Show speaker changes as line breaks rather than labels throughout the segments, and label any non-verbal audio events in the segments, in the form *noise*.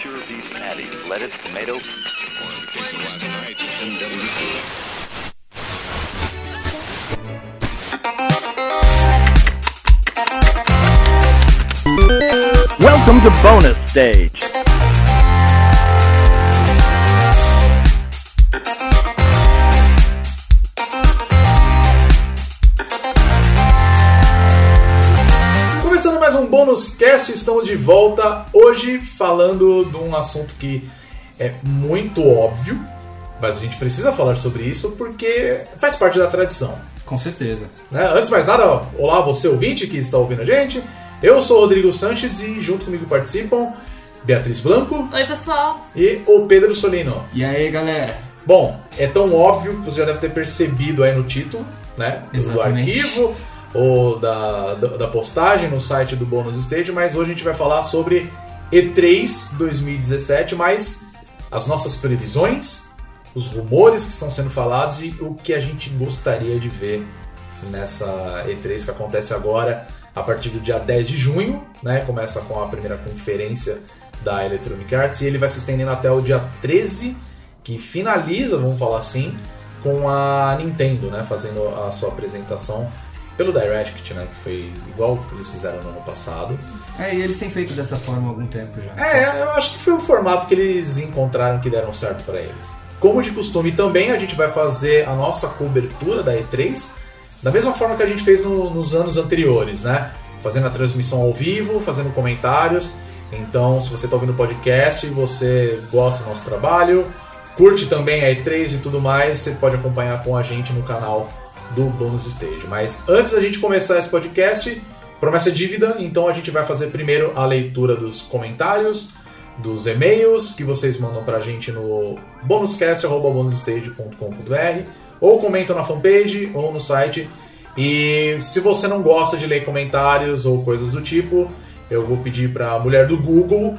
Veggie, patties, lettuce, tomatoes. Welcome to bonus stage.
Começando mais um bônus cast, estamos de volta hoje falando de um assunto que é muito óbvio, mas a gente precisa falar sobre isso porque faz parte da tradição.
Com certeza.
né? Antes de mais nada, ó, olá você ouvinte que está ouvindo a gente. Eu sou o Rodrigo Sanches e junto comigo participam Beatriz Blanco
Oi, pessoal.
e o Pedro Solino.
E aí, galera?
Bom, é tão óbvio que você já deve ter percebido aí no título, né? Do
Exatamente.
arquivo ou da, da, da postagem no site do Bonus Stage, mas hoje a gente vai falar sobre E3 2017, mais as nossas previsões, os rumores que estão sendo falados e o que a gente gostaria de ver nessa E3 que acontece agora a partir do dia 10 de junho, né? Começa com a primeira conferência da Electronic Arts e ele vai se estendendo até o dia 13, que finaliza, vamos falar assim, com a Nintendo, né? Fazendo a sua apresentação pelo Direct, né? Que foi igual que eles fizeram no ano passado.
É, e eles têm feito dessa forma há algum tempo já.
É, eu acho que foi o formato que eles encontraram que deram certo pra eles. Como de costume também, a gente vai fazer a nossa cobertura da E3 da mesma forma que a gente fez no- nos anos anteriores, né? Fazendo a transmissão ao vivo, fazendo comentários. Então, se você está ouvindo o podcast e você gosta do nosso trabalho, curte também a E3 e tudo mais, você pode acompanhar com a gente no canal do Bonus Stage. Mas antes da gente começar esse podcast, promessa é dívida, então a gente vai fazer primeiro a leitura dos comentários, dos e-mails que vocês mandam pra gente no bonuscast.bonusstage.com.br ou comentam na fanpage ou no site. E se você não gosta de ler comentários ou coisas do tipo, eu vou pedir pra mulher do Google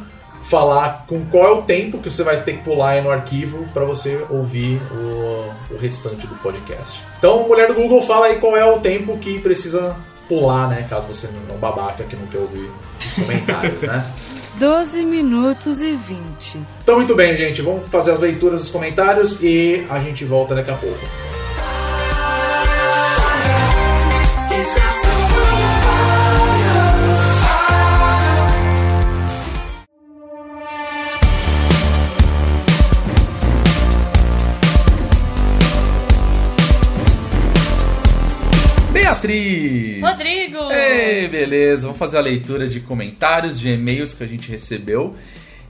falar com qual é o tempo que você vai ter que pular aí no arquivo pra você ouvir o, o restante do podcast. Então, mulher do Google, fala aí qual é o tempo que precisa pular, né? Caso você não é um babaca que não quer ouvir os comentários, né?
12 minutos e 20.
Então, muito bem, gente. Vamos fazer as leituras dos comentários e a gente volta daqui a pouco.
Beatriz!
Rodrigo.
Ei, beleza, vamos fazer a leitura de comentários, de e-mails que a gente recebeu.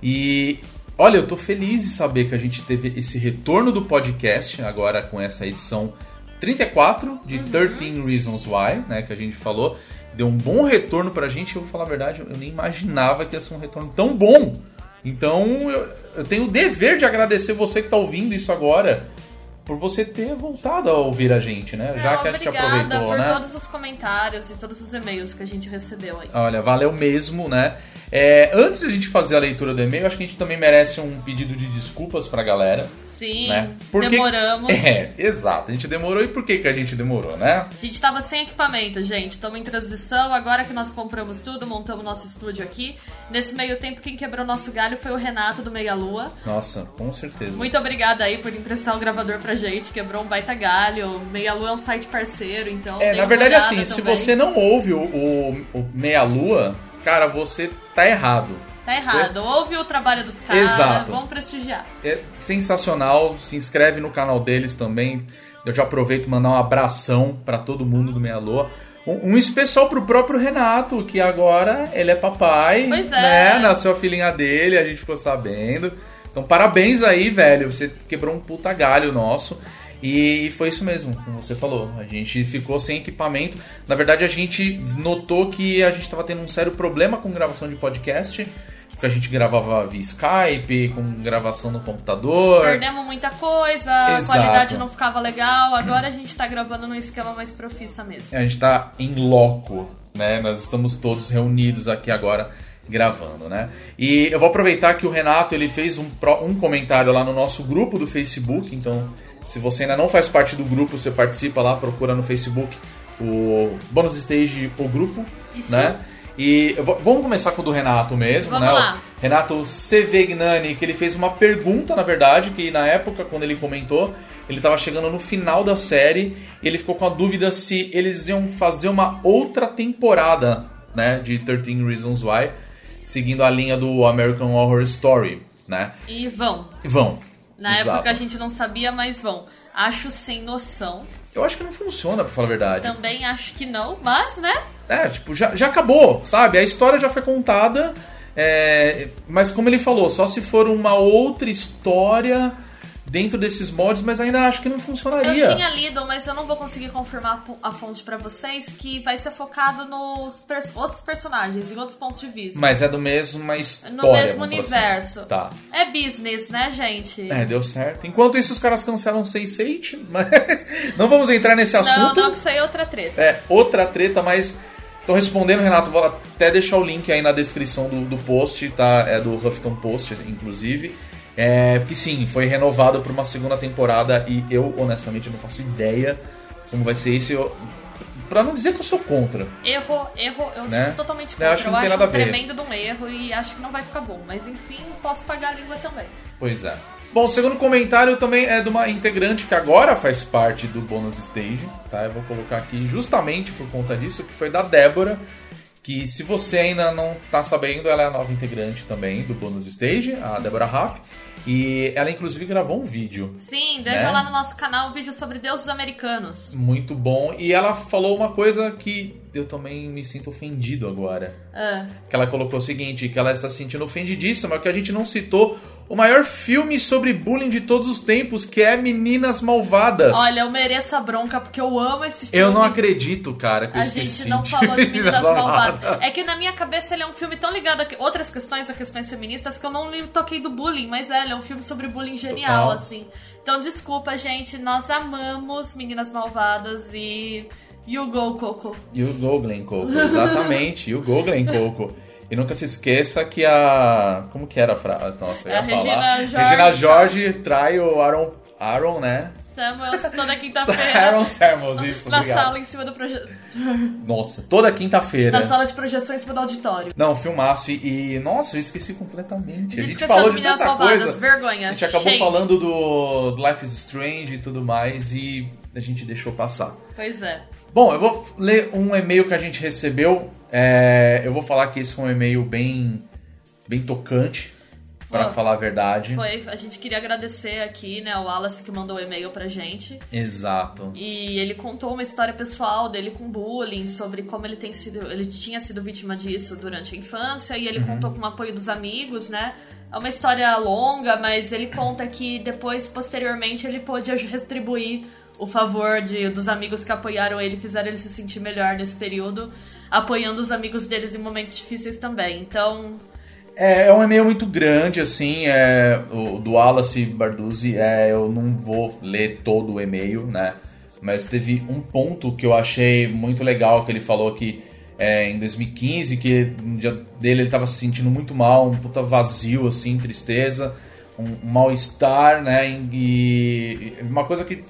E olha, eu tô feliz de saber que a gente teve esse retorno do podcast agora com essa edição 34
Uhum.
de 13 Reasons Why, né, que a gente falou. Deu um bom retorno pra gente, eu vou falar a verdade, eu nem imaginava que ia ser um retorno tão bom. Então, eu, eu tenho o dever de agradecer você que tá ouvindo isso agora. Por você ter voltado a ouvir a gente, né? Já
Não,
que a gente
obrigada
aproveitou,
por
né?
todos os comentários e todos os e-mails que a gente recebeu aí.
Olha, valeu mesmo, né? É, antes da gente fazer a leitura do e-mail, acho que a gente também merece um pedido de desculpas pra galera.
Sim,
né? Por que-
demoramos.
*laughs* É, exato. A gente demorou e por que, que a gente demorou, né?
A gente tava sem equipamento, gente. Estamos em transição. Agora que nós compramos tudo, montamos nosso estúdio aqui. Nesse meio tempo, quem quebrou nosso galho foi o Renato do Meia Lua.
Nossa, com certeza.
Muito obrigada aí por emprestar o gravador pra gente. Quebrou um baita galho. Meia Lua é um site parceiro, então.
É,
dei
na
uma
verdade,
olhada
assim, se
também.
você não ouve o, o- o Meia Lua, cara, você tá errado.
Tá errado. Ouve o trabalho dos caras.
Exato.
Vamos prestigiar.
É sensacional. Se inscreve no canal deles também. Eu já aproveito e mandar um abração pra todo mundo do Meia Lua. Um, um especial pro próprio Renato, que agora ele é papai.
Pois é.
Né? Nasceu a filhinha dele, a gente ficou sabendo. Então, parabéns aí, velho. Você quebrou um puta galho nosso. E foi isso mesmo, como você falou. A gente ficou sem equipamento. Na verdade, a gente notou que a gente tava tendo um sério problema com gravação de podcast. Porque a gente gravava via Skype, com gravação no computador.
Perdemos muita coisa,
Exato.
a qualidade não ficava legal. Agora a gente tá gravando num esquema mais profissa
É.
mesmo.
A gente tá em loco, né? Nós estamos todos reunidos aqui agora gravando, né? E eu vou aproveitar que o Renato ele fez um, pro- um comentário lá no nosso grupo do Facebook, então se você ainda não faz parte do grupo, você participa lá, procura no Facebook o Bônus Stage, o grupo,
E sim.
né?
E eu vou- vamos começar com o do Renato mesmo,
Vamos
né?
lá.
O Renato Sevegnani, que ele fez uma pergunta, na verdade, que na época, quando ele comentou, ele estava chegando no final da série e ele ficou com a dúvida se eles iam fazer uma outra temporada, né, de 13 Reasons Why, seguindo a linha do American Horror Story, né?
E vão.
E Vão.
Na
Exato.
época a gente não sabia, mas vão. Acho sem noção.
Eu acho que não funciona, pra falar a verdade.
Também acho que não, mas, né?
É, tipo, já, já acabou, sabe? A história já foi contada. é, mas como ele falou, só se for uma outra história dentro desses moldes, mas ainda acho que não
Eu
funcionaria.
tinha lido, mas eu não vou conseguir confirmar po- a fonte pra vocês, que vai ser focado nos pers- outros personagens, em outros pontos de vista.
Mas é do mesmo história.
No mesmo
vamos falar assim.
universo.
Tá.
É business, né, gente?
É, deu certo. Enquanto isso, os caras cancelam 6-8, *laughs* mas não vamos entrar nesse
não,
assunto.
não, que isso aí é outra treta.
É, outra treta, mas. Tô respondendo, Renato. Vou até deixar o link aí na descrição do, do post, tá? É do Huffington Post, inclusive. É, porque sim, foi renovado pra uma segunda temporada e eu, honestamente, não faço ideia como vai ser isso. Eu, pra não dizer que eu sou contra.
Erro, erro, eu
Né?
sou totalmente
Eu
contra.
acho que não tem nada a
um
ver.
tremendo de um erro e acho que não vai ficar bom. Mas enfim, posso pagar a língua também.
Pois é. Bom, o segundo comentário também é de uma integrante que agora faz parte do Bonus Stage, tá? Eu vou colocar aqui justamente por conta disso, que foi da Débora, que se você ainda não tá sabendo, ela é a nova integrante também do Bonus Stage, a Débora Raff, e ela inclusive gravou um vídeo
Sim, veja
Né?
lá no nosso canal o vídeo sobre deuses americanos.
muito bom, e ela falou uma coisa que eu também me sinto ofendido agora.
Ah,
que ela colocou o seguinte, que ela está se sentindo ofendidíssima, que a gente não citou o maior filme sobre bullying de todos os tempos, que é Meninas Malvadas.
olha, eu mereço a bronca porque eu amo esse filme.
eu não acredito, cara, que eu
A
esqueci
gente não
*laughs*
falou de Meninas Malvadas. É que na minha cabeça ele é um filme tão ligado a que- outras questões, a questões feministas, que eu não me toquei do bullying, mas é, ele é um filme sobre bullying genial,
Total.
assim. Então, desculpa, gente, nós amamos Meninas Malvadas e. You go, Coco.
*laughs* E o Goglen Coco, exatamente, e o Goglen Coco. E nunca se esqueça que a... Como que era a frase? Nossa, eu ia
A Regina
falar.
George.
Regina George trai o Aaron... Aaron, né?
Samuels
*laughs*
toda quinta-feira.
Aaron Samuels, isso,
Tá na
obrigado.
sala em cima do projeto.
Nossa, toda quinta-feira.
Na sala de projeção em cima do auditório.
Não, filmaço. E, e, nossa, eu esqueci completamente. A gente,
esqueceu
falou de
de Meninas
tanta
Malvadas,
coisa.
vergonha.
A gente acabou
Shame.
falando do do Life is Strange e tudo mais e a gente deixou passar.
Pois é.
Bom, eu vou ler um e-mail que a gente recebeu. É, eu vou falar que esse foi um e-mail bem, bem tocante, pra
Foi.
falar a verdade.
Oh. Foi, a gente queria agradecer aqui, né, o Wallace que mandou o e-mail pra gente.
Exato.
E ele contou uma história pessoal dele com bullying, sobre como ele tem sido, ele tinha sido vítima disso durante a infância, e ele contou com o apoio dos amigos, né? É uma história longa, mas ele conta que depois, posteriormente, ele pôde aj- retribuir o favor de, dos amigos que apoiaram ele, fizeram ele se sentir melhor nesse período, apoiando os amigos deles em momentos difíceis também. Então,
É, é um e-mail muito grande, assim, é, o do Wallace Barduzzi, é, eu não vou ler todo o e-mail, né? Mas teve um ponto que eu achei muito legal, que ele falou que é, em 2015, que no dia dele ele tava se sentindo muito mal, um puta vazio, assim, tristeza, um, um mal-estar, né? E, e uma coisa que...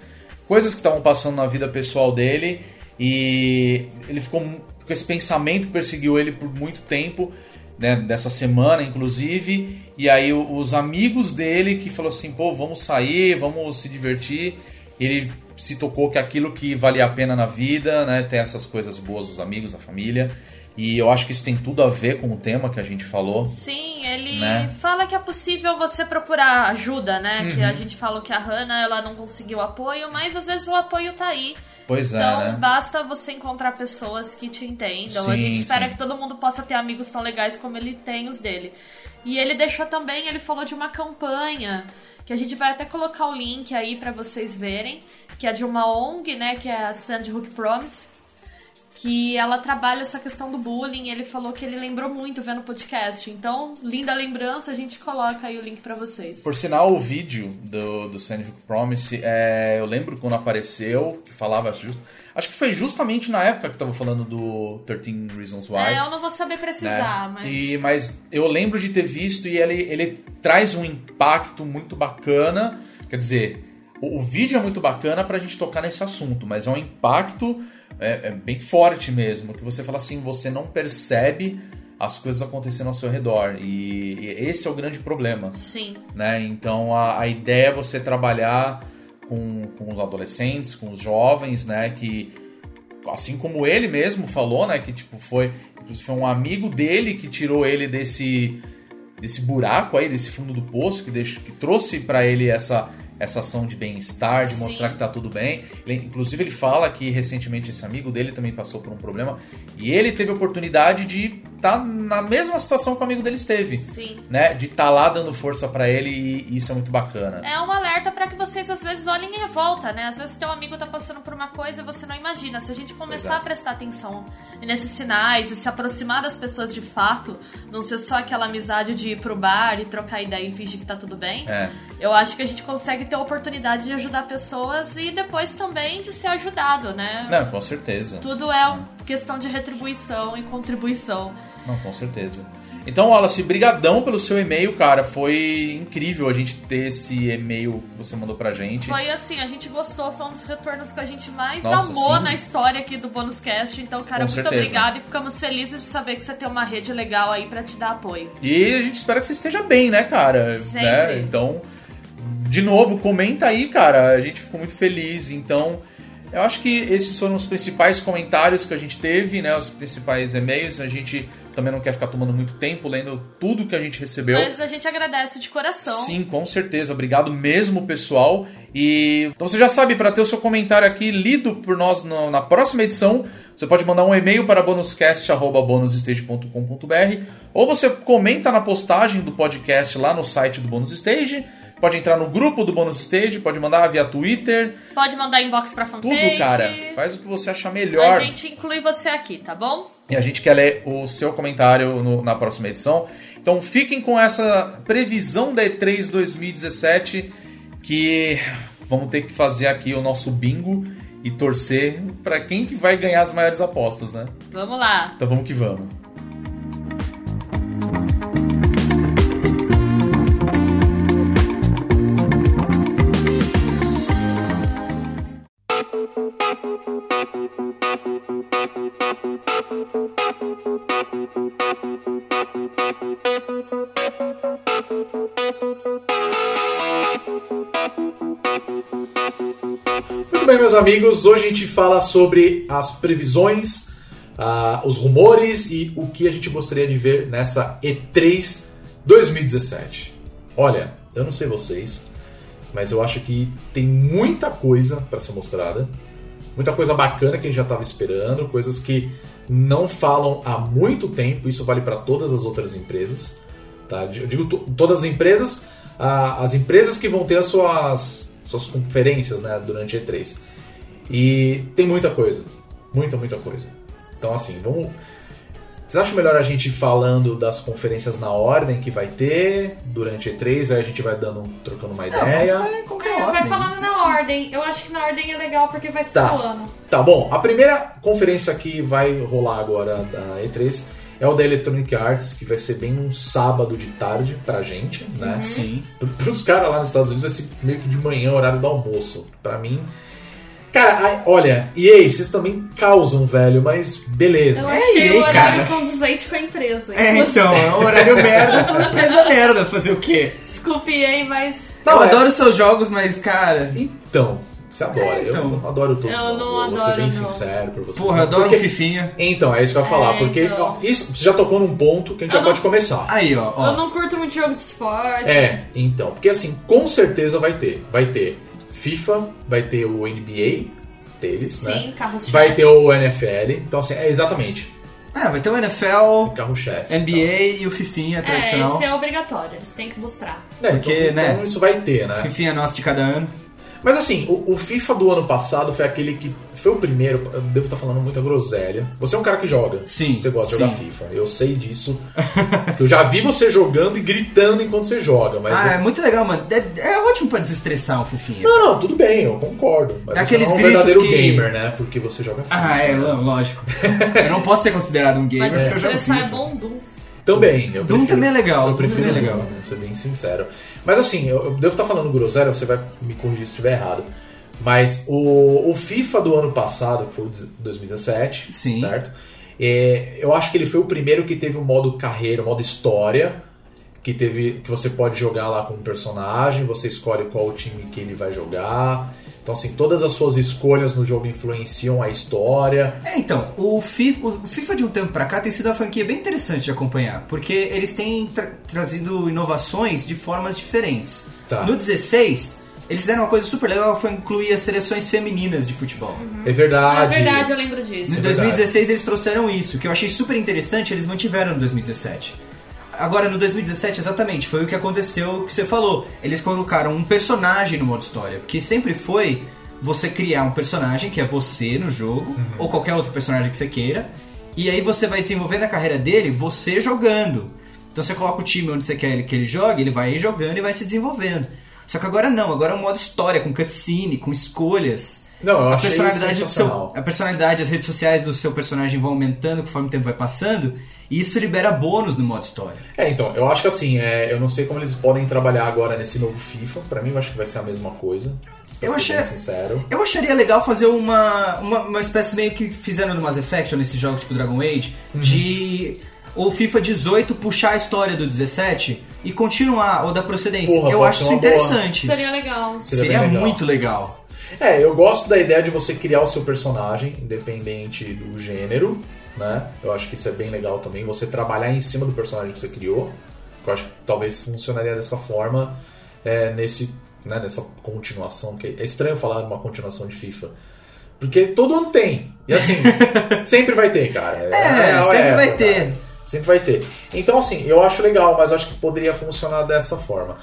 Coisas que estavam passando na vida pessoal dele e ele ficou mu- com esse pensamento que perseguiu ele por muito tempo né, dessa semana, inclusive. E aí o- os amigos dele que falou assim, pô, vamos sair, vamos se divertir. Ele se tocou que aquilo que valia a pena na vida, né, tem essas coisas boas, os amigos, a família. E eu acho que isso tem tudo a ver com o tema que a gente falou.
Sim, ele
Né?
fala que é possível você procurar ajuda, né? Que a gente falou que a Hannah ela não conseguiu apoio, mas às vezes o apoio tá aí.
Pois é,
Então
né?
basta você encontrar pessoas que te entendam. a
Sim,
gente espera
sim.
que todo mundo possa ter amigos tão legais como ele tem os dele. E ele deixou também, ele falou de uma campanha que a gente vai até colocar o link aí pra vocês verem, que é de uma ONG, né, que é a Sandhook Promise, que ela trabalha essa questão do bullying. Ele falou que ele lembrou muito vendo o podcast. Então, linda lembrança, a gente coloca aí o link pra vocês.
Por sinal, o vídeo do, do Sandhill Promise, é, eu lembro quando apareceu, que falava just- Acho que foi justamente na época que tava falando do 13 Reasons Why.
É, eu não vou saber precisar,
né?
mas.
E, mas eu lembro de ter visto e ele, ele traz um impacto muito bacana. Quer dizer,
O, o vídeo é muito bacana pra gente tocar nesse assunto, mas é um impacto é, é bem forte mesmo, que você fala assim, você não percebe as coisas acontecendo ao seu redor. E, e esse é o grande problema,
Sim.
né? Então a, a ideia é você trabalhar com, com os adolescentes, com os jovens, né? Que assim como ele mesmo falou, né? Que tipo foi, inclusive foi um amigo dele que tirou ele desse desse buraco aí, desse fundo do poço, que deixou, que trouxe pra ele essa essa ação de bem-estar, de
Sim.
mostrar que tá tudo bem. Ele- inclusive ele fala que recentemente esse amigo dele também passou por um problema e ele teve a oportunidade de estar na mesma situação que o amigo dele esteve
Sim.
né, de estar lá dando força pra ele e isso é muito bacana.
É um alerta pra que vocês às vezes olhem em volta, né? Às vezes teu amigo tá passando por uma coisa e você não imagina. Se a gente começar
Pois é.
a prestar atenção nesses sinais e se aproximar das pessoas de fato, não ser só aquela amizade de ir pro bar e trocar ideia e fingir que tá tudo bem,
É.
eu acho que a gente consegue ter a oportunidade de ajudar pessoas e depois também de ser ajudado, né?
Não, com certeza.
Tudo é um- questão de retribuição e contribuição.
Não, com certeza. Então, Wallace, brigadão pelo seu e-mail, cara. Foi incrível a gente ter esse e-mail que você mandou pra gente.
Foi assim, a gente gostou, foi um dos retornos que a gente mais
Nossa,
amou
sim.
na história aqui do Bônus Cast. Então, cara,
Com
muito
certeza.
obrigada e ficamos felizes de saber que você tem uma rede legal aí pra te dar apoio.
E a gente espera que você esteja bem, né, cara?
Sempre.
Né? Então, de novo, comenta aí, cara. A gente ficou muito feliz. Então, eu acho que esses foram os principais comentários que a gente teve, né? Os principais e-mails. A gente também não quer ficar tomando muito tempo lendo tudo que a gente recebeu.
Mas a gente agradece de coração.
Sim, com certeza. Obrigado mesmo, pessoal. E então você já sabe, para ter o seu comentário aqui lido por nós no- na próxima edição, você pode mandar um e-mail para bonuscast@bonusstage.com.br ou você comenta na postagem do podcast lá no site do Bonus Stage. Pode entrar no grupo do Bonus Stage, pode mandar via Twitter,
Pode mandar inbox pra
tudo,
fanpage.
cara. Faz o que você achar melhor.
A gente inclui você aqui, tá bom?
E a gente quer ler o seu comentário no- na próxima edição. Então fiquem com essa previsão da E3 2017 que vamos ter que fazer aqui o nosso bingo e torcer pra quem que vai ganhar as maiores apostas, né?
Vamos lá.
Então vamos que vamos.
Muito bem, meus amigos, hoje a gente fala sobre as previsões, ah, os rumores e o que a gente gostaria de ver nessa E3 2017. Olha, eu não sei vocês, mas eu acho que tem muita coisa para ser mostrada, muita coisa bacana que a gente já estava esperando, coisas que não falam há muito tempo, isso vale para todas as outras empresas. Tá? Eu digo to- todas as empresas, ah, as empresas que vão ter as suas, suas conferências né, durante a E3. E tem muita coisa. Muita, muita coisa. Então, assim, vamos. Vocês acham melhor a gente ir falando das conferências na ordem que vai ter durante a E3? Aí a gente vai dando, trocando uma ideia.
É, qualquer
É,
ordem.
vai falando na ordem. Eu acho que na ordem é legal porque vai ser
Tá.
o ano.
Tá bom, a primeira conferência que vai rolar agora da E3 é o da Electronic Arts, que vai ser bem num sábado de tarde pra gente,
Uhum.
né?
Sim.
Pro- Pros caras lá nos Estados Unidos vai ser meio que de manhã, horário do almoço. Pra mim. Cara, ai, olha, e aí, vocês também causam, velho, mas beleza.
Eu achei
É aí,
o
cara.
horário condizente com a empresa.
É,
Inclusive,
então, é um *laughs* horário merda pra uma empresa merda fazer o quê?
Desculpe aí, mas
Não,
eu
é-
adoro seus jogos, mas, cara.
Então, você adora.
É, então.
Eu não adoro todos.
Eu
os
não
jogos, Vou ser
adoro,
bem
não.
sincero pra vocês.
Porra, eu adoro um
Porque-
Fifinha.
Então, é isso que eu ia falar.
É,
porque ó,
então.
isso, você já tocou num ponto que a gente
Eu
já
não-
pode começar.
Aí, ó, ó.
eu não curto muito jogo de esporte.
É, então, porque assim, com certeza vai ter. Vai ter FIFA, vai ter o NBA deles,
Sim,
né?
carros de
Vai
raça.
ter o NFL. Então, assim, é exatamente.
Ah, vai ter o NFL,
O carro-chefe.
NBA e o Fifinha
É,
tradicional.
esse é obrigatório, eles têm que mostrar.
Né,
Porque,
então,
né?
então isso vai ter,
é
né?
Fifinha nosso de cada ano.
Mas assim, o, o FIFA do ano passado foi aquele que foi o primeiro. Eu devo estar falando muita groselha. Você é um cara que joga.
Sim,
Você gosta de
sim.
jogar FIFA. Eu sei disso. *laughs* eu já vi você jogando e gritando enquanto você joga. Mas
ah,
eu-
é muito legal, mano. É, é ótimo pra desestressar o Fifinha.
Não, não, tudo bem, eu concordo. Mas
Daqueles
você não é um
gritos
verdadeiro
que-
gamer, né? Porque você joga FIFA.
Ah, é, ló- lógico. eu não posso ser considerado um gamer
Mas
porque eu jogo
estressar é
FIFA.
bom Doom.
Também. eu
Doom
prefiro-
também é legal.
Eu
Doom
prefiro
também é
legal,
legal.
vou ser bem sincero. Mas assim, eu, eu devo estar falando groselha, você vai me corrigir se estiver errado. Mas o, o FIFA do ano passado, que foi o de- 2017,
Sim.
certo? É, eu acho que ele foi o primeiro que teve o modo carreira, o modo história, que teve que você pode jogar lá com um personagem, você escolhe qual time que ele vai jogar. Então assim, todas as suas escolhas no jogo influenciam a história.
É, então, o FIFA, o FIFA de um tempo pra cá tem sido uma franquia bem interessante de acompanhar, porque eles têm tra- trazido inovações de formas diferentes.
Tá.
No 16, eles fizeram uma coisa super legal, foi incluir as seleções femininas de futebol.
É verdade.
É verdade, eu lembro disso.
Em
é
2016 eles trouxeram isso, que eu achei super interessante, eles mantiveram no 2017. Agora, no 2017, exatamente, foi o que aconteceu que você falou. Eles colocaram um personagem no modo história, que sempre foi você criar um personagem que é você no jogo, ou qualquer outro personagem que você queira, e aí você vai desenvolvendo a carreira dele você jogando. Então você coloca o time onde você quer ele- que ele jogue, ele vai jogando e vai se desenvolvendo. Só que agora não, agora é um modo história, com cutscene, com escolhas
Não, eu
a
achei
personalidade, do seu,
sensacional.
a personalidade, as redes sociais do seu personagem vão aumentando conforme o tempo vai passando, e isso libera bônus no modo história.
É, então, eu acho que assim, é, eu não sei como eles podem trabalhar agora nesse novo FIFA. Pra mim, eu acho que vai ser a mesma coisa. pra
Eu
ser
achei-
bem sincero.
Eu acharia legal fazer uma, uma, uma espécie meio que fizeram no Mass Effect ou nesse jogo tipo Dragon Age,
Uhum.
de o FIFA 18 puxar a história do 17 e continuar, ou da procedência.
Porra,
Eu
pode
acho
ser
isso
uma boa.
interessante.
Seria legal.
Seria
Seria
bem legal.
muito legal.
É, eu gosto da ideia de você criar o seu personagem, independente do gênero, né? Eu acho que isso é bem legal também. Você trabalhar em cima do personagem que você criou. Que eu acho que talvez funcionaria dessa forma é, nesse, né, nessa continuação. Que é estranho falar uma continuação de FIFA. Porque todo ano tem. E assim,
*laughs*
sempre vai ter, cara.
É,
a real
sempre vai
essa,
ter.
cara. Sempre vai ter. Então, assim, eu acho legal, mas acho que poderia funcionar dessa forma.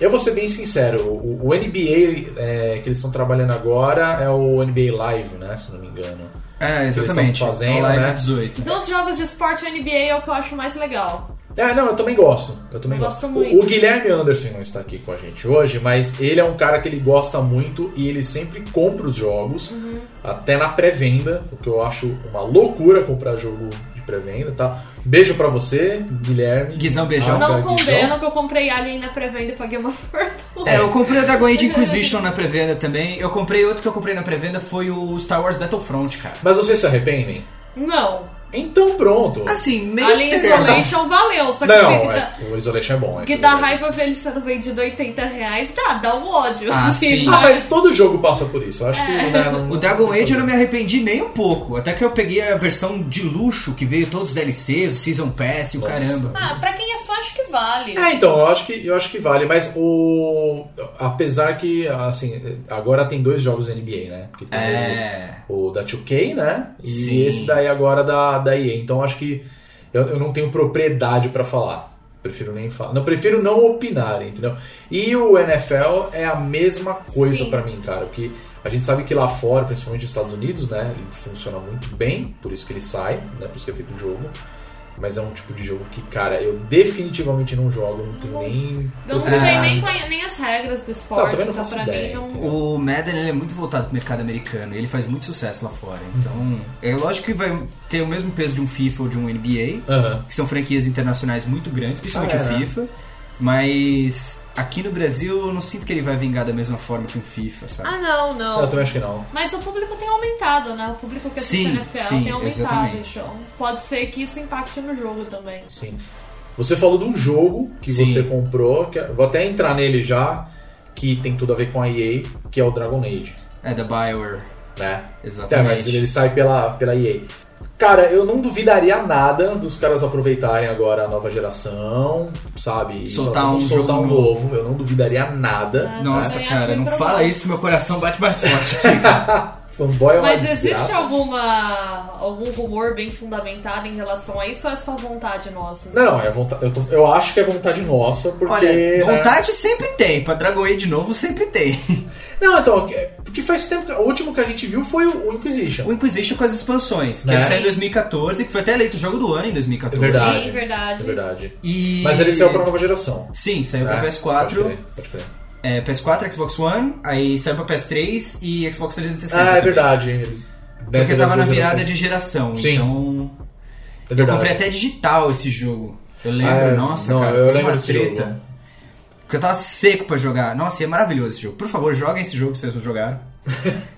Eu vou ser bem sincero, o, o NBA é, que eles estão trabalhando agora é o NBA Live, né? Se não me engano.
É,
exatamente.
exatamente.
É o
Live
Live
18.
Dos jogos de esporte, o NBA é o que eu acho mais legal.
É, não, eu também gosto. Eu também
Gosto
gosto. O-
muito.
O, Guilherme Anderson não está aqui com a gente hoje, mas ele é um cara que ele gosta muito e ele sempre compra os jogos,
Uhum.
até na pré-venda, o que eu acho uma loucura comprar jogo de pré-venda, tá? Beijo pra você, Guilherme.
Guizão, beijão.
Ah,
não
cara, Guizão.
condeno que eu comprei Alien na pré-venda e paguei uma *laughs* fortuna.
É, eu comprei o Dragon Age Inquisition na pré-venda também. Eu comprei outro que eu comprei na pré-venda foi o Star Wars Battlefront, cara.
Mas vocês se arrependem?
Não.
Então pronto.
Assim, meio
Alien
termo.
Isolation valeu, só que assim,
Não,
que
é, o Isolation é bom. é
dá, que
isso
dá
mesmo.
raiva ver ele sendo vendido 80 reais, dá, dá um ódio.
Ah,
assim,
sim.
Ah,
mas-
mas todo jogo passa por isso. Eu acho que
É.
né, não-
O Dragon Age eu não me arrependi nem um pouco. Até que eu peguei a versão de luxo que veio todos os DLCs, o Season Pass e o
Nossa.
caramba.
Ah, pra quem é fã, acho que vale.
É, então, eu acho que eu acho que vale, mas o apesar que assim, agora tem dois jogos da NBA, né? Porque tem
É.
o, o da 2K, né? E
Sim.
esse daí agora da da EA. Então acho que eu, eu não tenho propriedade pra falar. Prefiro nem falar. Não, prefiro não opinar, entendeu? E o NFL é a mesma coisa
Sim.
pra mim, cara, porque a gente sabe que lá fora, principalmente nos Estados Unidos, né, ele funciona muito bem, por isso que ele sai, né, por isso que é feito o jogo. Mas é um tipo de jogo que, cara, eu definitivamente não jogo, não tenho nem.
Eu não
É.
sei nem, conhe- nem as regras do esporte,
também não
então
faço
pra
ideia,
mim não.
entendeu?
O Madden ele é muito voltado pro mercado americano e ele faz muito sucesso lá fora. Então, é lógico que vai ter o mesmo peso de um FIFA ou de um NBA,
Aham.
que são franquias internacionais muito grandes, principalmente
Ah, é,
o
né?
FIFA. Mas aqui no Brasil eu não sinto que ele vai vingar da mesma forma que um FIFA, sabe?
Ah, não,
Não, Eu
não.
também acho que não.
Mas o público tem aumentado, né? O público que assiste
Sim,
NFL
sim,
tem aumentado,
exatamente.
então pode ser que isso impacte no jogo também.
Sim. Você falou de um jogo que
Sim.
você comprou, que é- vou até entrar nele já, que tem tudo a ver com a EA, que é o Dragon Age,
É da Bioware.
né? Até,
Exatamente.
mas ele sai pela, pela EA. Cara, eu não duvidaria nada dos caras aproveitarem agora a nova geração, sabe? E
Soltar
vamos
um
soltar
jogo
um novo. Eu não duvidaria nada.
Nossa,
Eu acho
cara,
bem
não
provável.
fala isso que meu coração
*laughs*
bate mais forte.
Fanboy é uma
Ah. Mas existe
desgraça.
alguma algum rumor bem fundamentado em relação a isso ou é só vontade nossa?
Não, não, é vontade, eu, tô- eu acho que é vontade nossa, porque. né?
Olha, vontade sempre tem. Pra Dragon Age novo sempre tem. *laughs*
Não, então, é- porque faz tempo que. O último que a gente viu foi o o Inquisition.
O Inquisition com as expansões, que
Né?
ele saiu em 2014, que foi até eleito o jogo do ano em 2014.
É verdade.
Sim, verdade.
É verdade.
E...
Mas ele saiu pra nova geração.
Sim, saiu pra
né? Pode
PS4,
crer, pode crer.
é, PS4, Xbox One, aí saiu pra PS3 e Xbox 360.
Ah, é
também.
verdade. Eles,
Porque tava na virada de geração,
Sim.
então.
É verdade.
Comprei até digital esse jogo. Eu lembro,
Ah, é.
nossa,
Não,
cara,
eu
foi
lembro
uma
desse jogo.
treta. Porque eu tava seco pra jogar. Nossa, e é maravilhoso esse jogo. Por favor, joguem esse jogo se vocês
*laughs*
não jogaram.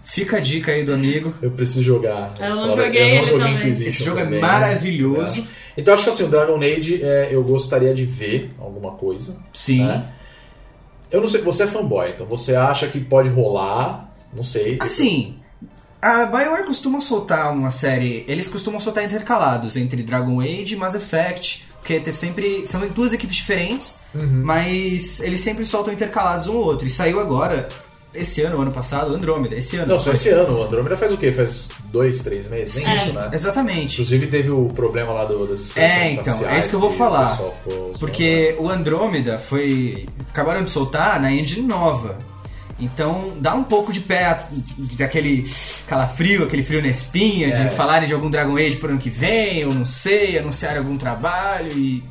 Fica a dica aí do amigo.
Eu preciso jogar.
Eu não
Fala-
joguei
eu não
ele
joguei
também.
Inquisition
Esse jogo
também. né?
é maravilhoso.
Então acho que assim, o Dragon Age é, eu gostaria de ver alguma coisa.
Sim.
né? Eu não sei, você é fanboy, então você acha que pode rolar, não sei.
Assim, a BioWare costuma soltar uma série. Eles costumam soltar intercalados entre Dragon Age e Mass Effect. Porque tem sempre. São duas equipes diferentes,
Uhum.
mas eles sempre soltam intercalados um ao outro. E saiu agora, esse ano, ano passado, Andrômeda. Esse ano.
Não, só esse ano, o Andrômeda faz o quê? Faz dois, três meses? Nem
Sim.
isso, né?
Exatamente.
Inclusive teve o problema lá do, das expressões
É, então, é
faciais
isso que eu vou falar.
o pessoal ficou zoando.
Porque o Andrômeda foi. acabaram de soltar na engine nova. Então dá um pouco de pé a- daquele calafrio, aquele frio na espinha,
É.
de falarem de algum Dragon Age pro ano que vem, eu não sei, anunciar algum trabalho e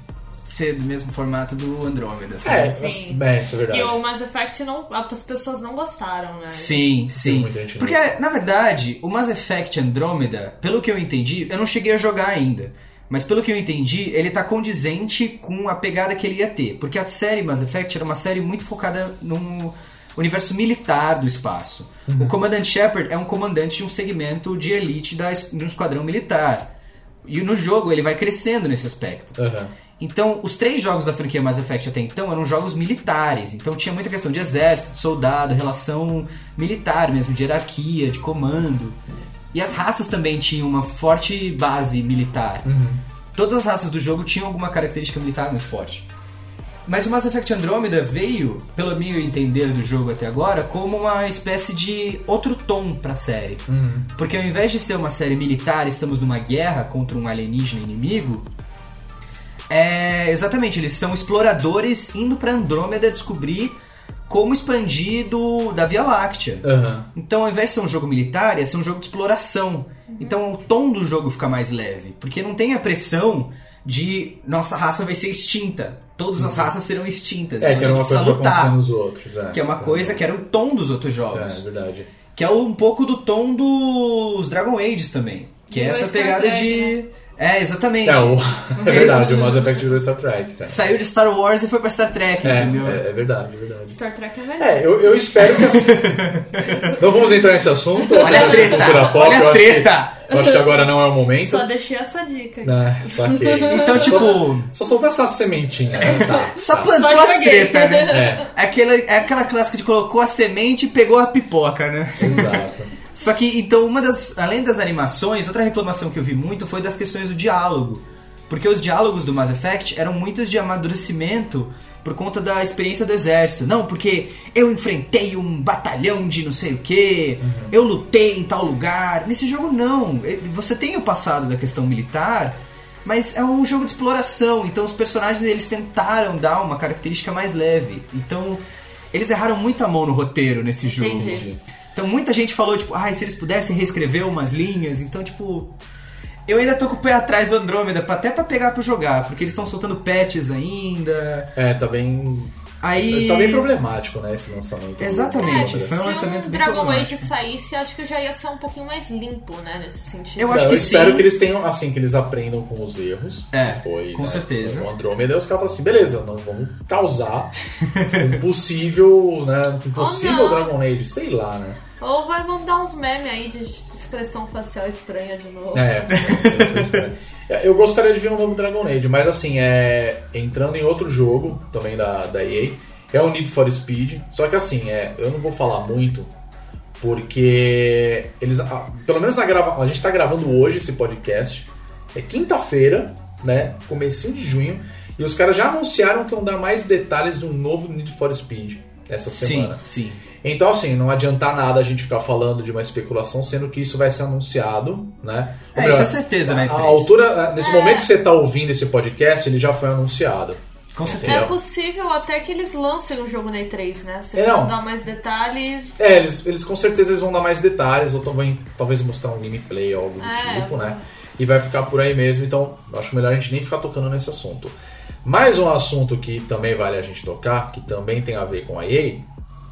ser do mesmo formato do Andrômeda, sabe?
É,
Sim.
mas- é, isso é verdade.
Porque o Mass Effect não, as pessoas não gostaram, né?
Sim, sim.
muita gente
Porque, na verdade, o Mass Effect Andromeda, pelo que eu entendi, eu não cheguei a jogar ainda. Mas pelo que eu entendi, ele tá condizente com a pegada que ele ia ter. Porque a série Mass Effect era uma série muito focada no universo militar do espaço.
Uhum.
O Comandante Shepard é um comandante de um segmento de elite da es- de um esquadrão militar. E no jogo ele vai crescendo nesse aspecto.
Aham.
Então, os três jogos da franquia Mass Effect até então eram jogos militares. Então, tinha muita questão de exército, de soldado, relação militar mesmo, de hierarquia, de comando. E as raças também tinham uma forte base militar. Todas as raças do jogo tinham alguma característica militar muito forte. Mas o Mass Effect Andromeda veio, pelo meu entender do jogo até agora, como uma espécie de outro tom pra série. Porque ao invés de ser uma série militar, estamos numa guerra contra um alienígena inimigo, é, exatamente, eles são exploradores indo pra Andrômeda descobrir como expandir do, da Via Láctea.
Aham.
Então, ao invés de ser um jogo militar, ia ser um jogo de exploração.
Uhum.
Então, o tom do jogo fica mais leve, porque não tem a pressão de nossa raça vai ser extinta. Todas as raças serão extintas.
Uhum. É,
então
que
a
era
gente
uma coisa
precisa
que acontecia
lutar.
nos outros. É.
Que é uma coisa que era o tom dos outros
É,
jogos.
é verdade.
Que é um pouco do tom dos Dragon Ages também. Que é
Do
essa
Star
pegada
Trek, né?
de. É, exatamente.
É, o... *laughs* é verdade, o Mass Effect virou Star Trek, cara.
Saiu de Star Wars e foi pra Star Trek,
É,
entendeu?
é, é verdade, é verdade.
Star Trek é melhor.
É, eu, eu espero que.
*laughs*
as- não vamos entrar nesse assunto.
Olha a
mas
treta,
cultura pop,
olha a
eu acho que-
treta.
eu acho que agora não é o momento.
Só deixei essa dica. aqui.
Ah, saquei.
Então, tipo,
Só soltar essa sementinha. né?
*laughs*
Tá,
só
tá.
plantou
Só
as
joguei.
tretas, né?
É,
É Aquela, é aquela clássica de colocou a semente e pegou a pipoca, né?
exato.
Só que, então, uma das. Além das animações, outra reclamação que eu vi muito foi das questões do diálogo. Porque os diálogos do Mass Effect eram muitos de amadurecimento por conta da experiência do exército. Não, porque eu enfrentei um batalhão de não sei o que, eu lutei em tal lugar. Nesse jogo, não. Ele- Você tem o passado da questão militar, mas é um jogo de exploração. Então, os personagens eles tentaram dar uma característica mais leve. Então, eles erraram muito a mão no roteiro nesse jogo.
Entendi.
Então muita gente falou, tipo, ai, se eles pudessem reescrever umas linhas, então, tipo. Eu ainda tô com o pé atrás do Andrômeda, pra- até pra pegar pra jogar, porque eles estão soltando patches ainda.
É, tá bem.
Aí.
Tá bem problemático, né, esse lançamento.
Exatamente,
Do-
foi um lançamento
É,
bem
Se um Dragon
problemático.
Age saísse, acho que já ia ser um pouquinho mais limpo, né? Nesse sentido.
Eu
Eu,
acho que
espero
sim.
que eles tenham, assim, que eles aprendam com os erros.
É,
que foi,
com
né,
certeza.
O Andrômeda, os caras falam assim, beleza, não vamos causar
*laughs*
um possível, né, um possível
não.
Dragon Age, sei lá, né.
Ou vai mandar uns memes aí de expressão facial estranha de novo.
É, foi estranho. eu gostaria de ver um novo Dragon Age, mas assim, é entrando em outro jogo também da, da EA, é o Need for Speed, só que assim, é, eu não vou falar muito, porque eles, a- pelo menos a, grava, a gente tá gravando hoje esse podcast, é quinta-feira, né, comecinho de junho, e os caras já anunciaram que vão dar mais detalhes do novo Need for Speed essa semana.
Sim, sim.
Então, assim, não adiantar nada a gente ficar falando de uma especulação, sendo que isso vai ser anunciado, né? Ou
É,
melhor,
isso é certeza, né?
a
E3?
altura, nesse momento que você tá ouvindo esse podcast, ele já foi anunciado.
Com
É
certeza.
Entendeu?
possível até que eles lancem o jogo na E3, né? Se
É,
eles
não.
não dar mais detalhe,
É, eles, eles com certeza eles vão dar mais detalhes, ou também talvez mostrar um gameplay ou algo do
É.
tipo, né? E vai ficar por aí mesmo, então acho melhor a gente nem ficar tocando nesse assunto. Mais um assunto que também vale a gente tocar, que também tem a ver com a EA,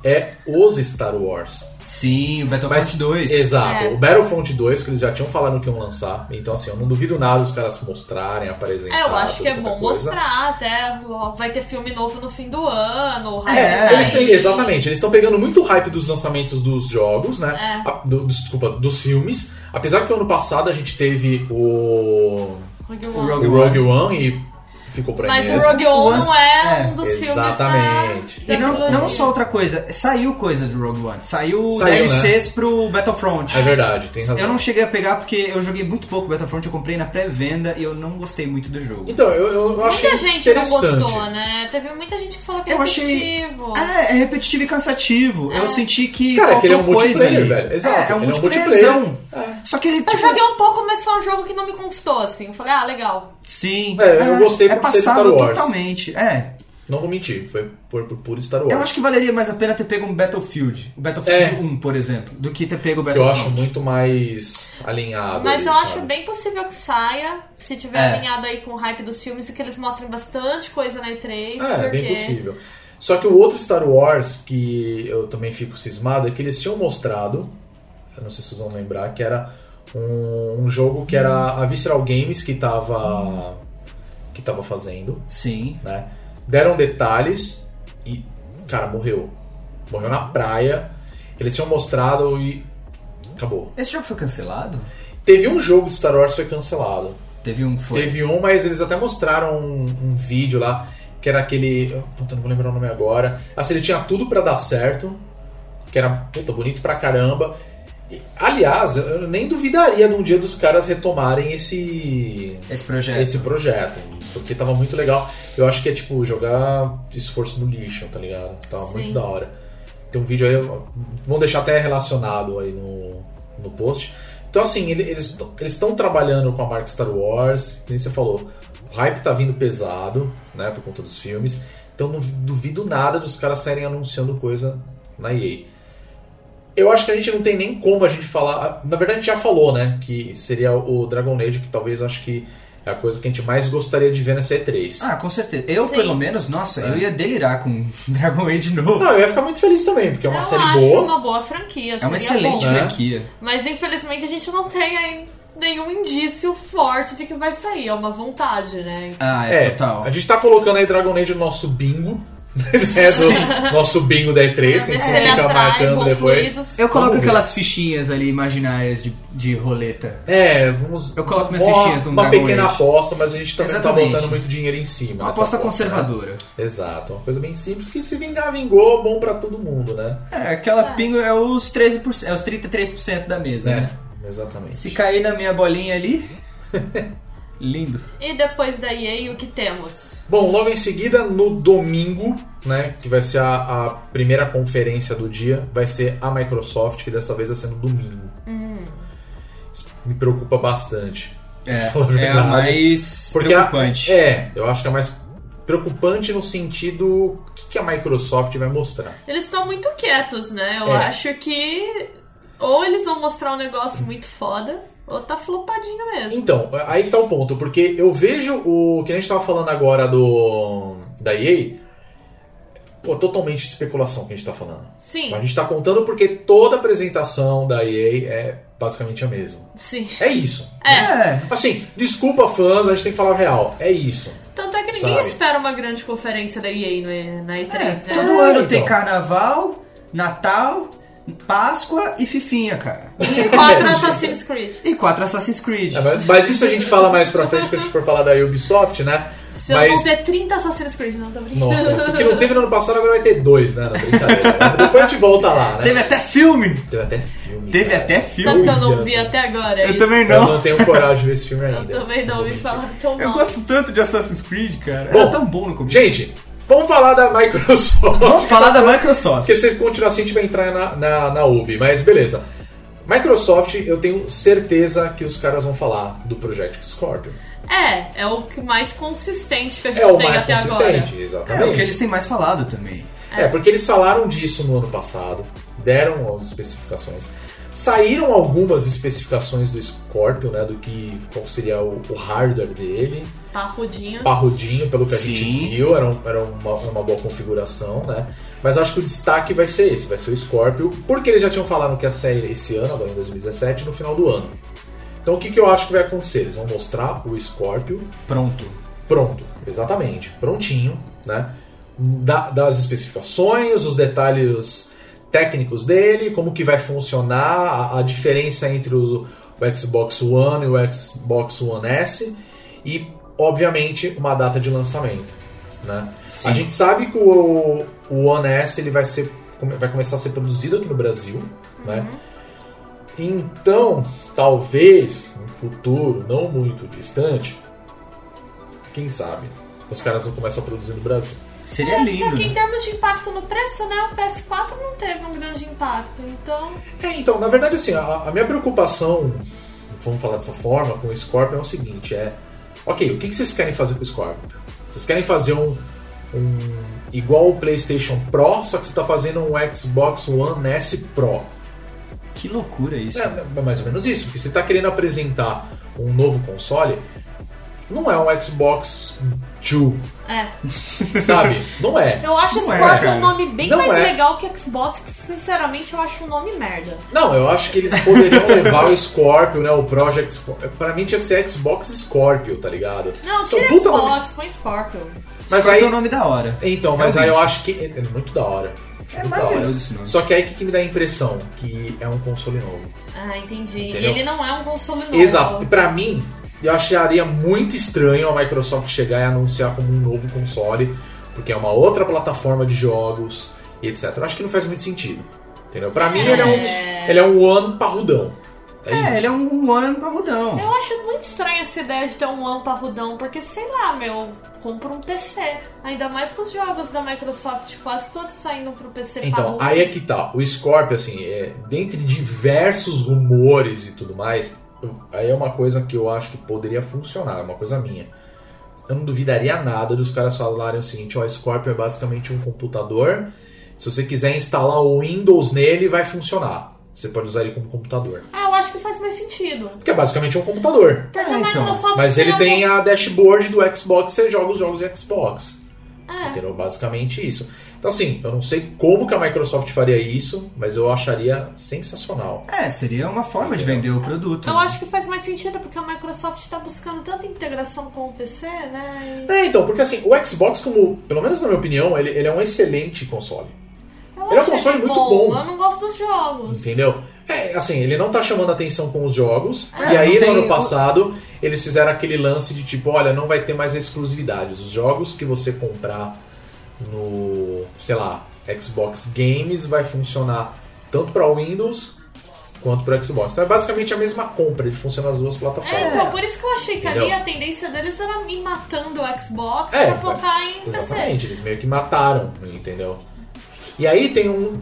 é os Star Wars.
Sim, o Battlefront
Mas-
2.
Exato.
É.
O Battlefront 2, que eles já tinham falado que iam lançar. Então, assim, eu não duvido nada os caras mostrarem, apresentarem.
É, eu acho que é
toda
bom
coisa.
mostrar, até ó, vai ter filme novo no fim do ano. o
É,
hype
Eles têm,
vai-
exatamente, eles estão pegando muito hype dos lançamentos dos jogos, né?
É.
A- do- dos- desculpa, dos filmes. Apesar que ano passado a gente teve o
Rogue
O
One.
o
Rogue
Rogue One e ficou por aí
Mas o
mesmo.
Rogue One não é,
É,
um dos Tá
exatamente.
filmes da,
E
da
não,
trilogia.
não só outra coisa, saiu coisa do Rogue One. Saiu,
Saiu, né?
DLCs pro Battlefront.
É verdade, tem razão.
Eu não cheguei a pegar porque eu joguei muito pouco Battlefront, eu comprei na pré-venda e eu não gostei muito do jogo.
Então, eu, eu achei
Muita gente não
interessante.
gostou, né? Teve muita gente que falou que é
Eu achei-
repetitivo. É.
É, é repetitivo e cansativo. Eu senti que
Cara,
faltou
aquele é um
coisa
multiplayer,
ali.
velho. Exato,
é, é um
ele é um
multiplayerzão. Só que ele,
Eu
tipo...
joguei um pouco, mas foi um jogo que não me conquistou, assim. Eu falei, ah, legal.
Sim.
É, eu gostei
É
por ser
passado
Star Wars.
totalmente. É.
Não vou mentir, foi por, por puro Star Wars.
Eu acho que valeria mais a pena ter pego um Battlefield. O Battlefield
É.
1, por exemplo. Do que ter pego o
que eu
Battlefield.
acho muito mais alinhado. ali,
Mas eu acho
sabe?
bem possível que saia, se tiver
É.
alinhado aí com o hype dos filmes e que eles mostrem bastante coisa na E3.
É,
porque...
é bem possível. Só que o outro Star Wars que eu também fico cismado é que eles tinham mostrado, eu não sei se vocês vão lembrar, que era um, um jogo que era a Visceral Games que tava, que tava fazendo,
Sim.
né? Deram detalhes e, cara, morreu. Morreu na praia. Eles tinham mostrado e acabou.
Esse jogo foi cancelado?
Teve um jogo de Star Wars que foi cancelado.
Teve um que foi.
Teve um, mas eles até mostraram um, um vídeo lá, que era aquele. eu- Puta, não vou lembrar o nome agora. Assim, ele tinha tudo pra dar certo. Que era, puta, bonito pra caramba. E, aliás, eu nem duvidaria de um dia dos caras retomarem esse.
Esse projeto.
esse projeto. Porque tava muito legal. Eu acho que é tipo jogar esforço no lixo, tá ligado? Tava
Sim.
muito da hora. Tem um vídeo aí, ó, vão deixar até relacionado aí no, no post. Então, assim, ele- eles t- eles estão trabalhando com a marca Star Wars, que nem você falou, o hype tá vindo pesado, né, por conta dos filmes. Então, não duvido nada dos caras saírem anunciando coisa na EA. Eu acho que a gente não tem nem como a gente falar. Na verdade, a gente já falou, né, que seria o Dragon Age, que talvez acho que é a coisa que a gente mais gostaria de ver nessa E3.
Ah, com certeza. Eu,
Sim.
pelo menos, nossa,
É.
eu ia delirar com *laughs* Dragon Age novo.
Não, eu ia ficar muito feliz também, porque é uma
eu
série
acho
boa.
uma boa franquia.
É uma
seria
excelente
bom.
né?
franquia.
Mas infelizmente a gente não tem aí nenhum indício forte de que vai sair. É uma vontade, né?
Ah, é, total.
A gente tá colocando aí Dragon Age no nosso bingo. *laughs* né, do nosso bingo da E3, que a
Vamos ver
gente
se ele
fica
atrai
marcando depois.
conflitos.
Eu coloco
Vamos ver.
aquelas fichinhas ali imaginárias de, de roleta.
É, vamos.
Eu coloco minhas
uma-
fichinhas num
Uma
Dragon
pequena
Age.
aposta, mas a gente também
Exatamente.
não tá botando muito dinheiro em cima.
Uma
nessa
aposta
né?
conservadora.
Exato, uma coisa bem simples que se vingar, vingou, bom pra todo mundo, né?
É, aquela
É.
pingo é os 13%, é os 33% da mesa, né?
É, exatamente.
Se cair na minha bolinha ali. *laughs* lindo.
E depois da EA, o que temos?
Bom, logo em seguida, no domingo, né, que vai ser a, a primeira conferência do dia, vai ser a Microsoft, que dessa vez vai ser no domingo. Isso me preocupa bastante.
É,
Fala a
é a
verdade.
mais
Porque a-
preocupante.
é, eu acho que é mais preocupante no sentido o que, que a Microsoft vai mostrar.
Eles estão muito quietos, né? Eu
É.
acho que ou eles vão mostrar um negócio muito foda, ou tá flopadinho mesmo.
Então, aí que tá o ponto, porque eu vejo o que a gente tava falando agora do da EA, pô, totalmente especulação que a gente tá falando.
Sim,
A gente tá contando porque toda apresentação da EA é basicamente a mesma.
sim.
É isso.
É.
Assim, desculpa fãs, a gente tem que falar a real. É isso.
Tanto é que ninguém
Sabe.
espera uma grande conferência da EA no- na
É,
E3, né?
todo
É,
ano
então.
tem carnaval, Natal, Páscoa e Fifinha, *laughs* cara.
E quatro Assassin's Creed.
E quatro Assassin's Creed.
É, mas, mas isso a gente fala mais pra frente quando a gente for falar da Ubisoft, né?
Se eu não
Mas-
ter 30 Assassin's Creed, não, tô brincando.
Nossa, o que não teve no ano passado agora vai ter dois, né? Na brincadeira. Depois a gente volta lá, né?
Teve até filme!
Teve até filme.
Teve
cara.
até
*laughs* Sabe que
filme.
eu não
Olha.
vi até agora?
Eu
Isso.
também
Eu
não.
não tenho coragem de ver esse filme
Eu
ainda.
também não me
Realmente.
falar tão
Eu
mal.
gosto tanto de Assassin's Creed, cara.
Bom,
Era tão bom no começo.
Gente, vamos falar da Microsoft.
Vamos falar da Microsoft.
Porque se continuar assim, a gente vai entrar na, na, na UB, mas beleza. Microsoft, eu tenho certeza que os caras vão falar do Project Scorpio.
É, é o que mais consistente que a gente
É o
tem
mais
até
consistente,
agora.
É, o que
exatamente.
eles têm mais falado também.
É, porque eles falaram disso no ano passado, deram as especificações. Saíram algumas especificações do Scorpion, né? Do que qual seria o, o hardware dele.
Tá Parrudinho.
Tá Parrudinho, pelo que a
Sim.
gente viu, era, um- era uma, uma boa configuração, né? Mas acho que o destaque vai ser esse, vai ser o Scorpio, porque eles já tinham falado que ia sair esse ano, agora em 2017, no final do ano. Então o que, que eu acho que vai acontecer? Eles vão mostrar o Scorpio
Pronto.
pronto, exatamente, prontinho, né? Da- das especificações, os detalhes técnicos dele, como que vai funcionar, a, a diferença entre o, o Xbox One e o Xbox One S e, obviamente, uma data de lançamento, né?
Sim.
A gente sabe que o, o One S ele vai, ser, come- vai começar a ser produzido aqui no Brasil, né? Então, talvez, no futuro, não muito distante, quem sabe, os caras não começam a produzir no Brasil.
Seria
É, Só
lindo. né?
que em termos de impacto no preço, né? O PS4 não teve um grande impacto. Então,
É, então, na verdade, assim, a, a minha preocupação, vamos falar dessa forma, com o Scorpion é o seguinte, é... Ok, o que, que vocês querem fazer com o Scorpion? Vocês querem fazer um... um- igual o PlayStation Pro, só que você tá fazendo um Xbox One S Pro.
Que loucura isso.
É, é mais ou menos isso, porque você está querendo apresentar um novo console, não é um Xbox Two,
é.
sabe? não é.
Eu acho
Não
esse
é,
Scorpio
cara.
um nome bem
Não
mais
é.
legal que Xbox, que sinceramente eu acho um nome merda.
Não, eu acho que eles
*laughs*
poderiam levar o Scorpio, né? O Project Scorpio. Pra mim tinha que ser Xbox Scorpio, tá ligado?
Não,
Então,
tira
puta nome-
Xbox, põe Scorpio.
Mas
Scorpio
aí-
é o nome da hora.
Então, mas aí eu
Realmente.
acho que. É muito da hora. Acho
É
muito da hora.
maravilhoso esse nome.
Só que aí o que, que me dá a impressão? Que é um console novo.
Ah, entendi.
Entendeu?
E ele não é um console novo.
Exato. E pra mim, eu acharia muito estranho a Microsoft chegar e anunciar como um novo console, porque é uma outra plataforma de jogos e etc. Eu acho que não faz muito sentido. Entendeu? Pra mim,
É.
ele é um, ele é um One parrudão. É, isso.
É, ele é um One parrudão.
Eu acho muito estranha essa ideia de ter um One parrudão, porque sei lá, meu, compra um PC. Ainda mais com os jogos da Microsoft quase todos saindo pro PC
Então,
parrudo.
aí é que tá. O Scorpio, assim, é, dentre diversos rumores e tudo mais, eu- aí é uma coisa que eu acho que poderia funcionar, é uma coisa minha. Eu não duvidaria nada dos caras falarem o seguinte, ó, o Scorpio é basicamente um computador, se você quiser instalar o Windows nele, vai funcionar. Você pode usar ele como computador.
Ah, eu acho que faz mais sentido.
Porque é basicamente um computador.
Porque
É,
a
então.
Microsoft
Mas ele tem
algum-
a dashboard do Xbox, você joga os jogos de Xbox.
É.
Entendeu? Basicamente isso. Então, assim, eu não sei como que a Microsoft faria isso, mas eu acharia sensacional.
É, seria uma forma de vender o produto.
Eu acho que faz mais sentido porque a Microsoft tá buscando tanta integração com o PC, né?
É, então, porque assim, o Xbox, como, pelo menos na minha opinião, ele, ele é um excelente console.
E Eu
Ele é um
acho
console
ele
muito bom.
Eu não gosto dos jogos.
Entendeu? É, assim, ele não tá chamando atenção com os jogos.
É,
e aí,
não
no
tem-
ano passado, eles fizeram aquele lance de tipo, olha, não vai ter mais exclusividades. Os jogos que você comprar no, sei lá, Xbox Games vai funcionar tanto para Windows quanto para Xbox. Então é basicamente a mesma compra, ele funciona nas duas plataformas.
É, então, por isso que eu achei que ali
Entendeu?
a tendência deles era me matando o Xbox
É,
pra focar em PC.
Exatamente, eles meio que mataram, entendeu? E aí tem um,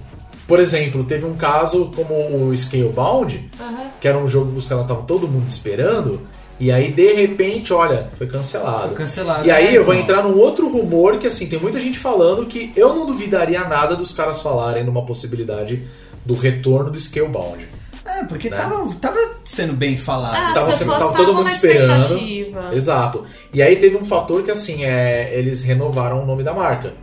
por exemplo, teve um caso como o Scalebound,
Aham.
que era um jogo que sei lá, tava todo mundo esperando, e aí de repente, olha, foi cancelado.
Foi cancelado.
E aí
né,
eu vou
então?
entrar num outro rumor que assim, tem muita gente falando que eu não duvidaria nada dos caras falarem numa possibilidade do retorno do Scalebound.
É, porque
né?
tava, tava sendo bem
Ah,
falado.
tava sendo-
as pessoas
tava todo
estavam
mundo
na
esperando.
expectativa.
Exato. E aí teve um fator que assim, é, eles renovaram o nome da marca.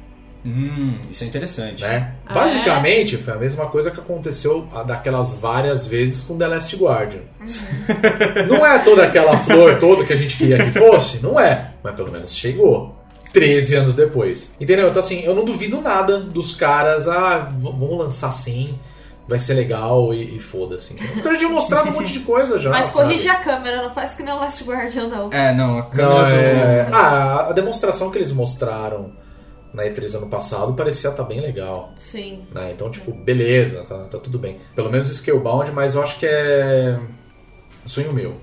Hum, isso é interessante.
né?
Ah,
Basicamente, foi a mesma coisa que aconteceu a- daquelas várias vezes com The Last Guardian.
Uhum.
*laughs* não é toda aquela flor toda que a gente queria que fosse? Não é. Mas pelo menos chegou. 13 anos depois. Entendeu? Então, assim, eu não duvido nada dos caras. Ah, v- vamos lançar sim. Vai ser legal e, e foda-se. Então, Os caras tinham mostrado um monte de coisa já.
Mas
sabe?
corrige a câmera, não faz que nem o Last Guardian, não.
É, não, a câmera
Não,
do-
é... Ah, a demonstração que eles mostraram na E3 do ano passado parecia estar bem legal.
Sim.
né? Então, tipo, beleza, tá, tá tudo bem. Pelo menos o Scalebound, mas eu acho que é. Sonho meu.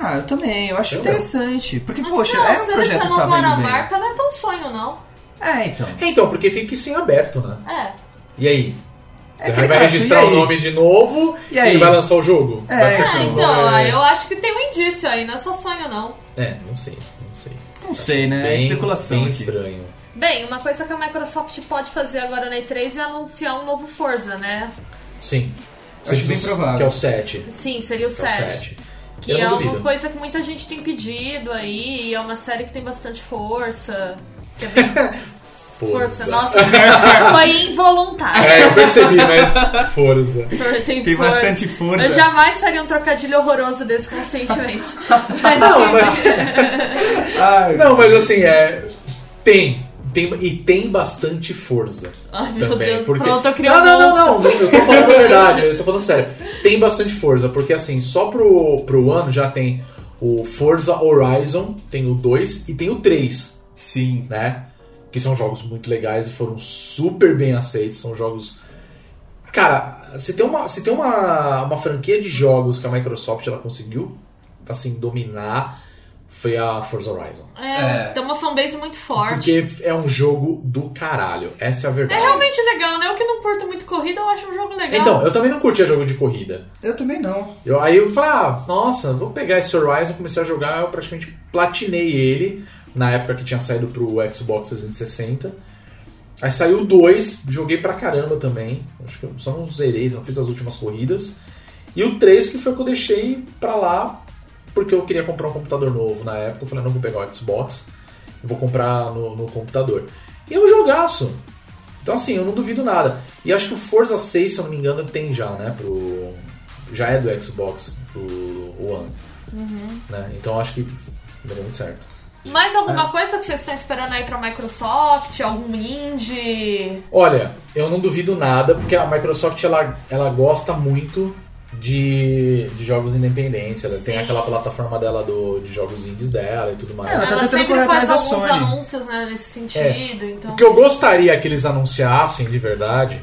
Ah, eu também, eu acho
Eu
interessante. Porque,
Mas
poxa,
não,
é um
se
projeto que
eles
tava
renovaram a
indo bem.
marca, não é tão sonho, não.
É, então.
Então, porque fica isso em aberto, né?
É.
E aí?
É
Você
aquele
vai
clássico,
registrar
e
o
aí?
nome de novo
E aí?
vai lançar o jogo?
É,
Vai ter
Ah,
tudo.
então,
é...
eu acho que tem um indício aí, não é só sonho, não.
é, não sei, não sei.
Não sei, né? é
Bem-
especulação
bem
aqui.
estranho.
Bem, uma coisa que a Microsoft pode fazer agora na E3 é anunciar um novo Forza, né?
Sim. Você
Acho bem
diz
provável.
Que é o 7.
Sim, seria o
Que é o
7.
7.
Que
Eu não
é uma
duvido.
coisa que muita gente tem pedido aí, e é uma série que tem bastante força. Que é bem força. Nossa, foi involuntário.
É, eu percebi, mas força.
Tem,
Tem
força.
bastante força.
Eu jamais faria um trocadilho horroroso desse conscientemente. Mas,
*laughs* Não,
enfim,
mas,
Ai,
não, mas assim, é. Tem. tem e tem bastante força.
Ai, meu
também.
Deus,
porque...
pronto, eu criei
não,
um
não, não,
monstro.
não, eu tô
*laughs*
falando a verdade, eu tô falando sério. Tem bastante Forza, porque assim, só pro, pro ano já tem o Forza Horizon, tem o 2 e tem o 3,
Sim.
né? Que são jogos muito legais e foram super bem aceitos, são jogos... Cara, se tem uma, se tem uma, uma franquia de jogos que a Microsoft ela conseguiu, assim, dominar, foi a Forza Horizon.
É, tem uma fanbase muito forte.
Porque é um jogo do caralho, essa é a
É
verdade.
realmente legal, né? Eu que não curto muito corrida, eu acho um jogo legal.
Então, eu também não curtia jogo de corrida.
Eu também não.
Eu, aí eu falei, ah, nossa, vou pegar esse Horizon, comecei a jogar, eu praticamente platinei ele, na época que tinha saído pro Xbox 360. Aí saiu o 2, joguei pra caramba também, acho que eu só não zerei, não fiz as últimas corridas. E o 3 que foi que eu deixei pra lá, porque eu queria comprar um computador novo na época, eu falei, não vou pegar o Xbox, eu vou comprar no, no computador. E é um jogaço, então assim, eu não duvido nada. E acho que o Forza 6, se eu não me engano, tem já, né? Pro... Já é do Xbox, do One. Né? Então acho que daria muito certo.
Mais alguma
é.
coisa que vocês estão esperando aí pra Microsoft? Algum indie?
Olha, eu não duvido nada, porque a Microsoft ela, ela gosta muito de, de jogos independentes. Ela tem
Sim.
aquela plataforma dela do, de jogos indies dela e tudo mais.
Ela tá
Ela
tentando
sempre
correr
faz
atrás da
alguns
Sony.
anúncios né, nesse sentido, então.
O que É. eu gostaria que eles anunciassem de verdade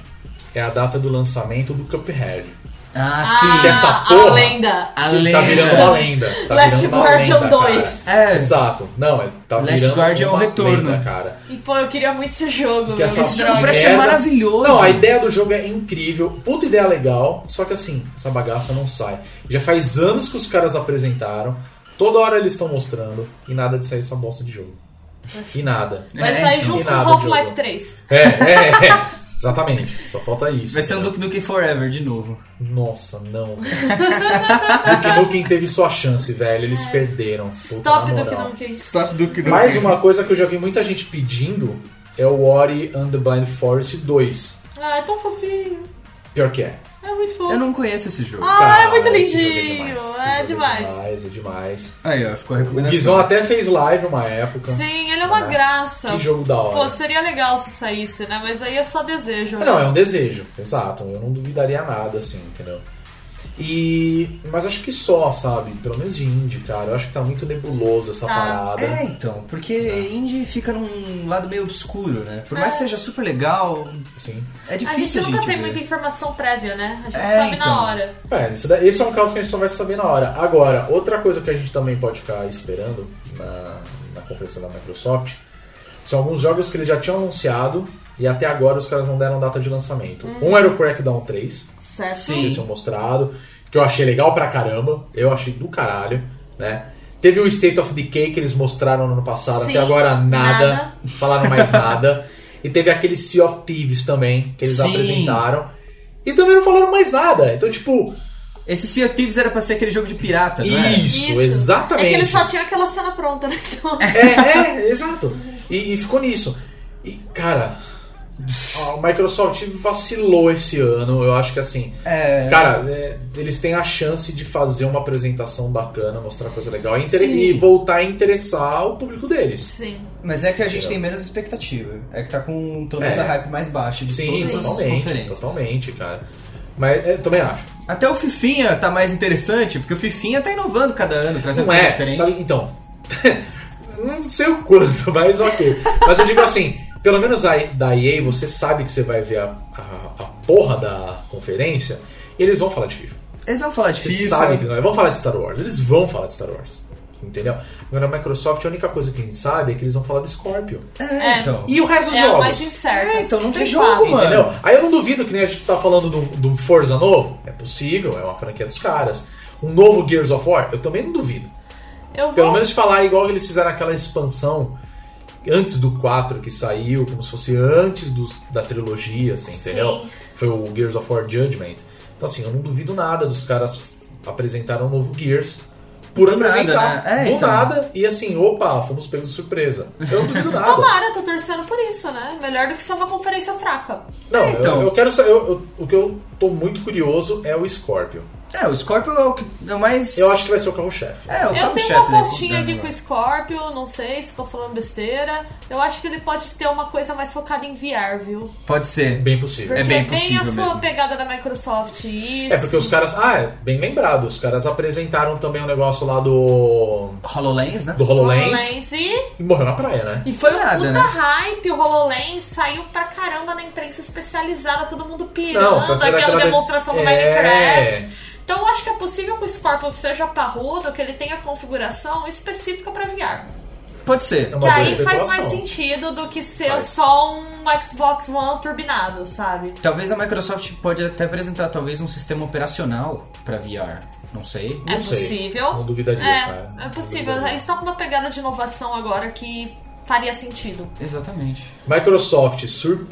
é a data do lançamento do Cuphead.
Ah,
Ah,
que essa porra-
a lenda.
A
Que Tá virando uma lenda. Tá
Left
virando uma
Guardian
lenda, cara.
2.
É,
Exato. Não, é- tá
Last
virando
Guard é o
uma
retorno.
lenda, cara.
E pô, eu queria muito esse jogo,
Que
meu.
essa-
esse
esse jogo
droga.
parece ser
merda.
maravilhoso.
Não, a ideia do jogo é incrível, puta ideia legal, só que assim, essa bagaça não sai. Já faz anos que os caras apresentaram, toda hora eles estão mostrando, e nada de sair essa bosta de jogo. E nada.
Vai
É,
sair
então.
junto
E
com
nada,
Half-Life
jogo.
3.
É,
*laughs*
é, é. Exatamente. Só falta isso.
Vai ser um
entendeu?
Duke Nukem Forever de novo.
Nossa, não. velho. Duke Nukem teve sua chance, velho. Eles perderam. Puta,
Top
na
do
moral.
que não quis.
Tá
Stop Duke
Mais uma coisa que eu já vi muita gente pedindo é o Ori and the Blind Forest 2.
Ah, é tão fofinho.
Pior que é.
É muito fofo.
Eu não conheço esse jogo.
Ah, é muito
esse jogo
lindinho,
demais,
é
esse jogo É
demais.
demais, é demais.
Aí, ó, ficou a
O
recomendação.
Guizão até fez live uma época.
Sim, ele é uma
Ah,
graça.
Que jogo da
Pô,
hora.
seria legal se saísse, né? Mas aí é só desejo.
Não, é um desejo, exato. Eu não duvidaria nada, assim, entendeu? E. Mas acho que só, sabe? Pelo menos de indie, cara. Eu acho que tá muito nebuloso essa
Tá.
parada.
É, então, porque
Tá.
indie fica num lado meio obscuro, né? Por mais que seja super legal,
Sim.
é
É. A
difícil
gente
a
nunca
gente,
tem
ver.
muita informação prévia, né? A gente
É,
sabe
então.
na hora.
É, isso daí- esse é um caso que a gente só vai saber na hora. Agora, outra coisa que a gente também pode ficar esperando na, na conferência da Microsoft são alguns jogos que eles já tinham anunciado e até agora os caras não deram data de lançamento.
Uhum.
Um era o Crackdown 3,
Certo? É
que eles tinham mostrado, que eu achei legal pra caramba, eu achei do caralho, né? Teve o State of Decay que eles mostraram no ano passado,
Sim,
até agora nada,
nada.
não falaram
*laughs*
mais nada. E teve aquele Sea of Thieves também, que eles
Sim.
apresentaram. E também não falaram mais nada. Então, tipo,
Esse Sea of Thieves era pra ser aquele jogo de pirata, não é?
isso, exatamente.
É que ele só tinha aquela cena pronta, *laughs* né? Então,
É, é, exato. E, e ficou nisso. E, cara, a Microsoft vacilou esse ano. Eu acho que assim.
É.
Cara, é, eles têm a chance de fazer uma apresentação bacana, mostrar coisa legal e, inter-
Sim.
e voltar a interessar o público deles.
sim.
Mas é que a gente tem menos expectativa. É que tá com pelo menos
É.
a hype mais baixa de
Sim,
todas as
totalmente,
conferências.
totalmente, cara. Mas é, também acho.
Até o Fifinha tá mais interessante, porque o Fifinha tá inovando cada ano, trazendo
Não
coisa
é,
diferente.
sabe? Então, *laughs* não sei o quanto, mas ok. mas eu digo assim, pelo menos a, da EA, você sabe que você vai ver a, a, a porra da conferência e eles vão falar de FIFA.
Eles vão falar de
Você
FIFA.
sabe que não é. Vão falar de Star Wars, eles vão falar de Star Wars. Entendeu? Agora a Microsoft, a única coisa que a gente sabe é que eles vão falar de Scorpio.
É,
É.
então.
E o resto dos
É a
jogos.
mais incerta.
É, então não
De
tem
fato.
jogo, mano.
Entendeu? Aí eu não duvido que nem a gente tá falando do, do Forza novo. É possível, é uma franquia dos caras. Um novo Gears of War, eu também não duvido.
Eu
Pelo
vou.
menos falar igual eles fizeram aquela expansão antes do 4 que saiu, como se fosse antes dos- da trilogia, assim, entendeu? Foi o Gears of War Judgment. Então, assim, eu não duvido nada dos caras apresentaram um novo Gears por
Do nada,
apresentar.
né? É,
do
então.
nada. E assim, opa, fomos pegos de surpresa. Eu não duvido nada.
Tomara, eu tô torcendo por isso, né? Melhor do que ser uma conferência fraca.
Não,
É, então.
eu, eu quero saber. eu- eu- o que eu tô muito curioso é o Scorpion.
É, o Scorpio é o, que, é o mais.
Eu acho que vai ser o carro-chefe.
É, o
Eu
próprio
tenho
chefe
uma
desse
apostinha aqui
programa.
com o Scorpio, não sei se tô falando besteira. Eu acho que ele pode ter uma coisa mais focada em VR, viu?
Pode ser.
Bem possível.
Porque é
bem
bem,
possível
a fo-
mesmo.
pegada da Microsoft isso.
É porque os caras. Ah, é, bem lembrado. Os caras apresentaram também o negócio lá do.
HoloLens, né?
do HoloLens.
HoloLens e,
E morreu na praia, né?
e foi
Nada,
um puta
né?
hype, o HoloLens saiu pra caramba na imprensa especializada, todo mundo pirando,
Não, só será
aquela
aquela de-
demonstração do
É.
Minecraft. Então eu acho que é possível que o Scorpion seja parrudo, que ele tenha configuração específica pra VR.
Pode ser.
É uma
Que
boa
aí faz
especulação.
mais sentido do que ser
Faz.
só um Xbox One turbinado, sabe?
Talvez a Microsoft pode até apresentar talvez um sistema operacional pra VR. Não sei.
é
Não sei.
possível.
Não duvidaria, cara.
É, é
Não
possível.
duvidaria.
Eles estão com uma pegada de inovação agora que faria sentido.
Exatamente.
Microsoft,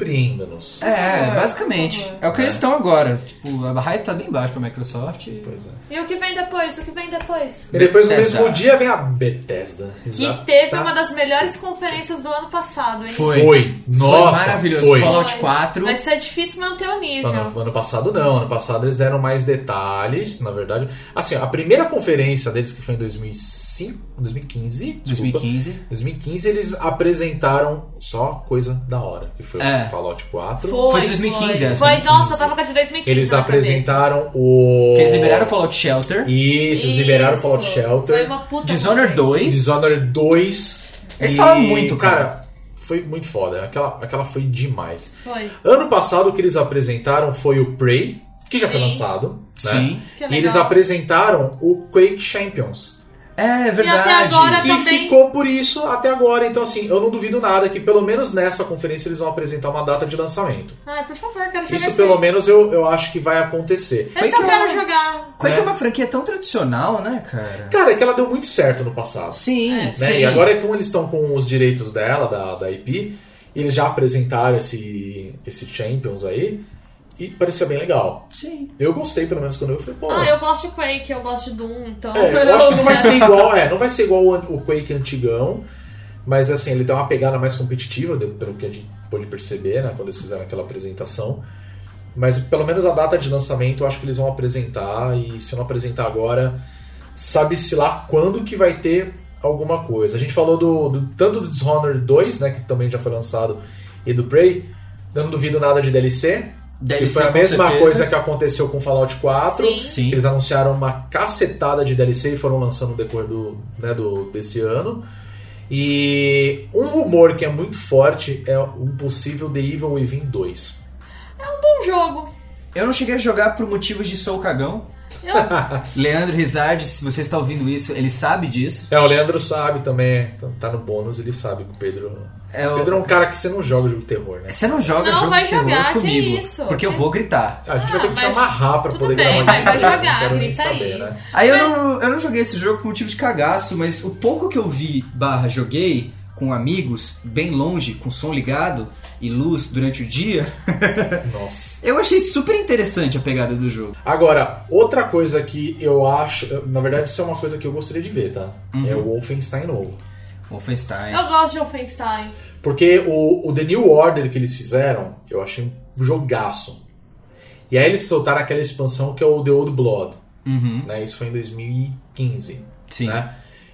surpreenda-nos.
É,
favor,
basicamente.
por favor.
É o que eles estão agora. Tipo, a hype tá bem baixa pra Microsoft. e-
Pois é.
E o que vem depois? O que vem depois?
E depois, no
Bethesda.
mesmo dia, vem a Bethesda. Tá?
Que teve uma das melhores conferências do ano passado, hein?
Foi.
Foi. Nossa,
foi maravilhoso.
Foi.
Fallout 4.
Vai ser difícil manter o nível.
Não, não, ano passado não, ano passado eles deram mais detalhes, na verdade. Assim, a primeira conferência deles, que foi em 2005, 2015, desculpa,
2015.
2015, eles apresentaram só coisa da hora, que foi
É.
o Fallout 4.
Foi 2015
Foi,
essa, né?
foi
2015.
nossa, eu tava com a de 2015.
Eles
na cabeça.
apresentaram o.
Que eles liberaram o Fallout Shelter.
Isso, eles liberaram o Fallout
Isso.
Shelter.
Foi uma puta
Dishonored
conferência.
Né?
2.
Dishonored 2.
Eles
e,
falam muito, cara.
Foi muito foda. Aquela, aquela foi demais.
Foi.
Ano passado, o que eles apresentaram foi o Prey, que já foi
Sim.
lançado. né?
Sim.
Que
E eles
legal.
apresentaram o Quake Champions.
É verdade.
até agora-
E
também.
ficou por isso até agora. Então, assim, eu não duvido nada que pelo menos nessa conferência eles vão apresentar uma data de lançamento.
Ai, por favor, quero jogar
Isso
esse
pelo menos eu, eu acho que vai acontecer.
Esse
Quake
eu
é
quero
um-
jogar.
Qual é que é
né?
uma franquia tão tradicional, né, cara?
Cara, é que ela deu muito certo no passado.
Sim,
né? E agora, é como eles estão com os direitos dela, da, da IP, eles já apresentaram esse, esse Champions aí, e parecia bem legal.
Sim.
Eu gostei, pelo menos, quando eu falei, pô...
Ah, eu gosto de Quake, eu gosto de Doom, então. *laughs*
é, eu acho que não vai ser igual, é, não vai ser igual o, an- o Quake antigão, mas assim, ele dá uma pegada mais competitiva, de- pelo que a gente pôde perceber, né, quando eles fizeram aquela apresentação. Mas pelo menos a data de lançamento eu acho que eles vão apresentar, e se não apresentar agora, sabe-se lá quando que vai ter alguma coisa. A gente falou do, do- tanto do Dishonored 2, né, que também já foi lançado, e do Prey. Eu não duvido nada de DLC,
Deve
que foi
ser
a
com
mesma
certeza.
coisa que aconteceu com Fallout 4.
Sim.
Sim.
Eles anunciaram uma cacetada de DLC e foram lançando no decorrer do, né, do, desse ano. E um rumor que é muito forte é um possível The Evil Within 2.
um jogo.
Eu não cheguei a jogar por motivos de sou cagão. *laughs* Leandro Rizard, se você está ouvindo isso, ele sabe disso.
É, o Leandro sabe também, tá- tá no bônus, ele sabe que o Pedro.
É
o
o-
Pedro é um cara que você não joga jogo de terror, né?
Você não joga
Não
jogo
vai
de terror
jogar, que
comigo,
isso?
porque eu vou gritar.
A gente
Ah,
vai ter que te
mas-
amarrar pra
tudo
poder
bem,
gravar.
mas vai
direito,
jogar,
não quero nem
grita
saber,
aí.
né?
Aí eu não, eu não joguei esse jogo por motivo de cagaço, mas o pouco que eu vi barra joguei com amigos, bem longe, com som ligado e luz durante o dia, *laughs*
Nossa.
eu achei super interessante a pegada do jogo.
Agora, outra coisa que eu acho. Na verdade, isso é uma coisa que eu gostaria de ver, tá? É
Uhum.
o Wolfenstein novo.
Wolfenstein.
Eu gosto de Wolfenstein.
Porque o, o The New Order que eles fizeram, eu achei um jogaço. E aí eles soltaram aquela expansão que é o The Old Blood.
Uhum.
Né? Isso foi em 2015.
Sim.
Né?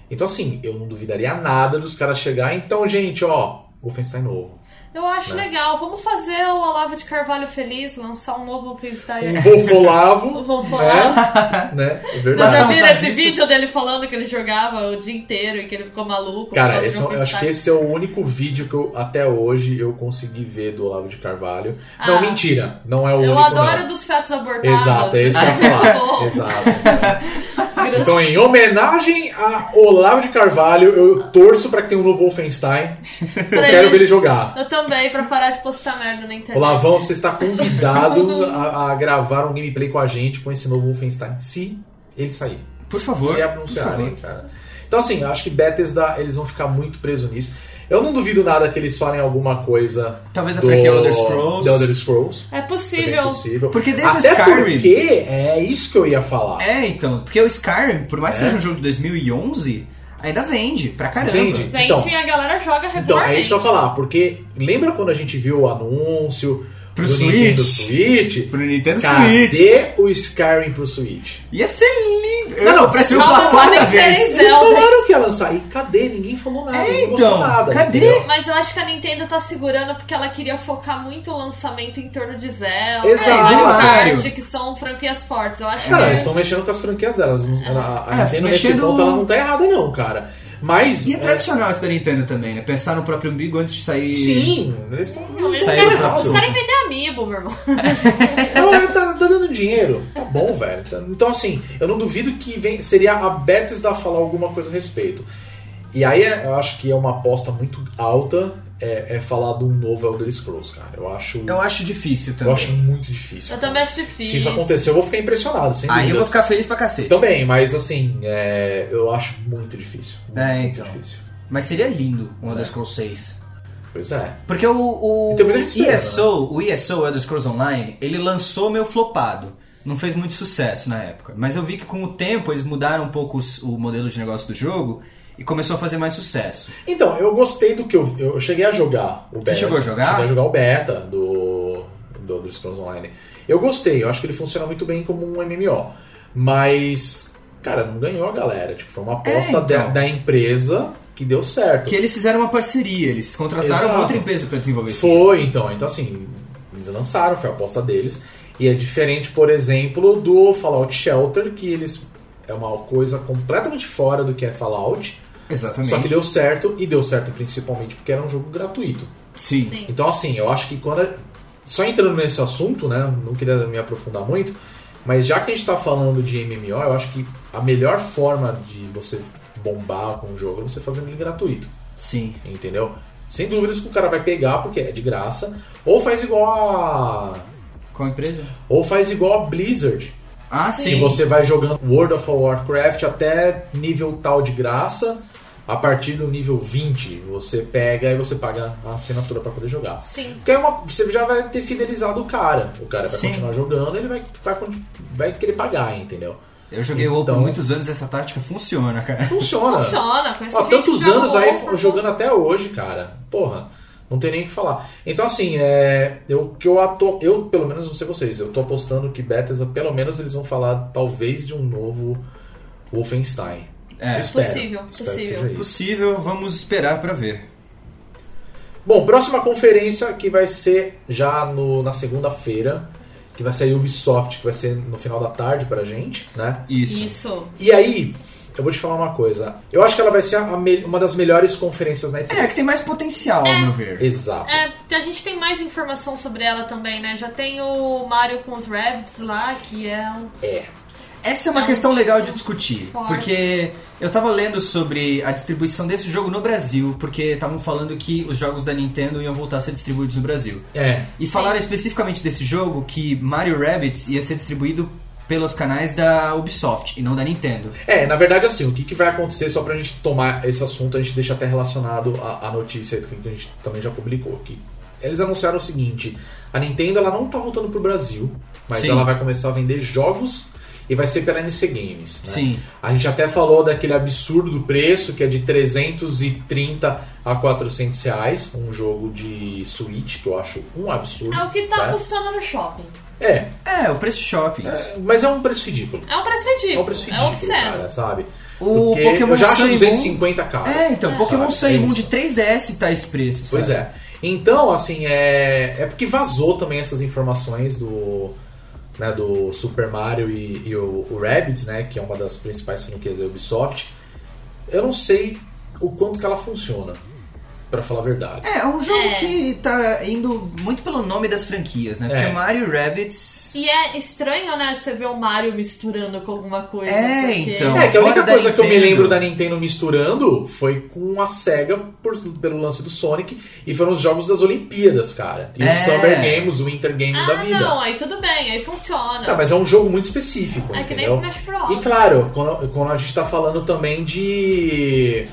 Então, assim, eu não duvidaria nada dos caras chegar. Então, gente, ó, Wolfenstein novo.
Eu acho
Né?
legal. Vamos fazer o Olavo de Carvalho feliz, lançar um novo
*laughs*
Wolfenstein.
Um Wolfolavo.
*laughs* O Wolfolavo.
Né? né? É
Vocês
verdade.
já
Matar os
viram esse
nazistas.
vídeo dele falando que ele jogava o dia inteiro e que ele ficou maluco? por
Cara,
causa
esse
de
é um- eu acho que
Wolfenstein?
esse é o único vídeo que eu, até hoje eu consegui ver do Olavo de Carvalho. Não,
Ah.
mentira. Não é o
Eu
único.
adoro assim,
não.
dos fetos abortados.
Exato, é isso que eu
Muito
ia falar.
bom. *laughs*
Exato.
Grande-
Então, em homenagem a Olavo de Carvalho, eu torço pra que tenha um novo Wolfenstein. Eu
Pra
quero
ele-
ver ele jogar.
Eu também, pra parar de postar merda na internet.
Olavão, você está convidado a, a gravar um gameplay com a gente com esse novo Wolfenstein. Se ele sair.
Por favor.
Se
por favor.
anunciarem, cara. Então, assim, eu acho que Bethesda, eles vão ficar muito presos nisso. Eu não duvido nada que eles falem alguma coisa.
Talvez a franquia é Elder Scrolls.
The Elder Scrolls.
É
É bem
possível.
possível.
Porque desde o
Até
Skyrim-
Porque é isso que eu ia falar.
É, então, porque o Skyrim, por mais que
É.
seja um jogo de 2011, ainda vende pra caramba.
Vende.
Vende
Então-
e a galera joga
Então, é isso
regularmente.
que eu ia falar. Porque lembra quando a gente viu o anúncio
Pro
do
Switch?
Nintendo Switch?
Pro Nintendo
Cadê
Switch.
o Skyrim pro Switch?
Ia ser lindo. Eu
Não, não,
preciso
não,
falar
não
quarta
podem ser
vez.
isso.
Eles
Zelda.
falaram que ia lançar. E cadê? Ninguém falou nada.
É,
ninguém
então,
mostrou nada,
cadê?
entendeu?
Mas eu acho que a Nintendo tá segurando porque ela queria focar muito o lançamento em torno de Zelda,
Exato.
Mario
Mario.
Kart, que são franquias fortes. Eu acho
Cara, eles
que
estão mexendo com as franquias delas. A, a
É,
Nintendo nesse
mexendo-
ponto ela não tá errada, não, cara. Mas.
E é
é,
tradicional isso da Nintendo também, né? Pensar no próprio umbigo antes de sair.
sim, eles estão.
eles
Saíram
querem,
rápido.
os caras vendem amiibo, meu irmão.
tá, tá dando dinheiro. Tá bom, velho. Tá- Então, assim, eu não duvido que vem, seria a Bethesda falar alguma coisa a respeito. E aí é- eu acho que é uma aposta muito alta é, é falar de um novo Elder Scrolls, cara. Eu acho.
Eu acho difícil
eu
também.
acho muito difícil. cara.
Eu também acho
Se
difícil.
isso acontecer, eu vou ficar impressionado, sem
Aí eu vou
dúvidas.
ficar feliz pra cacete.
Também, mas assim, é, eu acho muito difícil. Muito,
É,
muito
então.
difícil.
Mas seria lindo um Elder Scrolls 6.
Pois é.
Porque o, o,
E tem muita né? gente esperando,
ESO, o ESO, o Elder Scrolls Online, ele lançou meio flopado. Não fez muito sucesso na época. Mas eu vi que com o tempo eles mudaram um pouco os- o modelo de negócio do jogo e começou a fazer mais sucesso.
Então, eu gostei do que eu. Eu cheguei a jogar o beta.
chegou a jogar?
Cheguei a jogar o beta do. Do Elder Scrolls Online. Eu gostei, eu acho que ele funciona muito bem como um MMO. Mas, cara, não ganhou a galera. Tipo, foi uma aposta
É, então.
da, da empresa que deu certo.
Que eles fizeram uma parceria, eles contrataram
Exato.
uma outra empresa pra desenvolver isso.
Foi, então. Então, assim, eles lançaram, foi a aposta deles. E é diferente, por exemplo, do Fallout Shelter, que eles. É uma coisa completamente fora do que é Fallout.
Exatamente.
Só que deu certo, e deu certo principalmente porque era um jogo gratuito.
Sim.
Sim.
Então, assim, eu acho que quando. a- Só entrando nesse assunto, né? Não queria me aprofundar muito, mas já que a gente tá falando de MMO, eu acho que a melhor forma de você bombar com o jogo é você fazendo ele gratuito.
Sim.
Entendeu? Sem dúvidas que o cara vai pegar, porque é de graça. Ou faz igual a.
Qual empresa?
Ou faz igual a Blizzard.
Ah,
Que
sim.
você vai jogando World of Warcraft até nível tal de graça. A partir do nível 20, você pega e você paga a assinatura pra poder jogar.
Sim.
Porque é uma- você já vai ter fidelizado o cara. O cara vai
Sim.
continuar jogando, ele vai, vai, con- vai querer pagar, entendeu?
Eu joguei o WoW por
Então-
muitos anos essa tática funciona, cara.
Funciona.
Funciona, conheço
Ó,
gente que
tantos
joga
anos aí
horror.
jogando até hoje, cara. Porra, não tem nem o que falar. Então, assim, é, eu, que eu, ato, eu, pelo menos, não sei vocês, eu tô apostando que Bethesda, pelo menos, eles vão falar, talvez, de um novo Wolfenstein.
É.
Eu espero,
Possível,
espero que
possível.
seja isso.
Possível, vamos esperar pra ver.
Bom, próxima conferência que vai ser já no- na segunda-feira, que vai ser a Ubisoft, que vai ser no final da tarde pra gente, né?
Isso.
Isso.
E aí, eu vou te falar uma coisa. Eu acho que ela vai ser a me- uma das melhores conferências na
É,
E3.
que tem mais potencial, ao meu ver.
Exato.
É, a gente tem mais informação sobre ela também, né? Já tem o Mario com os Rabbids lá, que é um.
Essa é uma
Não.
questão legal de discutir,
Fora.
porque eu tava lendo sobre a distribuição desse jogo no Brasil, porque estavam falando que os jogos da Nintendo iam voltar a ser distribuídos no Brasil.
É.
E falaram especificamente desse jogo que Mario Rabbids ia ser distribuído pelos canais da Ubisoft e não da Nintendo.
É, na verdade, assim, o que, que vai acontecer, só pra gente tomar esse assunto, a gente deixa até relacionado à, à notícia que a gente também já publicou aqui. Eles anunciaram o seguinte: a Nintendo ela não tá voltando pro Brasil, mas
Sim.
ela vai começar a vender jogos e vai ser pela NC Games. né?
Sim.
A gente até falou daquele absurdo do preço, que é de 330 a 400 reais, um jogo de Switch, que eu acho um absurdo.
É o que tá
né?
custando no shopping.
É,
É, o preço de shopping.
mas é um preço ridículo.
É um preço
É
ridículo.
um preço ridículo,
obsceno.
cara, sabe?
O
Porque
Pokémon
eu já acho
Sun e Moon-
250 caro.
É, então, Pokémon Sun
Sabe?
e Moon
É
de
isso.
3DS tá esse preço, sabe?
Pois é. Então, assim, é, é porque vazou também essas informações do, né, do Super Mario e, e o, o Rabbids, né, que é uma das principais franquias da Ubisoft. Eu não sei o quanto que ela funciona, pra falar a verdade.
É, é um jogo
É.
que tá indo muito pelo nome das franquias, né? Porque
É.
Mario Rabbids...
E é estranho, né? Você ver o Mario misturando com alguma coisa.
É,
porque-
então.
É, que a
fora
única
da
coisa que eu me
Nintendo.
lembro da Nintendo misturando foi com a SEGA por- pelo lance do Sonic e foram os jogos das Olimpíadas, cara. E
É.
os Summer Games, o Winter Games da
Ah,
vida.
não, aí tudo bem, aí funciona.
Não, mas é um jogo muito específico.
É que nem
entendeu?
Smash Bros.
E claro, quando, quando a gente tá falando também de.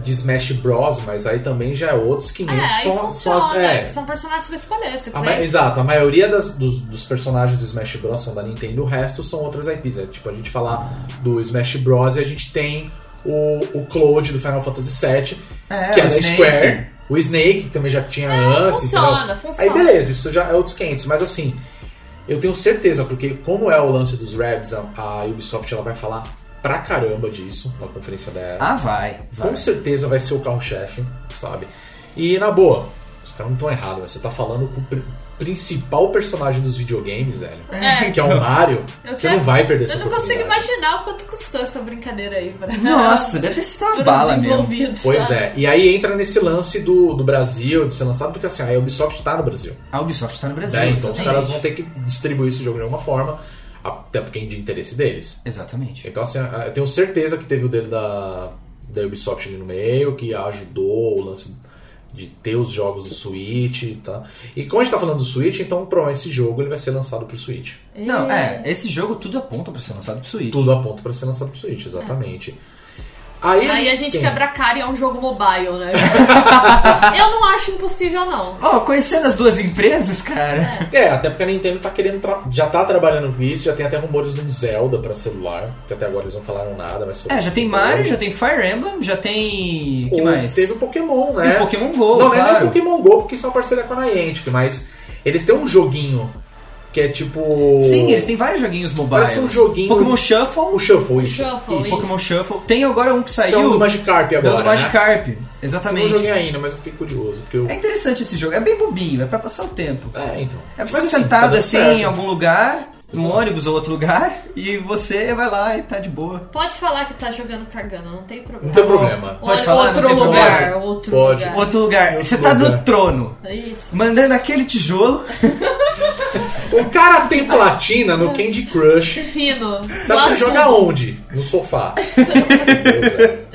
de Smash Bros, mas aí também já é outros 500
É, aí
só, só
funciona.
as- é. Ah,
São personagens que você escolher, se
A ma-
quiser.
exato, a maioria das- dos, dos personagens do Smash Bros são da Nintendo, o resto são outras IPs. É tipo a gente falar do Smash Bros e a gente tem o, o Cloud do Final Fantasy VII,
É,
que é
o
da
Snake.
Square, o Snake, que também já tinha antes.
É, funciona,
entendeu?
funciona.
Aí beleza, isso já é outros 500, mas assim, eu tenho certeza, porque como é o lance dos Rabs, a, a Ubisoft ela vai falar pra caramba disso na conferência dela.
Ah, vai. vai.
Com certeza vai ser o carro-chefe, sabe? E na boa, os caras não estão errados, velho. você tá falando com o pri- principal personagem dos videogames, velho.
É.
Que é o Mario.
Eu
Você
quero-
não vai perder essa
Eu não consigo
oportunidade.
imaginar o quanto custou essa brincadeira aí pra *laughs*
Nossa, deve ter sido uma bala mesmo.
envolvidos.
Pois é, e aí entra nesse lance do, do Brasil, de ser lançado, porque assim, a Ubisoft tá no Brasil.
A Ubisoft tá no Brasil.
né? Então os
exatamente.
caras vão ter que distribuir esse jogo de alguma forma, até porque é de interesse deles.
Exatamente.
Então, assim, eu tenho certeza que teve o dedo da, da Ubisoft ali no meio, que ajudou o lance de ter os jogos do Switch, tá? E como a gente tá falando do Switch, então provavelmente esse jogo ele vai ser lançado pro Switch.
Não, é, esse jogo tudo aponta pra ser lançado pro Switch.
Tudo aponta pra ser lançado pro Switch, exatamente. Aí,
É. Aí a gente
tem-
quebra a cara e é um jogo
*laughs*
mobile, né? eu não acho impossível, não.
Ó, conhecendo as duas empresas, cara.
*laughs* É, até porque a Nintendo tá querendo. tra- Já tá trabalhando com isso, já tem até rumores de um Zelda pra celular, que até agora eles não falaram nada, mas.
É, já tem Mario, já tem Fire Emblem, já tem. que
Ou
mais?
Teve o Pokémon, né?
Tem o Pokémon Go,
Não, não é
claro.
nem Pokémon Go, porque são parceria com a Niantic, mas eles têm um joguinho que é tipo.
Sim, eles têm vários joguinhos mobile.
Parece um joguinho-
Pokémon Shuffle.
O Shuffle, isso.
Shuffle,
isso.
isso.
Pokémon Shuffle. Tem agora um que
Esse é um do
saiu.
Magikarp agora.
Dando
né?
Magikarp.
Eu não
Exatamente.
joguei ainda, mas eu fiquei curioso. Porque eu...
É interessante esse jogo. É bem bobinho, é pra passar o tempo.
É, então.
É pra
Mas,
você
assim, tá
sentado
dando
assim
certo.
em algum lugar, num
Exato.
ônibus ou outro lugar, *laughs* e você vai lá e tá de boa.
Pode falar que tá jogando cagando, não tem problema.
Não tem
bom.
problema.
Pode
Ou-
falar,
outro
não tem
lugar,
problema.
outro
Pode.
lugar. É
Outro lugar,
Outro
você tá
lugar.
no trono,
Isso.
mandando aquele tijolo.
O cara tem platina no Candy Crush.
Fino.
Sabe que ele joga onde? No
*laughs*
sofá. Meu Deus, velho.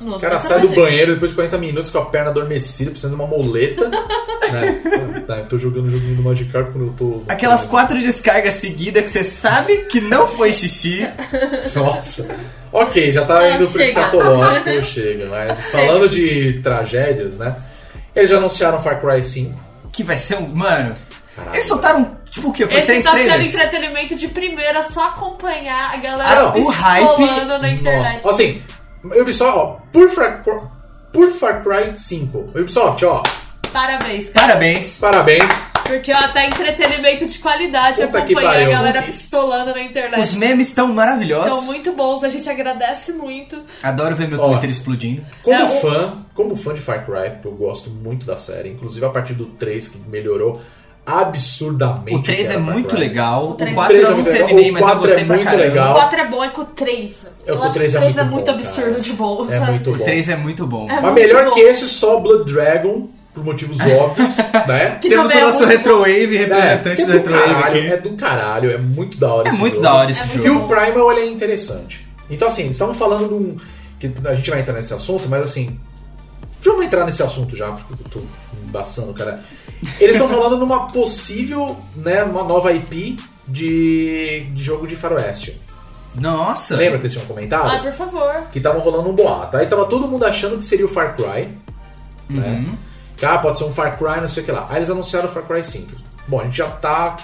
O cara sai do banheiro depois de 40 minutos com a perna adormecida, precisando de uma moleta.
*laughs*
né? Tá, eu tô jogando o joguinho do Magikarp quando eu tô.
Aquelas quatro descargas seguidas que você sabe que não foi xixi.
*laughs* Nossa. Ok, já tá
Ah,
indo pro
chega.
escatológico, chega, mas
*laughs*
falando de tragédias, né? Eles já anunciaram Far Cry 5.
Que vai ser um. Mano.
Caralho.
Eles soltaram, tipo, o quê? Foi
Esse
três
tá sendo
trailers?
entretenimento de primeira, só acompanhar a
Ah,
galera
não, o hype-
rolando na internet.
Nossa. Assim, Ubisoft, ó, por Far, Cry, por Far Cry 5. Ubisoft, ó,
Parabéns, cara.
Parabéns.
parabéns.
Porque ó, tá entretenimento de qualidade
Puta que
acompanhar a
pariu.
galera pistolando na
Os
internet.
memes estão
Estão
maravilhosos.
muito bons, a gente agradece muito.
Adoro ver meu
Ó.
Twitter explodindo.
Como
É, o-
fã, como fã de Far Cry, porque eu gosto muito da série, inclusive a partir do 3 que melhorou absurdamente.
O 3
que
é
era Far
muito
Cry.
legal.
O
O
três é
4
muito
eu não
legal.
terminei,
O
mas eu
quatro é
gostei pra
muito
caramba.
O
legal.
4 é bom, é com o 3.
É, o
Eu acho
três é
o três é
muito
muito
bom,
absurdo
cara.
de bom,
É
sabe?
muito
O
bom.
3 é muito bom.
É.
Mas
muito
melhor
bom.
que esse, só Blood Dragon, por motivos óbvios,
*laughs*
né?
Que
Temos o
também é
nosso
muito
Retrowave, representante
é
do
do
Retrowave
caralho,
aqui.
é do caralho, é muito da hora
É
esse
muito
jogo.
da hora esse
É muito
E
jogo.
o Primal, ele é interessante. Então, assim, estamos falando de um... Que a gente vai entrar nesse assunto, mas assim... Vamos entrar nesse assunto já, porque eu tô embaçando, cara. Eles estão falando numa possível, né, uma nova IP de, de jogo de faroeste.
Nossa.
Lembra que eles tinham comentado?
Ah, por favor.
que tava rolando um boato. Aí tava todo mundo achando que seria o Far Cry. Né? Que, Ah, pode ser um Far Cry, não sei o que lá. Aí eles anunciaram o Far Cry 5. Bom, a gente já tá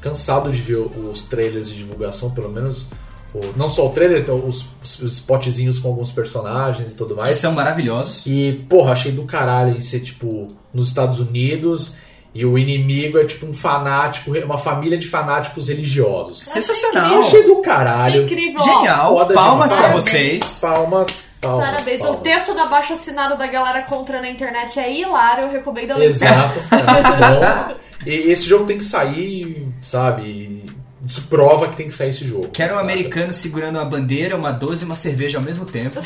cansado de ver os trailers de divulgação, pelo menos. o- não só o trailer, então os, os spotzinhos com alguns personagens e tudo
Que
mais.
são maravilhosos.
E, porra, achei do caralho em ser, tipo, nos Estados Unidos e o inimigo é, tipo, um fanático, uma família de fanáticos religiosos.
Sensacional.
Eu achei do
Achei
caralho.
incrível. ó.
Genial.
Foda
Palmas
demais.
pra vocês.
Palmas, palmas.
Parabéns.
palmas.
O texto da baixa assinada da galera contra na internet é hilário. Eu recomendo a leitura. *laughs*
Exato. é muito bom. E esse jogo tem que sair, sabe? Isso prova que tem que sair esse jogo.
Quero um
sabe?
americano segurando uma bandeira, uma 12 e uma cerveja ao mesmo
*laughs*
tempo.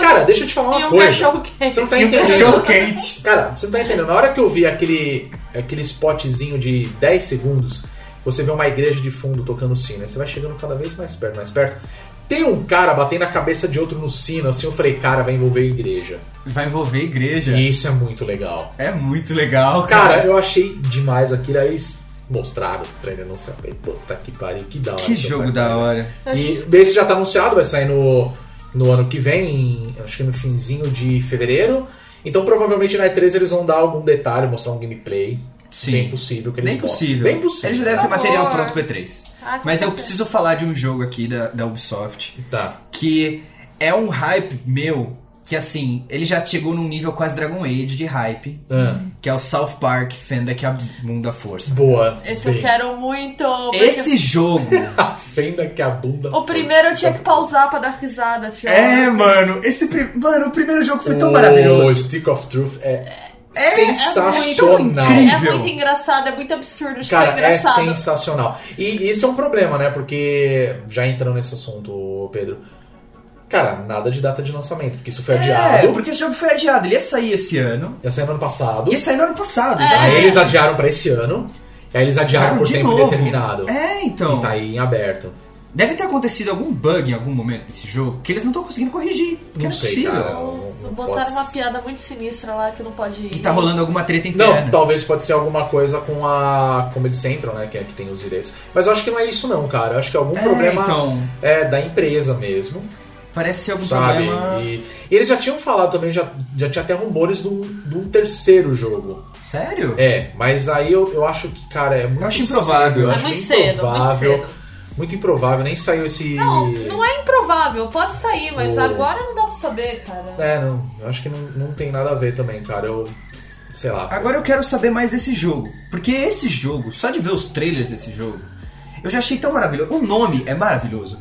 Cara, deixa eu te falar
E
uma
um
coisa.
cachorro quente.
Você não tá
E um
entendendo.
Cachorro quente.
Cara, você não tá entendendo. Na hora que eu vi aquele, aquele spotzinho de 10 segundos, você vê uma igreja de fundo tocando sino. Aí você vai chegando cada vez mais perto, mais perto. Tem um cara batendo a cabeça de outro no sino, assim, eu falei, cara, vai envolver a igreja.
Vai envolver a igreja.
E isso é muito legal.
É muito legal, cara.
Cara, eu achei demais aquilo. Aí eles mostraram o trailer, não sei. Puta que pariu, que da hora.
que jogo da hora.
E desse já tá anunciado, vai sair no, no ano que vem, em- acho que no finzinho de fevereiro. Então provavelmente na E3 eles vão dar algum detalhe, mostrar um gameplay.
Sim.
Bem possível que eles
Bem
botem.
possível.
Bem possível.
Ele já deve ter
Por
material
favor.
pronto pro E3.
Ah,
Mas
com
eu
certeza.
preciso falar de um jogo aqui da, da Ubisoft
Tá.
que é um hype meu que assim, ele já chegou num nível quase Dragon Age de hype,
Ah.
que é o South Park Fenda que abunda a força.
Boa.
Esse eu
Bem.
quero muito. porque
Esse jogo.
*laughs* A fenda que a bunda.
O primeiro eu tinha que pausar pra dar risada, tio.
*laughs* é, mano, esse pri- mano, o primeiro jogo foi tão
O
maravilhoso.
Stick of Truth é,
É, é muito
sensacional.
incrível.
É muito engraçado, é muito absurdo de
Cara,
tão
é
engraçado.
sensacional. E isso é um problema, né? Porque, já entrando nesse assunto, Pedro. Cara, nada de data de lançamento, porque isso foi
É,
adiado.
porque esse jogo foi adiado. Ele ia sair esse ano.
Ia sair no ano passado.
Ia sair no ano passado.
Aí
exatamente.
eles adiaram pra esse ano. E aí eles adiaram
Cara,
por
de
tempo
novo.
indeterminado.
É, então.
E tá aí em aberto.
Deve ter acontecido algum bug em algum momento desse jogo que eles não estão conseguindo corrigir. Porque
Não
não, é
sei,
possível.
cara.
Nossa,
Não
botaram
pode-
uma piada muito sinistra lá que não pode ir.
E tá rolando alguma treta
Não, tá
interna.
talvez pode ser alguma coisa com a Comedy Central, né? Que é que tem os direitos. Mas eu acho que não é isso não, cara. Eu acho que é algum
É,
problema
então.
é, da empresa mesmo,
Parece ser algum
sabe?
problema.
E, e eles já tinham falado também, já, já tinha até rumores de um, de um terceiro jogo.
Sério?
É, mas aí eu, eu acho que, cara, é muito
Eu acho improvável.
cedo, eu
É
acho
muito
bem
cedo,
improvável,
muito cedo.
Muito improvável, nem saiu esse...
Não, não é improvável, pode sair, mas
O-
agora não dá pra saber, cara.
É, não. Eu acho que não, não tem nada a ver também, cara. Eu. Sei lá.
Agora eu quero saber mais desse jogo. Porque esse jogo, só de ver os trailers desse jogo, eu já achei tão maravilhoso. O nome é maravilhoso.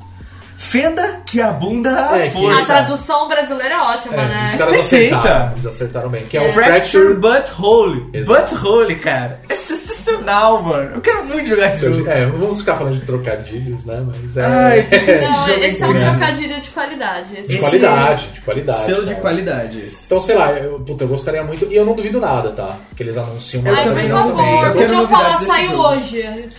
Fenda que abunda a
É, que-
A
força.
tradução brasileira é ótima,
É,
né?
Os caras
Perfeita.
acertaram. Eles acertaram bem. Que é o
um Fracture
Fracture.
Butthole.
Exato.
Butthole, cara. É sensacional, mano. Eu quero muito jogar esse jogo.
É, não vamos ficar falando de trocadilhos, né? Mas é.
Ai, porque esse
Não,
jogo é
esse é um
incrível.
trocadilho de qualidade. Esse
de
esse-
qualidade, de qualidade.
Selo de
cara.
qualidade
*laughs*
esse.
Então, sei lá, eu, puta, eu gostaria muito. E eu não duvido nada, tá? Que eles anunciam uma
Eu
Ai,
também
por
não duvido.
favor,
Eu quero
podiam
novidades
falar,
desse
saiu
jogo.
hoje.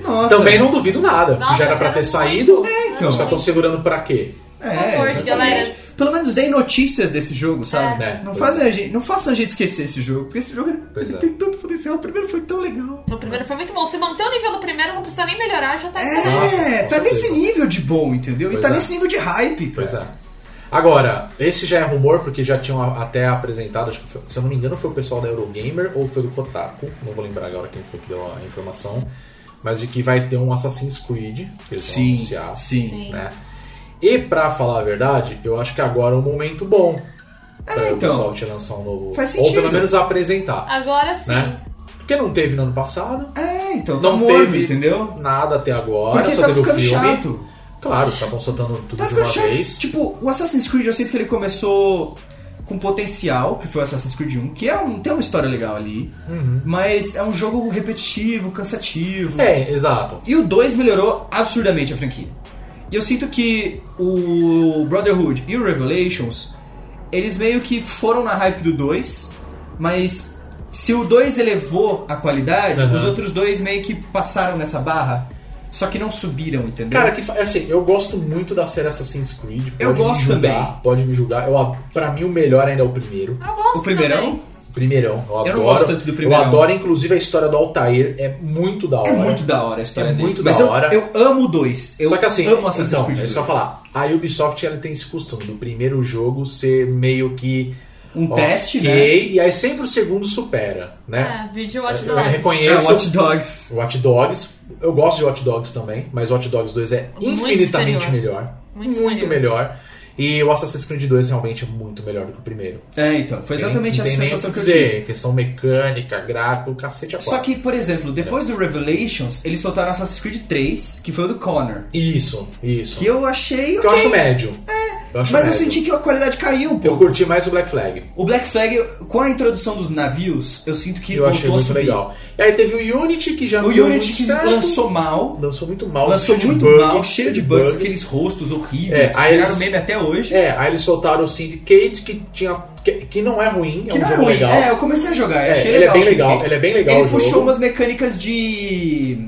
Nossa.
Também não duvido nada.
Nossa,
Já era pra
cara,
ter
muito.
saído.
É, então.
Os caras estão segurando pra quê?
É,
Por favor,
exatamente.
galera.
Pelo menos deem notícias desse jogo, sabe?
É.
Não, fazem a gente, não façam a gente esquecer esse jogo, porque esse jogo ele-
Pois é.
ele tem tanto potencial. O primeiro foi tão legal.
O Então, primeiro foi muito bom. Se manter o nível do primeiro, não precisa nem melhorar, já tá excelente.
É,
com
tá
certeza.
nesse nível de bom, entendeu? e
Pois
tá
é.
nesse nível de hype. cara.
Pois é. Agora, esse já é rumor, porque já tinham a- até apresentado, acho que foi- se eu não me engano, foi o pessoal da Eurogamer ou foi do Kotaku, não vou lembrar agora quem foi que deu a informação, mas de que vai ter um Assassin's Creed, que eles vão
Sim,
anunciar.
sim.
Sim.
Né? E pra falar a verdade, eu acho que agora é um momento bom pra
então.
Ubisoft lançar um novo.
Faz
ou pelo
sentido.
menos apresentar.
Agora Ah, sim.
Né? Porque não teve no ano passado,
É, então tá
não
morno,
teve
entendeu?
nada até agora,
Porque
só
tá
teve o
ficando
filme.
chato.
Claro, estavam soltando tudo
Tá
de uma
ficando chato.
vez.
Tipo, o Assassin's Creed eu sinto que ele começou com potencial, que foi o Assassin's Creed 1, que é um, tem uma história legal ali,
Uhum.
mas é um jogo repetitivo, cansativo.
É, exato.
E o 2 melhorou absurdamente a franquia. E eu sinto que o Brotherhood e o Revelations, eles meio que foram na hype do 2, mas se o 2 elevou a qualidade,
Aham.
os outros dois meio que passaram nessa barra, só que não subiram, entendeu?
Cara, que fa- assim, eu gosto muito da série Assassin's Creed. Pode
Eu gosto
me julgar,
também.
Pode me julgar. Eu, ad- pra mim, o melhor ainda é o primeiro.
Eu gosto
o primeirão
também.
Primeirão. Eu, adoro.
não gosto tanto do primeirão.
Eu adoro, inclusive, a história do Altair. É muito da hora.
é muito da hora a história
É
dele.
muito
mas
da
eu,
hora.
Eu amo o 2. Eu
só que assim,
amo Assassin's
então,
Creed
é isso que eu ia
2.
falar. A Ubisoft ela tem esse costume do primeiro jogo ser meio que.
Um teste,
ok,
né?
E aí sempre o segundo supera,
um?
né?
É, vídeo Watch
eu
Dogs.
É
reconheço.
Watch Dogs.
Watch Dogs. Eu gosto de Watch Dogs também, mas Watch Dogs 2 é
Muito
infinitamente
superior.
melhor.
Muito
Muito,
superior.
melhor. E o Assassin's Creed 2 realmente é muito melhor do que o primeiro.
É, então, foi exatamente
Tem-
essa
tem nem
sensação
o
que eu tive.
dizer. Questão mecânica, gráfico, cacete a
Só
quatro.
que, por exemplo, depois do Revelations, eles soltaram Assassin's Creed 3, que foi o do Connor.
Isso, isso.
Que eu achei.
Que eu
ok,
acho médio. É,
mas eu senti que a qualidade caiu um
Eu
pouco.
curti mais o Black Flag.
O Black Flag, com a introdução dos navios, eu sinto que
eu
voltou
achei
a
muito
subir.
legal. E aí teve o Unity que já
O
não deu
Unity
muito
que
certo.
lançou mal.
Lançou muito mal.
lançou
cheio de
muito
bug,
mal, cheio de bugs,
bug.
aqueles rostos
É,
horríveis.
aí
viraram
eles-
meme até hoje.
É, aí eles soltaram o Syndicate que tinha. Que, que não é ruim, é
que
um
não é
jogo
ruim.
legal.
É, eu comecei a jogar, eu
É,
achei
ele é
legal.
bem
o
legal,
Syndicate.
ele é bem legal
Ele
o
puxou
jogo.
umas mecânicas de.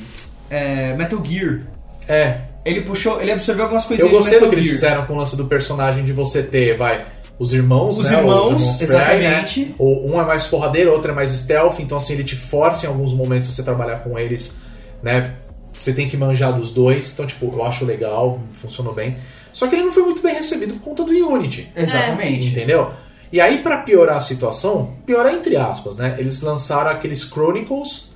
é, Metal Gear.
é.
Ele puxou. Ele absorveu algumas
Eu
coisinhas
gostei
de Metal
do que eles
Gear.
fizeram com o lance do personagem de você ter, vai, os irmãos,
Os
né?
irmãos,
Frey,
exatamente.
né? O- Um é mais porradeiro, outro é mais stealth, então assim, ele te força em alguns momentos você trabalhar com eles, né? Você tem que manjar dos dois, então tipo, eu acho legal, funcionou bem. Só que ele não foi muito bem recebido por conta do Unity.
É. Exatamente.
Entendeu? E aí, pra piorar a situação, piorar entre aspas, né? Eles lançaram aqueles Chronicles,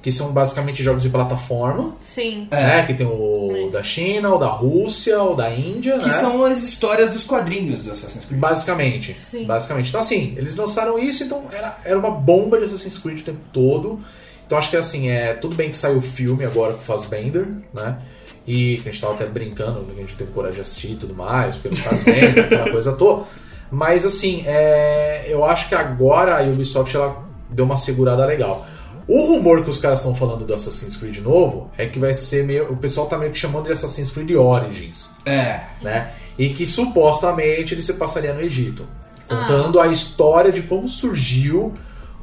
que são basicamente jogos de plataforma,
Sim.
né? Que tem o da China, o da Rússia, o da Índia,
É. Que
né?
são as histórias dos quadrinhos do Assassin's Creed.
Basicamente.
Sim.
Basicamente. Então, assim, eles lançaram isso, então era, era uma bomba de Assassin's Creed o tempo todo. Então, acho que, assim, é tudo bem que saiu o filme agora com o Fassbender, né? E que a gente tava até brincando, que a gente teve coragem de assistir e tudo mais, porque não faz bem, aquela coisa toda. Mas, assim, é, eu acho que agora a Ubisoft ela deu uma segurada legal. O rumor que os caras estão falando do Assassin's Creed novo é que vai ser meio. O pessoal tá meio que chamando de Assassin's Creed Origins
É.
né? E que supostamente ele se passaria no Egito, contando a história de como surgiu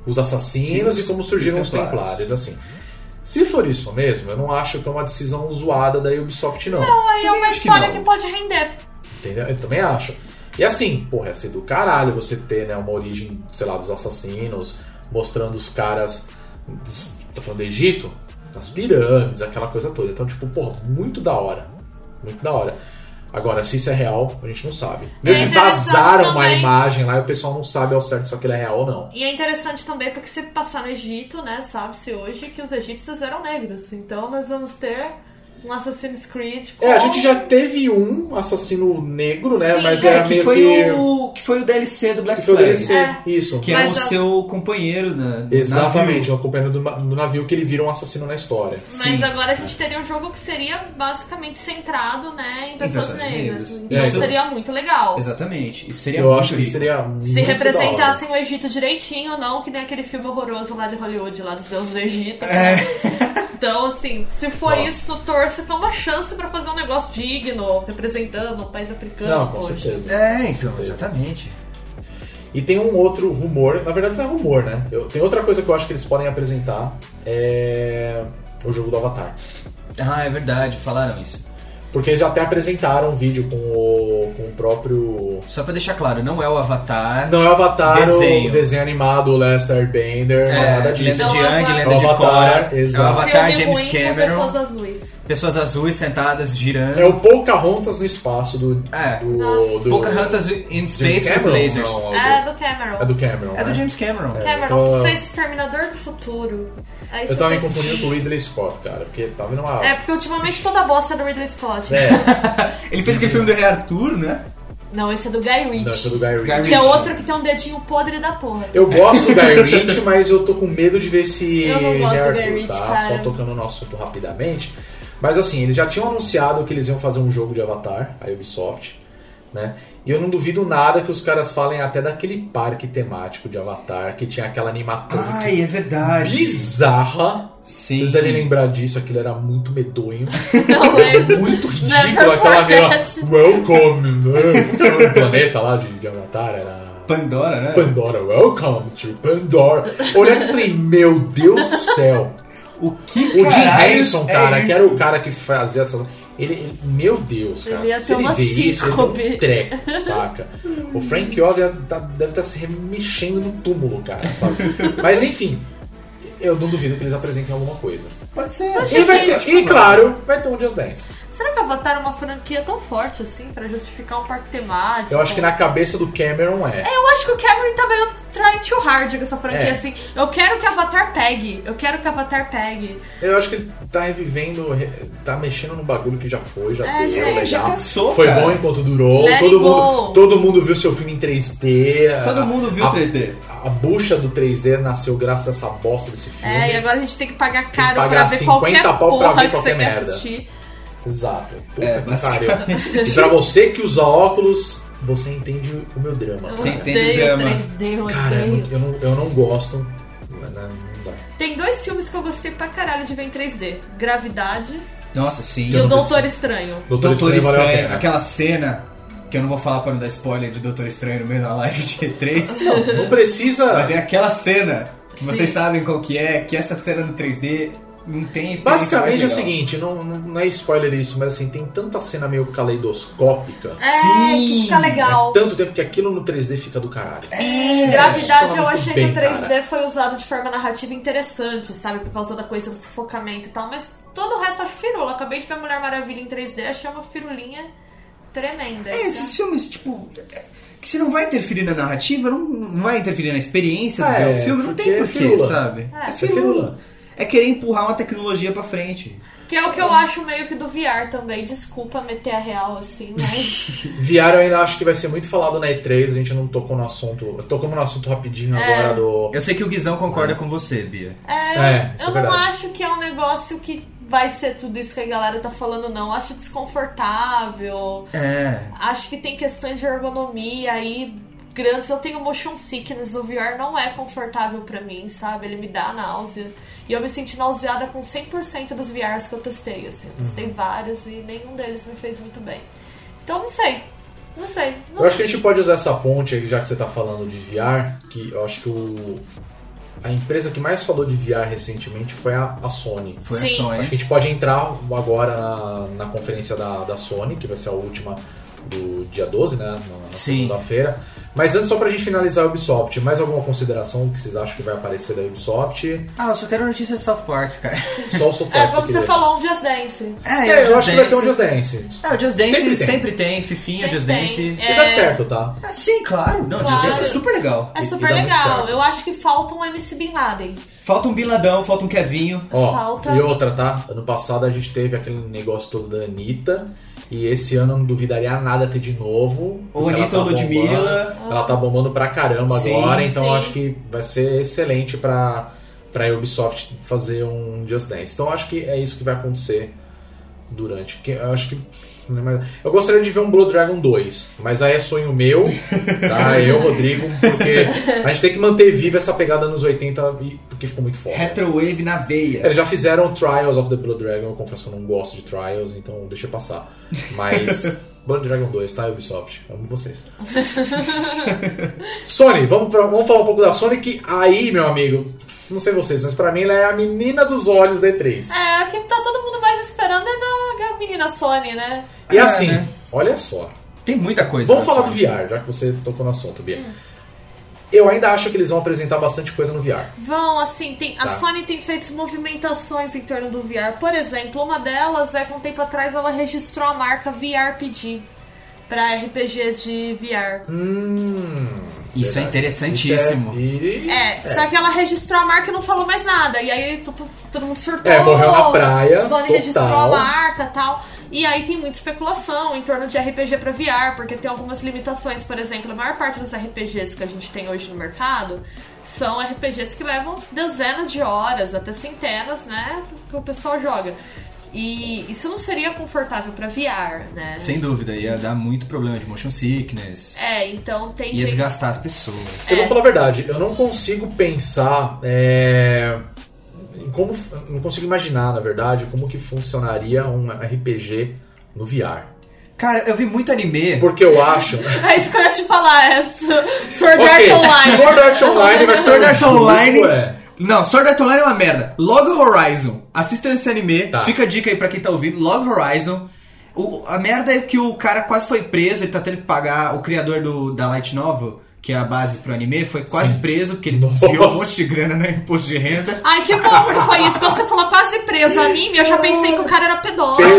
os assassinos
Sim,
e como surgiram
os
os templários. assim. Se for isso mesmo, eu não acho que é uma decisão zoada da Ubisoft não,
Aí é
Também
uma
acho que
história
não.
que pode render.
entendeu? Eu também acho. E assim, porra, ia ser do caralho você ter, né, uma origem, sei lá, dos assassinos, mostrando os caras des- tô falando do Egito, nas pirâmides, aquela coisa toda. Então, tipo, porra, muito da hora. Muito da hora. Agora, se isso é real, a gente não sabe. Meio que
interessante
vazaram uma
então, também.
imagem lá e o pessoal não sabe ao certo se aquilo é real ou não.
E é interessante também porque se passar no Egito, né, sabe-se hoje que os egípcios eram negros. Então nós vamos ter um Assassin's Creed com...
É, a gente já teve um assassino negro, né?
Sim,
mas
é,
era
que
meio
foi,
que.
o, que foi o DLC do Black
Que foi o
Flag.
DLC.
É.
Isso.
Que é o
Mas a-
seu companheiro na, no
Exatamente,
navio.
o companheiro do, ma- do navio que ele vira um assassino na história.
Mas
Sim.
agora a gente teria um jogo que seria basicamente centrado, né, em pessoas
pessoas
negras.
negras.
Então
É, isso-
seria muito legal.
Exatamente. Isso seria
Eu
muito
acho que
rico.
seria.
um Se representassem o Egito direitinho, não que nem aquele filme horroroso lá de Hollywood, lá dos deuses do Egito. né? Então, assim, se for
É. Nossa.
isso, torce pra uma chance pra fazer um negócio digno, representando o país africano.
Não, com
poxa.
certeza.
É, então, exatamente.
E tem um outro rumor, na verdade não é rumor, né? Eu- tem outra coisa que eu acho que eles podem apresentar, é o jogo do Avatar.
Ah, é verdade, falaram isso.
Porque eles até apresentaram um vídeo com o, com o próprio...
Só pra deixar claro, não é o Avatar.
Não é o Avatar,
Desenho.
o desenho animado, o Last Airbender, não é nada disso.
Lenda de
Não, é o
Yang,
Avatar.
Lenda de
É o Avatar,
Korra. É o
exato.
Avatar,
Filme
James
ruim Com
Cameron.
pessoas azuis.
Pessoas azuis sentadas, girando.
É o Pocahontas no espaço do...
É.
do, do
Pocahontas in Space with
Cameron?
Lasers.
Não,
É, do Cameron.
É do Cameron,
É do
né?
James Cameron.
Cameron,
eu tô-
tu fez Exterminador do Futuro. Aí
Eu
você
tava me
fez-
confundindo com o Ridley Scott, cara, porque tava vendo uma...
É, porque ultimamente toda a bosta é do Ridley Scott.
É,
Ele fez aquele filme do Rei Arthur, né?
Não, esse é do Guy Ritchie.
não, esse é do Guy Ritchie.
Guy
Que é
Ritchie.
outro que tem um dedinho podre da porra.
Eu gosto do Guy Ritchie, mas eu tô com medo de ver se
Eu não gosto do Guy Ritchie,
tá?
cara.
Só tocando no assunto rapidamente. Mas assim, eles já tinham anunciado que eles iam fazer um jogo de Avatar, a Ubisoft, né? E eu não duvido nada que os caras falem até daquele parque temático de Avatar, que tinha aquela animatrônica
Ai, é verdade.
bizarra.
Sim.
Vocês devem lembrar disso, aquilo era muito medonho.
*laughs* Não
*laughs*
é. lembro.
Muito ridículo
Never
aquela minha
forget.
Welcome, welcome. O planeta lá de, de Avatar era.
Pandora, né?
Pandora, welcome to Pandora. Olhando e falei, meu Deus do ceu.
O que
O Jim
caralhos
Henson,
é
cara, que
isso?
era o cara que fazia essa. Ele, ele- meu Deus, cara.
Ele ia
Se
ter
ele
uma
vê isso, ele
síncope.
tem um treco, saca? O Frank Oz tá, deve estar se remexendo no túmulo, cara, sabe? Mas enfim, eu não duvido que eles apresentem alguma coisa.
Pode ser.
E, vai ter- e, claro, vai ter um Just Dance.
Será que Avatar é uma franquia tão forte assim pra justificar um parque temático?
Eu acho que na cabeça do Cameron é.
Eu acho que o Cameron tá meio trying too hard com essa franquia,
É.
assim. Eu quero que Avatar pegue. Eu quero que Avatar pegue.
Eu acho que ele tá revivendo, re- tá mexendo no bagulho que já foi, já
É,
deu,
gente,
legal.
já passou,
foi
cara.
bom enquanto durou.
Let
Todo
it go.
mundo, todo mundo viu seu filme em 3D. a-
Todo mundo viu
a,
o 3D.
A bucha do 3D nasceu graças a essa bosta desse filme.
É, e agora a gente tem que pagar caro
Uhum. pagar
pra ver
50
qualquer
pau pra
porra
ver
que
qualquer
você quer
merda.
assistir.
Exato. Puta
É,
que
*laughs*
pariu.
basicamente.
E pra você que usa óculos, você entende o meu drama.
Eu
Você
cara.
entende o
odeio
drama.
3D, eu
Cara, eu
odeio.
não, eu não, eu não gosto. Não, não- não dá.
Tem dois filmes que eu gostei pra caralho de ver em 3D: Gravidade
Nossa, sim.
e O Doutor Estranho.
Doutor,
Doutor
valeu a
Estranho,
pena.
aquela cena que eu não vou falar pra não dar spoiler de Doutor Estranho no meio da live de E3.
Não precisa.
Mas é aquela cena que
Sim.
vocês sabem qual que é, que essa cena no 3D não tem experiência mais
Basicamente é o
legal.
seguinte, não, não- não é spoiler isso, mas assim, tem tanta cena meio caleidoscópica. né?
É,
Sim.
que fica legal.
Tanto tempo que aquilo no 3D fica do caralho.
Gravidade,
funciona
eu
muito
achei
bem,
que o 3D
cara.
foi usado de forma narrativa interessante, sabe? Por causa da coisa do sufocamento e tal. Mas todo o resto eu acho firula. Acabei de ver Mulher Maravilha em 3D, achei uma firulinha. tremenda.
É, esses filmes, tipo. é, Que se não vai interferir na narrativa, não, não vai interferir na experiência do
É,
ver o filme, não tem
porque é
porquê,
firula.
sabe?
É,
É
firula.
firula. É querer empurrar uma tecnologia pra frente.
Que é o que eu acho meio que do VR também. Desculpa meter a real assim,
*laughs*
mas.
Viário eu ainda acho que vai ser muito falado na E3, a gente não tocou no assunto. Tocamos no assunto rapidinho
É.
agora do.
Eu sei que o Guizão concorda com você, Bia.
É, isso é
eu não
verdade.
acho que é um negócio que vai ser tudo isso que a galera tá falando, não. Acho desconfortável.
É.
Acho que tem questões de ergonomia aí grandes. Eu tenho motion sickness no VR, não é confortável pra mim, sabe? Ele me dá náusea. E eu me senti nauseada com 100% dos VRs que eu testei, assim. Eu testei
Uhum.
vários e nenhum deles me fez muito bem. Então, não sei. Não sei. Não-
Eu acho que a gente pode usar essa ponte aí, já que você tá falando de VR, que eu acho que o. A empresa que mais falou de VR recentemente foi a, a Sony.
Foi
Sim.
a Sony.
Acho que a gente pode entrar agora na, na conferência da, da Sony, que vai ser a última do dia 12, né? Na, na
Sim.
segunda-feira. Mas antes, só pra gente finalizar a Ubisoft, mais alguma consideração que vocês acham que vai aparecer da Ubisoft?
Ah, eu só quero notícia de South Park,
*laughs*
cara.
Só o Sofort.
É, como
se
você
quiser.
falou, um Just Dance.
É,
É,
o
eu acho que vai ter um
Dance.
Just Dance.
É, o Just Dance
Sempre
sempre
tem.
tem, Fifinha,
Sempre
Just
tem. É,
Dance.
E dá certo, tá?
Ah, sim, claro. Não, Just
Claro.
Dance é super legal.
É
E- e
super
dá muito
legal.
certo.
Eu acho que falta um MC
*laughs*
Bin Laden. *laughs*
Falta um biladão, falta um Kevinho.
Ó,
Falta.
e outra, tá? Ano passado a gente teve aquele negócio todo da Anitta. E esse ano eu não duvidaria nada ter de novo.
Ou
porque ela tá
Anitta ou
bombando.
Ludmilla.
Ela tá bombando pra caramba
Sim,
agora, então
sim.
eu acho que vai ser excelente pra, pra Ubisoft fazer um Just Dance. Então eu acho que é isso que vai acontecer durante. que- Eu acho que. não é mais- Eu gostaria de ver um Blue Dragon 2, mas aí é sonho
*laughs*
meu, tá? Eu, Rodrigo, porque a gente tem que manter viva essa pegada nos 80 e- porque ficou muito forte.
Retrowave na veia.
Eles já fizeram Trials of the Blood Dragon, eu confesso que eu não gosto de Trials, então deixa eu passar.
*laughs*
Mas Blood Dragon 2, tá, Ubisoft? Amo vocês. Sony, vamos, pra- vamos falar um pouco da Sony, que aí, meu amigo, não sei vocês, mas pra mim ela é a menina dos olhos da E3.
É, o que tá todo mundo mais esperando é da da menina Sony, né?
E
Ah,
assim,
né?
olha só,
Tem muita coisa.
Vamos
na
falar do
Sony.
VR, já que você tocou no assunto, Bia.
Hum.
Eu ainda acho que eles vão apresentar bastante coisa no VR.
Vão, assim, tem, a
Tá.
Sony tem feito movimentações em torno do VR. Por exemplo, uma delas é que um tempo atrás ela registrou a marca VRPG pra RPGs de VR.
Hum,
Isso é
verdade.
interessantíssimo.
Isso é- e-
É, só que ela registrou a marca e não falou mais nada. E aí tu- tu- todo mundo surtou.
É, morreu na praia,
Sony
total.
registrou a marca e tal. E aí tem muita especulação em torno de RPG pra VR, porque tem algumas limitações. Por exemplo, a maior parte dos RPGs que a gente tem hoje no mercado são RPGs que levam dezenas de horas, até centenas, né? Que o pessoal joga. E isso não seria confortável pra VR, né?
É. Sem dúvida, ia dar muito problema de motion sickness.
É, então tem
Ia
gente.
desgastar as pessoas.
Eu
É.
vou falar a verdade, eu não consigo pensar é, em como. Não consigo imaginar, na verdade, como que funcionaria um RPG no VR.
Cara, eu vi muito anime.
Porque eu
*laughs*
acho.
*laughs* É isso que eu ia te falar, é Sword Art
Ok,
Online.
Sword Art Online vai ser
Sword Art
um
Online.
jogo, é.
Não, Sword Art Online é uma merda. Log Horizon. Assistam esse anime.
Tá.
Fica a dica aí pra quem tá ouvindo. Log Horizon. O- a merda é que o cara quase foi preso, ele tá tendo que pagar. O criador do, da Light Novel, que é a base pro anime, foi quase preso, porque ele
Nossa.
desviou um monte de grana no imposto de renda.
Ai, que bom que foi isso. Quando você falou quase preso anime, eu já pensei que o cara era pedófilo.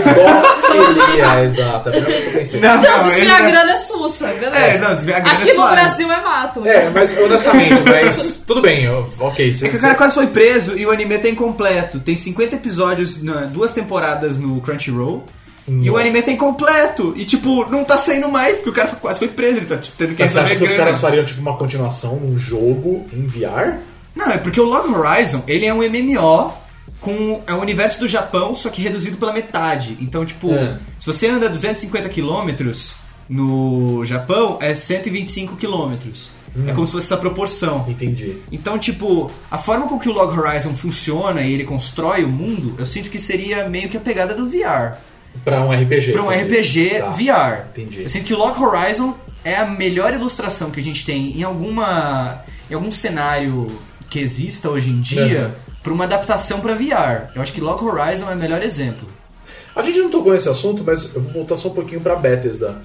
Pedofilia, *laughs* exato. É a primeira vez que eu pensei.
Não,
Não, desviar a
ele-
grana é sussa, beleza.
É, não, desviar a grana
Aqui
é
no
suave.
Brasil é mato.
É, mas honestamente, mas. Tudo bem, eu- ok.
É que o cara quase foi preso e o anime tá incompleto. Tem 50 episódios, na- duas temporadas no Crunchyroll. E o
Nossa.
anime tá incompleto. E, tipo, não tá saindo mais, porque o cara quase foi preso. Ele tá tipo, tendo que
Mas você acha
resolver
que os
grana.
caras fariam tipo uma continuação, um jogo em VR?
Não, é porque o Log Horizon, ele é um MMO com é o universo do Japão, só que reduzido pela metade. Então, tipo,
É.
se você anda 250 quilômetros no Japão, é 125 quilômetros.
Hum.
É como se fosse essa proporção.
Entendi.
Então, tipo, a forma com que o Log Horizon funciona e ele constrói o mundo, eu sinto que seria meio que a pegada do VR.
Pra um RPG.
Pra um
você
RPG
diz. Tá.
VR.
Entendi.
Eu sinto que o Log Horizon é a melhor ilustração que a gente tem em alguma. em algum cenário que exista hoje em dia pra uma adaptação pra VR. Eu acho que Log Horizon é o melhor exemplo.
A gente não tocou nesse assunto, mas eu vou voltar só um pouquinho pra Bethesda.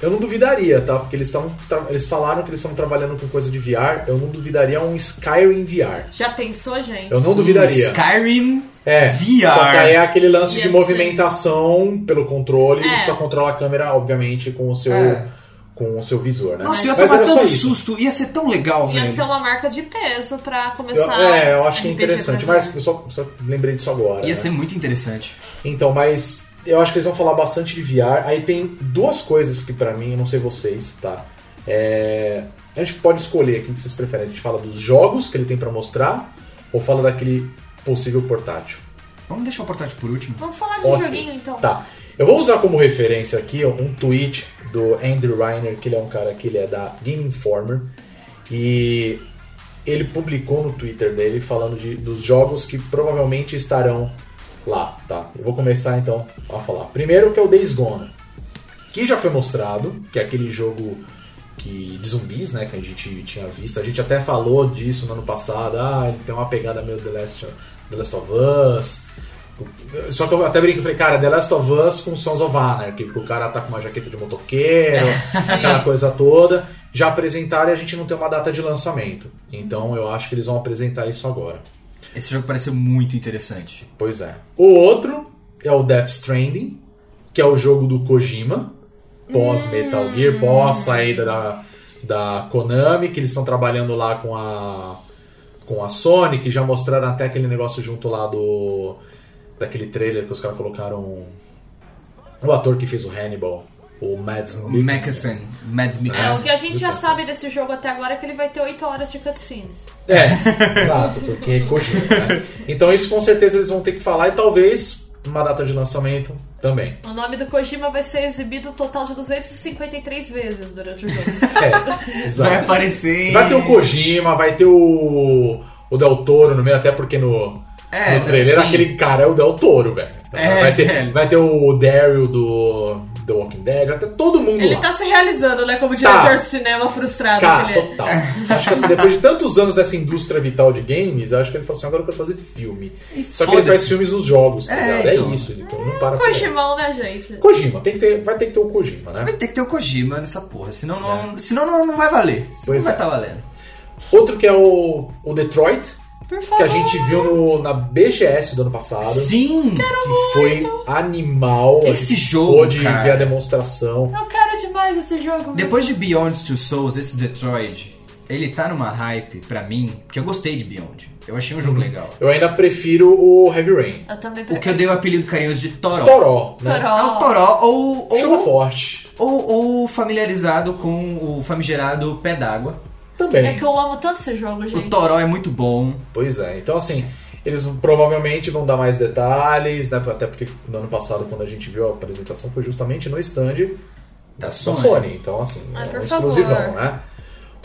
Eu não duvidaria, tá? Porque eles, tavam, tra- eles falaram que eles estão trabalhando com coisa de VR. Eu não duvidaria um Skyrim VR.
Já pensou, gente?
Um
Eu não duvidaria.
Skyrim
É,
VR.
só que aí é aquele lance de
Ia ser.
movimentação pelo controle,
É.
só controla a câmera, obviamente, com o seu,
É.
com o seu visor, né?
Nossa, eu ia
Mas
tomar
era só
tanto
isso.
susto, ia ser tão legal,
Ia
velho.
ser uma marca de peso pra
Eu-
começar.
é, eu acho que é
RPG
interessante,
pra
mas eu só, só lembrei disso agora. né?
Ia ser muito interessante.
Então, mas eu acho que eles vão falar bastante de VR. Aí tem duas coisas que pra mim, eu não sei vocês, tá? É, A gente pode escolher o que vocês preferem. A gente fala dos jogos que ele tem pra mostrar ou fala daquele possível portátil.
Vamos deixar o portátil por último.
Vamos falar de
Ok.
joguinho então.
Tá. Eu vou usar como referência aqui ó, um tweet do Andrew Reiner, que ele é um cara que ele é da Game Informer. E ele publicou no Twitter dele falando de, dos jogos que provavelmente estarão lá, tá? Eu vou começar então a falar. Primeiro que é o Days Gone, que já foi mostrado, que é aquele jogo que, de zumbis, né, que a gente tinha visto. A gente até falou disso no ano passado, ah, ele tem uma pegada meio The Last, The Last of Us. Só que eu até brinco, falei, cara, The Last of Us com Sons of Anarchy, porque o cara tá com uma jaqueta de motoqueiro, *laughs* aquela coisa toda. Já apresentaram e a gente não tem uma data de lançamento. Então eu acho que eles vão apresentar isso agora.
Esse jogo pareceu muito interessante.
Pois é. O outro é o Death Stranding, que é o jogo do Kojima, pós Metal Gear, pós saída da, da Konami, que eles estão trabalhando lá com a com a Sony, que já mostraram até aquele negócio junto lá do daquele trailer que os caras colocaram o ator que fez o Hannibal, o Mads Mikkelsen.
Meckerson, Mads
É, o
Mikkelsen.
que a gente já sabe desse jogo até agora é que ele vai ter 8 horas de cutscenes.
É, exato, porque é Kojima, né? Então isso com certeza eles vão ter que falar e talvez uma data de lançamento também.
O nome do Kojima vai ser exibido um total de 253 vezes durante o jogo.
É, exato.
Vai aparecer.
Vai ter o Kojima, vai ter o. O Del Toro no meio, até porque no,
É,
no trailer
sim.
aquele cara é o Del Toro, velho. Então,
É,
vai, ter,
velho.
vai ter o Daryl do The Walking Dead, vai ter todo mundo
Ele
lá.
tá se realizando, né? Como diretor
Tá.
de cinema frustrado
Cara,
que ele é.
total. Acho que assim, depois de tantos anos dessa indústria vital de games, acho que ele falou assim: agora eu quero fazer filme. Só que ele
foda-se.
faz filmes nos jogos, tá
É,
ligado?
então.
É isso, ele não para por aí.
Kojimão, né, gente?
Kojima, tem que ter, vai ter que ter o Kojima, né?
Vai ter que ter o Kojima nessa porra, senão não, senão não, não vai valer. Senão
É. Pois
não vai
é.
estar valendo.
Outro que é o, o Detroit,
Por
que a
favor.
gente viu no- na BGS do ano passado.
Sim!
que foi animal. a
Esse
gente
jogo,
Pôde
cara.
ver a demonstração.
Eu quero demais esse jogo.
Depois de Beyond Two Souls, esse Detroit, ele tá numa hype pra mim, porque eu gostei de Beyond. Eu achei um jogo legal.
Eu ainda prefiro o Heavy Rain.
Eu também
O que eu dei o apelido carinhoso de Toró.
Toró, né?
Toró.
É o Toró ou,
Chuva
ou,
forte.
ou, ou familiarizado com o famigerado Pé d'Água.
Também.
É que eu amo tanto esse jogo,
O
gente.
Toró é muito bom.
Pois é. Então, assim, eles provavelmente vão dar mais detalhes, né? Até porque no ano passado, quando a gente viu a apresentação, foi justamente no stand
Da
da
Sony.
Sony. Então, assim,
Ah,
é
por
um exclusivão,
favor.
né?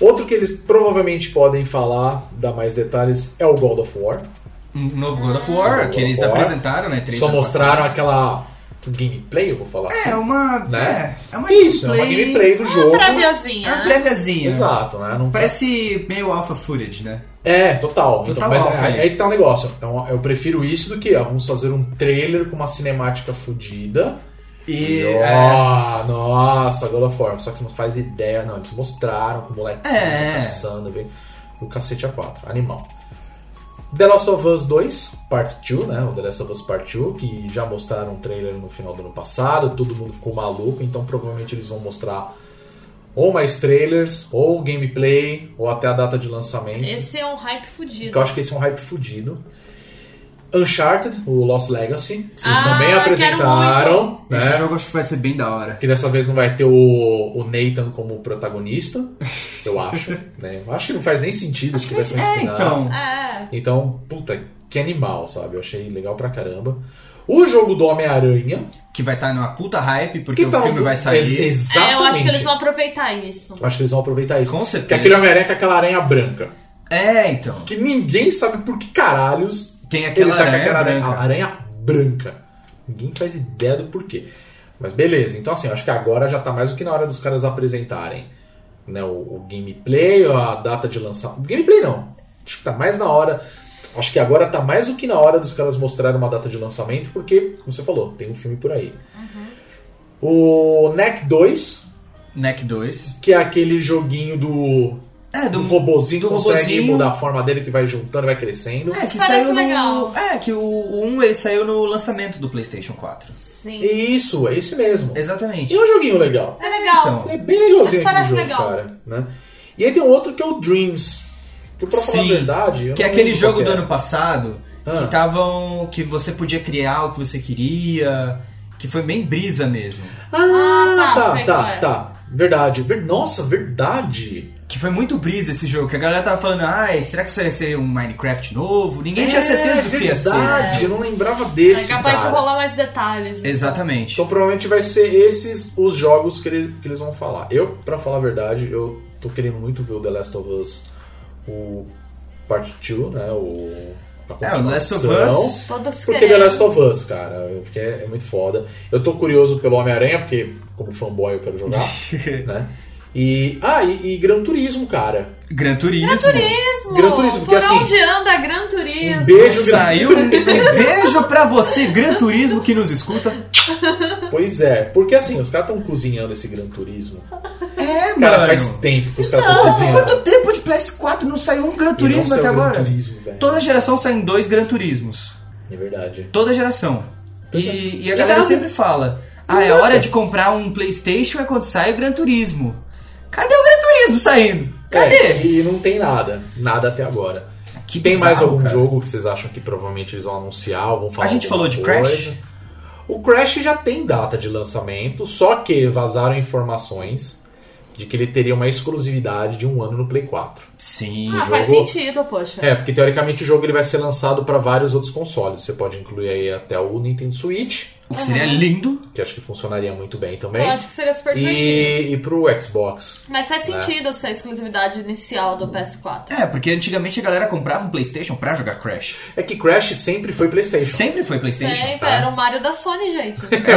Outro que eles provavelmente podem falar, dar mais detalhes, é o God of War.
Um novo God of War,
Ah,
God
que
of
eles
War.
apresentaram, né? três
Só
anos
mostraram
passado.
aquela gameplay, eu vou falar assim.
É, uma...
Né?
É, é uma
Isso, é uma gameplay do jogo.
É
um
Préviazinha.
uma préviazinha.
Exato, né? Não
Parece meio alpha footage, né?
É, total.
Total
Então, mas
alfa
aí,
ali.
aí que tá o negócio. Então, eu prefiro isso do que ó, vamos fazer um trailer com uma cinemática fodida.
E...
ó,
é.
Nossa, God of War. Só que você não faz ideia, não. Eles mostraram com o moleque tá
É.
caçando, veio o cacete A4, animal. The Last of Us 2, Part 2, né? O The Last of Us Part 2, que já mostraram um trailer no final do ano passado, todo mundo ficou maluco, então provavelmente eles vão mostrar ou mais trailers, ou gameplay, ou até a data de lançamento.
Esse é um hype
Que eu
fudido.
acho que esse é um hype fudido. Uncharted, o Lost Legacy, que vocês
Ah,
também
quero
apresentaram. Né?
é, Esse jogo acho que vai ser bem da hora.
Que dessa vez não vai ter o, o Nathan como protagonista, eu
*laughs*
acho. né? Eu acho que não faz nem sentido se tivesse
É,
mencionado.
então.
É.
Então, puta, que animal, sabe? Eu achei legal pra caramba. O jogo do Homem-Aranha.
Que vai estar numa puta hype, porque
que tá
o filme
um-
vai
Ex-
sair.
Exatamente.
É, eu acho que eles vão aproveitar isso.
Eu acho que eles vão aproveitar isso.
Com
Porque
certeza.
aquele Homem-Aranha com aquela aranha branca.
É, então.
Que ninguém sabe por que caralhos
Tem
Ele
aquela
tá com
aranha
aquela aranha,
branca.
aranha branca. Ninguém faz ideia do porquê. Mas beleza, então assim, eu acho que agora já tá mais do que na hora dos caras apresentarem né, o, o gameplay, a data de lançamento. Gameplay não. Acho que tá mais na hora. Acho que agora tá mais do que na hora dos caras mostrarem uma data de lançamento, porque, como você falou, tem um filme por aí. O Neck 2,
Neck 2.
que é aquele joguinho do.
É,
Do robozinho que
do
consegue
robozinho.
mudar a forma dele, que vai juntando e vai crescendo.
É, que
Parece
saiu no...
legal.
É, que o 1 ele saiu no lançamento do PlayStation 4.
Sim.
Isso, é esse mesmo.
Exatamente.
E é um joguinho legal.
É legal.
Então.
É bem legalzinho
Mas
aquele
parece
jogo,
legal.
cara. Né? E aí tem um outro que é o Dreams. Que pra falar a
Sim,
verdade. eu
Que é
não
aquele
lembro
jogo
qual
do
que é.
ano passado
Ah.
que tavam. que você podia criar o que você queria. Que foi bem brisa mesmo.
Ah,
Ah, tá,
tá,
sei qual
tá,
é.
tá. Verdade. Ver- Nossa, verdade.
Que foi muito brisa esse jogo, que a galera tava falando, ai, será que isso ia ser um Minecraft novo? Ninguém tinha
É,
certeza do que ia ser.
verdade, eu não lembrava desse.
É capaz
cara.
de rolar mais detalhes.
Exatamente.
Então provavelmente vai ser esses os jogos que, ele- que eles vão falar. Eu, pra falar a verdade, eu tô querendo muito ver o The Last of Us, o Part 2, né? O, a
É, o Last of
continuação.
Us.
Todos
Porque The
querendo.
Last of Us, cara, porque é, é muito foda. Eu tô curioso pelo Homem-Aranha, porque como fanboy eu quero
*laughs*
jogar, né? E, ah, e, e Gran Turismo, cara.
Gran Turismo.
Turismo.
Gran Turismo, porque
Por
assim-
onde anda Gran Turismo?
Um beijo, Gran
Saiu um beijo pra você, Gran Turismo, que nos escuta.
Pois é, porque assim, os caras estão cozinhando esse Gran Turismo.
É,
Cara,
mano.
faz tempo que os caras estão
Puta,
cozinhando.
quanto tempo de PS4 não saiu um Gran
E não
Turismo
saiu
até
Gran
agora?
Turismo, velho.
Toda geração saem dois Gran Turismos.
É verdade.
Toda geração.
Pois é.
E, e a
E
galera
nada.
sempre fala: Ah, é hora de comprar um PlayStation é quando sai o Gran Turismo. Cadê o Gran Turismo saindo? Cadê?
É, e não tem nada. Nada até agora.
Que
tem mais
bizarro,
algum
cara.
jogo que vocês acham que provavelmente eles vão anunciar ou vão falar
A gente
alguma
falou de
coisa?
Crash?
O Crash já tem data de lançamento, só que vazaram informações de que ele teria uma exclusividade de um ano no Play 4.
Sim.
Ah, faz
jogo-
sentido, poxa.
um É, porque teoricamente o jogo ele vai ser lançado para vários outros consoles. Você pode incluir aí até o Nintendo Switch,
O que seria lindo.
que acho que funcionaria muito bem também.
Eu acho que seria super divertido.
E, É. e pro Xbox.
Mas faz sentido essa exclusividade inicial do PS4.
É, porque antigamente a galera comprava um PlayStation pra jogar Crash.
É que Crash sempre foi PlayStation. *laughs*
Sempre foi PlayStation.
Sempre,
tá?
era o Mario da Sony, gente.
É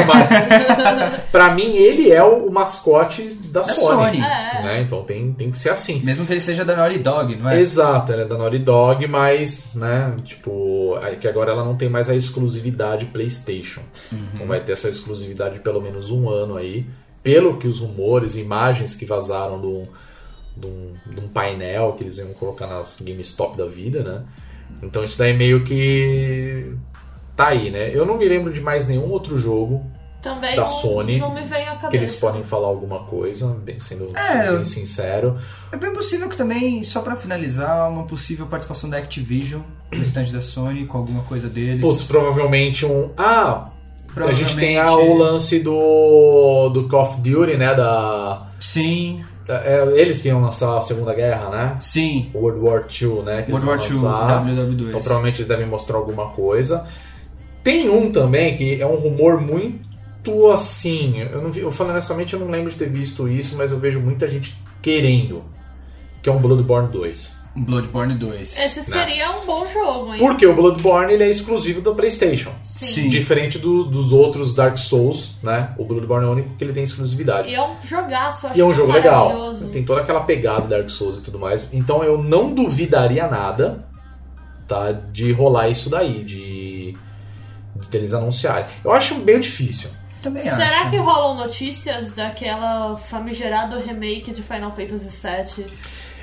uma- pra mim, ele é o, o mascote da,
Da
Sony.
Sony.
É.
Né? Então tem, tem que ser assim.
Mesmo que ele seja da Naughty Dog, não é?
Exato, ela é da Naughty Dog, mas, né, tipo, é que agora ela não tem mais a exclusividade PlayStation. Então vai ter essa exclusividade de pelo menos um ano aí. Pelo que os rumores, imagens que vazaram do, de um, de um painel que eles iam colocar nas GameStop da vida, né? Então isso daí meio que tá aí, né? Eu não me lembro de mais nenhum outro jogo
Também
Da
não,
Sony,
não me vem à cabeça.
que eles podem falar alguma coisa, bem, sendo
É,
bem
eu-
sincero.
É bem possível que também, só pra finalizar, uma possível participação da Activision no stand da Sony com alguma coisa deles.
Putz, provavelmente um. Ah! A gente tem a- o
Provavelmente-
lance do. do Call of Duty, né? Da.
Sim,
da- é, eles que iam lançar a Segunda Guerra, né?
sim.
World War II, né? Que
World War
eles
II,
vão lançar.
WW2.
Então provavelmente eles devem mostrar alguma coisa. Tem um também que é um rumor muito assim. Eu não vi, eu falo honestamente, eu não lembro de ter visto isso, mas eu vejo muita gente querendo. Que é um Bloodborne 2.
Bloodborne 2.
Esse
Né?
seria um bom jogo, hein?
Porque o Bloodborne ele é exclusivo do PlayStation.
Sim.
Diferente do- dos outros Dark Souls, né? O Bloodborne é o único que ele tem exclusividade.
E é um jogaço, eu acho
E é um jogo legal.
maravilhoso.
Tem toda aquela pegada Dark Souls e tudo mais. Então eu não duvidaria nada, tá? De rolar isso daí, de, de eles anunciarem. Eu acho meio difícil.
Também
Será
acho.
que rolam notícias daquela famigerado remake de Final Fantasy VII?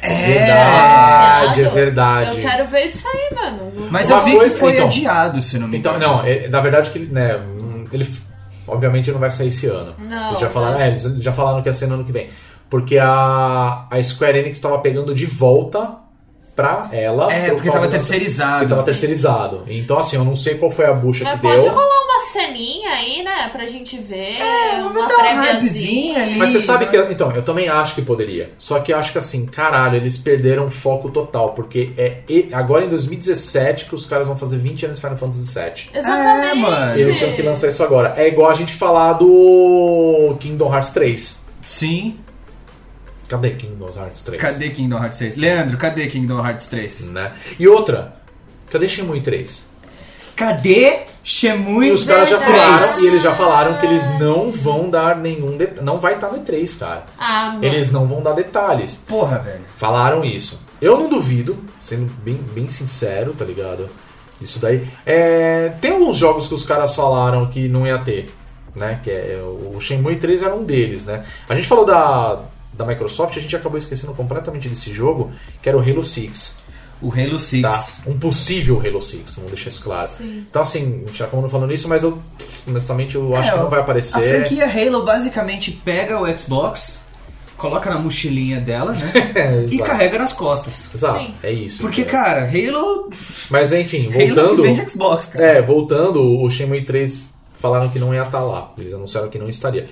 É.
Verdade, é
Anunciado?
verdade.
Eu quero ver isso aí, mano.
Mas
Uma
eu vi
coisa-
que foi
então.
adiado, se não me engano.
Então, não, é- na verdade que ele, né, hum, ele f- obviamente não vai sair esse ano.
Não,
Eles já falaram,
mas-
é, eles já falaram que ia ser no ano que vem. Porque a, a Square Enix estava pegando de volta pra ela.
É,
por
porque
causa
tava
da-
terceirizado.
Porque tava terceirizado. Então, assim, eu não sei qual foi a bucha
Mas
que
pode
deu.
rolar uma ceninha aí, né? Pra gente ver. É,
vamos
uma
dar uma
préviazinha.
hypezinha Então, um ali.
Mas você sabe que. Então, eu também acho que poderia. Só que eu acho que assim, caralho, eles perderam o foco total. Porque é e- agora em 2017 que os caras vão fazer 20 anos de Final Fantasy VII.
Exatamente.
É, mano.
Eles tinham que lançar isso agora. É igual a gente falar do Kingdom Hearts 3.
Sim.
Cadê Kingdom Hearts 3?
Cadê Kingdom Hearts 3? Leandro, cadê Kingdom Hearts 3?
Né? E outra, cadê Shenmue 3?
Cadê Shemui
E os caras já
verdade.
falaram, e eles já falaram que eles não vão dar nenhum detalhe. Não vai estar no E3, cara.
Ah, mano.
Eles não vão dar detalhes.
Porra, velho.
Falaram isso. Eu não duvido, sendo bem, bem sincero, tá ligado? Isso daí. É, tem alguns jogos que os caras falaram é, que não ia ter, né? Que é, o Shenmue 3 era um deles, né? A gente falou da, da Microsoft, a gente acabou esquecendo completamente desse jogo, que era o Halo 6.
O Halo 6.
Tá? Um possível Halo 6, vamos deixar isso claro. Então, assim, a gente acabou não falando isso, mas eu, honestamente, eu acho
É,
que não vai
A
aparecer.
franquia Halo basicamente pega o Xbox, coloca na mochilinha
*laughs*
dela, né?
É,
e
exato.
carrega nas costas.
Exato,
Sim.
é isso.
Porque,
É.
cara, Halo.
Mas enfim,
Halo que
voltando.
vende Xbox, cara.
É, voltando, o Shenmue 3 falaram que não ia estar lá. Eles anunciaram que não estaria.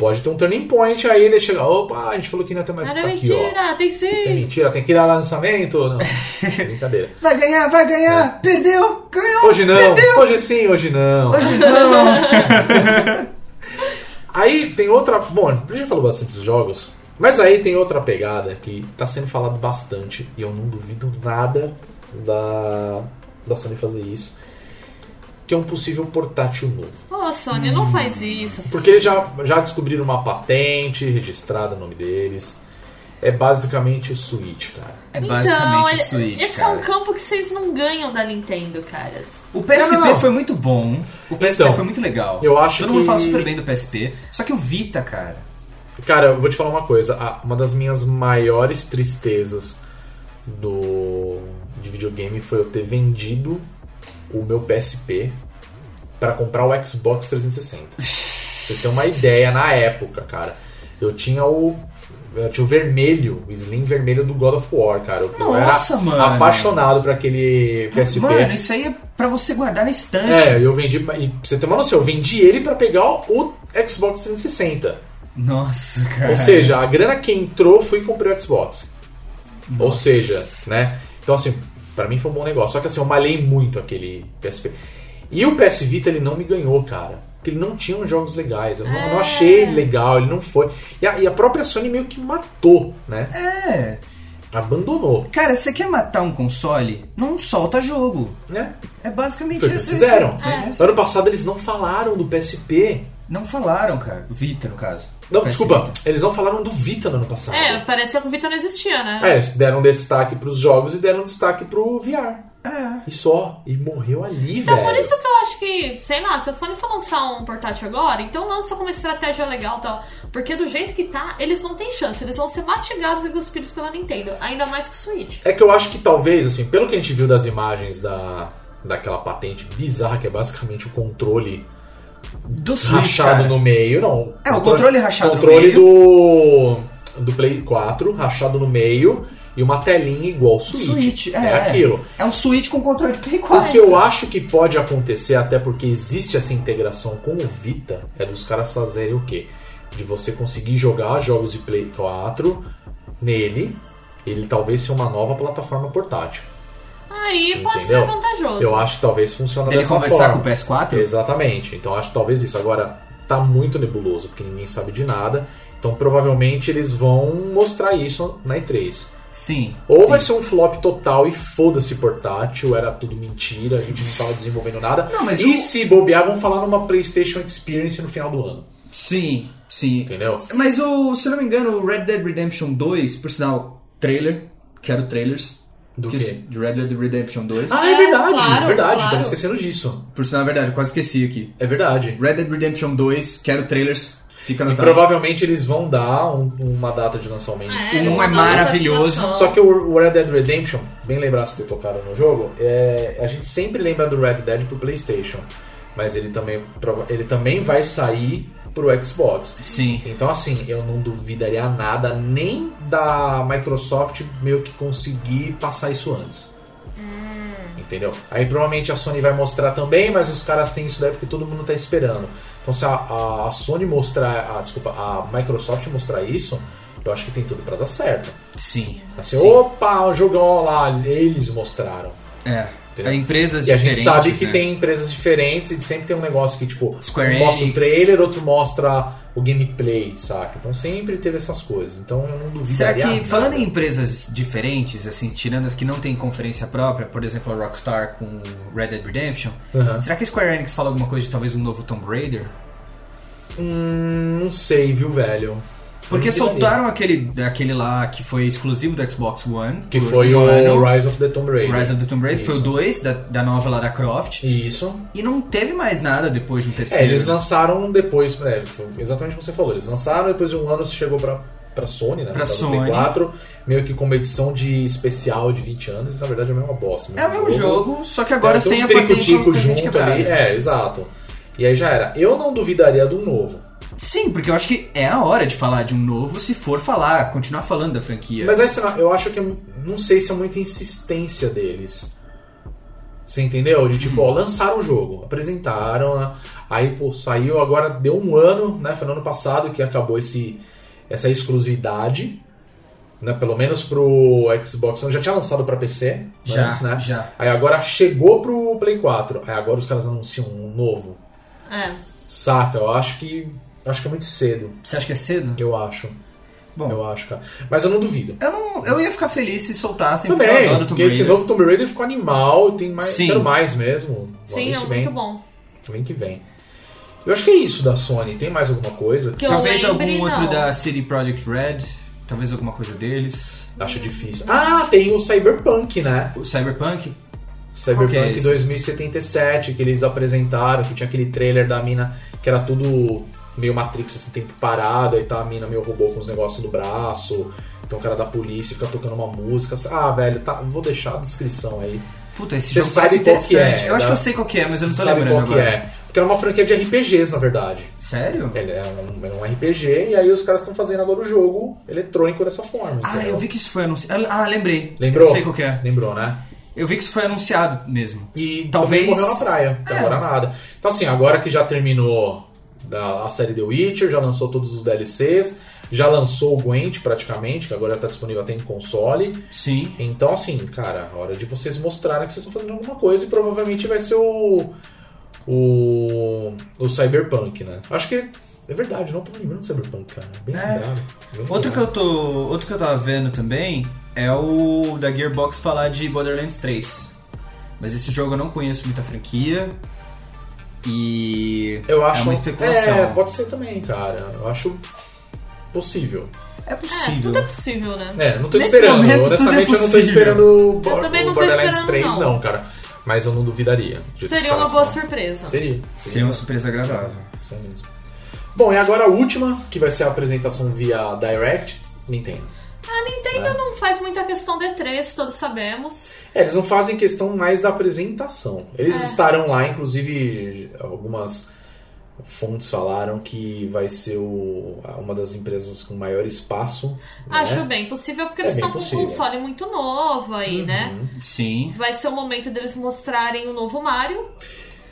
Pode ter um turning point aí, ele chega. Opa, a gente falou que não ia ter mais
Era
tá aqui, ó.
é mentira, tem
É
sim.
mentira, tem que dar lançamento. Não, é brincadeira.
Vai ganhar, vai
É.
ganhar! Perdeu! Ganhou!
Hoje não, hoje sim, hoje não.
Hoje não!
*laughs* Aí tem outra. Bom, a gente já falou bastante dos jogos. Mas aí tem outra pegada que tá sendo falado bastante. E eu não duvido nada da, da Sony fazer isso. Que é um possível portátil novo.
Ô, Sony, não faz isso.
Porque eles já, já descobriram uma patente registrada no nome deles. É basicamente o Switch, cara.
é
então,
basicamente
ele-
o Switch,
esse
cara.
é um campo que vocês não ganham da Nintendo, caras.
O PSP
Não, não, não.
foi muito bom. O PSP
Então,
foi muito legal.
eu acho
Todo mundo
que-
fala super bem do PSP. Só que o Vita, cara.
Cara, eu vou te falar uma coisa. a- Uma das minhas maiores tristezas do de videogame foi eu ter vendido o meu PSP pra comprar o Xbox 360. Pra Você tem uma ideia na época, cara. Eu tinha o eu tinha o vermelho, o slim vermelho do God of War, cara. Eu, eu
Nossa,
era
mano.
apaixonado por aquele PSP.
Mano, isso aí é pra você guardar na estante.
É, eu vendi. E pra você ter uma noção, eu vendi ele pra pegar o Xbox 360.
Nossa, cara.
Ou seja, a grana que entrou foi e comprei o Xbox. Ou
Nossa.
seja, né? Então, assim, pra mim foi um bom negócio. Só que assim, eu malhei muito aquele PSP. E o PS Vita, ele não me ganhou, cara. Porque ele não tinha uns jogos legais. Eu não, eu não achei
É.
ele legal, ele não foi. E a, e a própria Sony meio que matou, né?
É.
Abandonou,
Cara, você quer matar um console? Não solta jogo.
né?
É basicamente
Foi o que
isso.
fizeram.
Foi
É.
isso. é.
Ano passado eles não falaram do PSP.
Não falaram, cara. O Vita, no caso.
Não,
O PS
desculpa,
Vita.
eles não falaram do Vita no ano passado.
É, parecia que o Vitor não existia, né?
É, eles deram destaque pros jogos e deram destaque pro VR.
É.
E só. E morreu ali,
Então,
velho.
por isso que eu acho que, sei lá, se a Sony for lançar um portátil agora, então lança com uma estratégia legal e tal. Porque do jeito que tá, eles não têm chance. Eles vão ser mastigados e cuspidos pela Nintendo. Ainda mais que o Switch.
É que eu acho que talvez, assim, pelo que a gente viu das imagens da, daquela patente bizarra, que é basicamente o controle
Do Switch,
rachado
cara.
no meio, não.
É, o controle rachado no
controle
meio.
do, do Play 4, rachado no meio, e uma telinha igual ao Switch.
Switch, é.
aquilo.
É um Switch com controle de Play
O
4.
que eu acho que pode acontecer, até porque existe essa integração com o Vita, é dos caras fazerem o quê? De você conseguir jogar jogos de Play 4 nele, ele talvez seja uma nova plataforma portátil.
Aí pode
Entendeu?
ser vantajoso.
Eu acho que talvez funciona
Dele
dessa
conversar
forma.
com o PS4?
Exatamente. Então acho que talvez isso. Agora, tá muito nebuloso, porque ninguém sabe de nada. Então provavelmente eles vão mostrar isso na E3.
Sim.
Ou
sim.
vai ser um flop total e foda-se portátil, era tudo mentira, a gente não tava desenvolvendo nada.
Não, mas
e
o-
se bobear, vão falar numa PlayStation Experience no final do ano,
Sim, sim.
entendeu?
Mas o, se eu não me engano, o Red Dead Redemption 2, por sinal, trailer, quero trailers.
Do
que-
quê?
De Red Dead Redemption 2.
Ah, é verdade,
claro,
é verdade,
claro.
tava esquecendo disso.
Por sinal, é verdade, eu quase esqueci aqui.
É verdade.
Red Dead Redemption 2, quero trailers, fica
E
anotado.
provavelmente eles vão dar um- uma data de lançamento.
É, então. eles
Um
vão
é
dar
maravilhoso,
satisfação.
Só que o Red Dead Redemption, bem lembrar se ter tocado no jogo, é, a gente sempre lembra do Red Dead pro PlayStation, mas ele também, prova- ele também vai sair pro Xbox.
Sim.
Então, assim, eu não duvidaria nada nem da Microsoft meio que conseguir passar isso antes. Entendeu? Aí provavelmente a Sony vai mostrar também, mas os caras têm isso daí porque todo mundo tá esperando. Então, se a, a- a Sony mostrar, a, desculpa, a Microsoft mostrar isso, eu acho que tem tudo pra dar certo.
Sim.
Assim,
sim.
opa, o jogão ó lá, eles mostraram.
É.
Entendeu?
É, Empresas
E a gente
diferentes.
sabe que
né?
tem empresas diferentes e sempre tem um negócio que, tipo,
Square
um mostra o
Enix.
trailer, outro mostra o gameplay, saca? Então sempre teve essas coisas. Então eu não duvido.
Será que, falando em empresas diferentes, assim, tirando as que não têm conferência própria, por exemplo, a Rockstar com Red Dead Redemption,
Uhum.
será que a Square Enix fala alguma coisa de talvez um novo Tomb Raider?
Hum, não sei, viu, velho?
Porque
Não duvidaria.
soltaram aquele, aquele lá que foi exclusivo do Xbox One.
Que
por
foi
um
o
ano.
Rise of the Tomb Raider.
Rise of the Tomb Raider, foi o
Isso.
2 da, da nova Lara Croft.
Isso.
E não teve mais nada depois de um
É,
terceiro.
eles lançaram depois, é, foi exatamente como você falou, eles lançaram, depois de um ano você chegou pra pra Sony, né?
Pra
Tava no
Sony.
Play 4, meio que com uma edição de especial de 20 anos, e na verdade é a mesma bosta.
É o mesmo jogo, só que agora
é, tem
sem a
uns
patente
perico-tico
com a gente
junto ali.
quebrada.
É, exato. E aí já era. Eu não duvidaria do novo.
Sim, porque eu acho que é a hora de falar de um novo se for falar, continuar falando da franquia.
Mas aí, sei lá, eu acho que não sei se é muita insistência deles. Você entendeu? De tipo,
Uhum.
ó, lançaram o jogo, apresentaram, né? aí pô, saiu, agora deu um ano, né? Foi no ano passado que acabou esse, essa exclusividade, né? Pelo menos pro Xbox One. Já tinha lançado pra PC
já,
antes, né?
já.
Aí agora chegou pro Play 4. Aí agora os caras anunciam um novo.
É.
Saca? Eu acho que. Acho que é muito cedo.
Você acha que é cedo?
Eu acho.
Bom.
Eu acho, cara. Mas eu não duvido.
Eu não, eu ia ficar feliz se soltassem,
Também,
porque eu adoro Tomb
porque esse
Raider.
novo Tomb Raider ficou animal, tem mais,
Sim.
quero mais mesmo.
Sim,
Ano
é
que
muito
vem,
bom.
Ano que vem. Eu acho que é isso da Sony. Tem mais alguma coisa?
Que eu
Talvez
lembre,
algum
não.
outro da City Project Red, talvez alguma coisa deles.
Acho difícil. Ah, tem o Cyberpunk, né?
O Cyberpunk?
Cyberpunk
Qual que é esse?
2077, que eles apresentaram, que tinha aquele trailer da mina que era tudo meio Matrix, assim, tempo parado, aí tá a mina meio robô com os negócios no braço, tem um cara da polícia fica tocando uma música. Ah, velho, tá, vou deixar a descrição aí.
Puta, esse
Você
jogo parece
sabe qual que
interessante.
é,
eu acho
né?
que eu sei qual que é, mas eu não tô
Sabe
lembrando
qual que
agora.
é? Porque era uma franquia de RPGs, na verdade.
Sério?
Ele é um, é um RPG e aí os caras estão fazendo agora o jogo eletrônico dessa forma.
Ah,
entendeu?
eu vi que isso foi anunciado. Ah, lembrei.
é? Lembrou?
Eu sei qual que é.
Lembrou, né?
Eu vi que isso foi anunciado mesmo.
E
Talvez-
talvez morreu na praia, até
É.
agora nada. Então assim, agora que já terminou da- a série The Witcher, já lançou todos os DLCs, já lançou o Gwent praticamente, que agora tá disponível até em console.
Sim.
Então assim, cara, hora de vocês mostrarem que vocês estão fazendo alguma coisa e provavelmente vai ser o o, o Cyberpunk, né? Acho que é verdade, não tô me lembrando do Cyberpunk, cara. Bem
É.
lembrado, bem
Outro
lembrado.
que eu tô. Outro que eu tava vendo também é o da Gearbox falar de Borderlands 3. Mas esse jogo eu não conheço muita franquia. E.
Eu acho.
É uma especulação.
É, pode ser também, cara. Eu acho possível.
É
É,
possível.
tudo é possível, né?
É, não tô
Nesse
esperando.
momento, tudo é
Honestamente, eu não tô
possível.
esperando o, Bo-
Eu também não
o
tô
Borderlands
esperando,
3,
não.
não. cara. Mas eu não duvidaria. do jeito que
Seria
os
uma
caras
boa
são.
surpresa.
Seria.
Seria é uma surpresa agradável.
Seria mesmo. Bom, e agora a última, que vai ser a apresentação via Direct, Nintendo.
A Nintendo não faz muita questão de E3, todos sabemos.
É, eles não fazem questão mais da apresentação.
É.
Eles estarão lá, inclusive, algumas fontes falaram que vai ser o- uma das empresas com maior espaço. né?
Acho bem possível, porque
É
eles
bem
estão com um
possível.
console muito novo aí, né?
Uhum.
Sim.
Vai ser o momento deles mostrarem o novo Mario,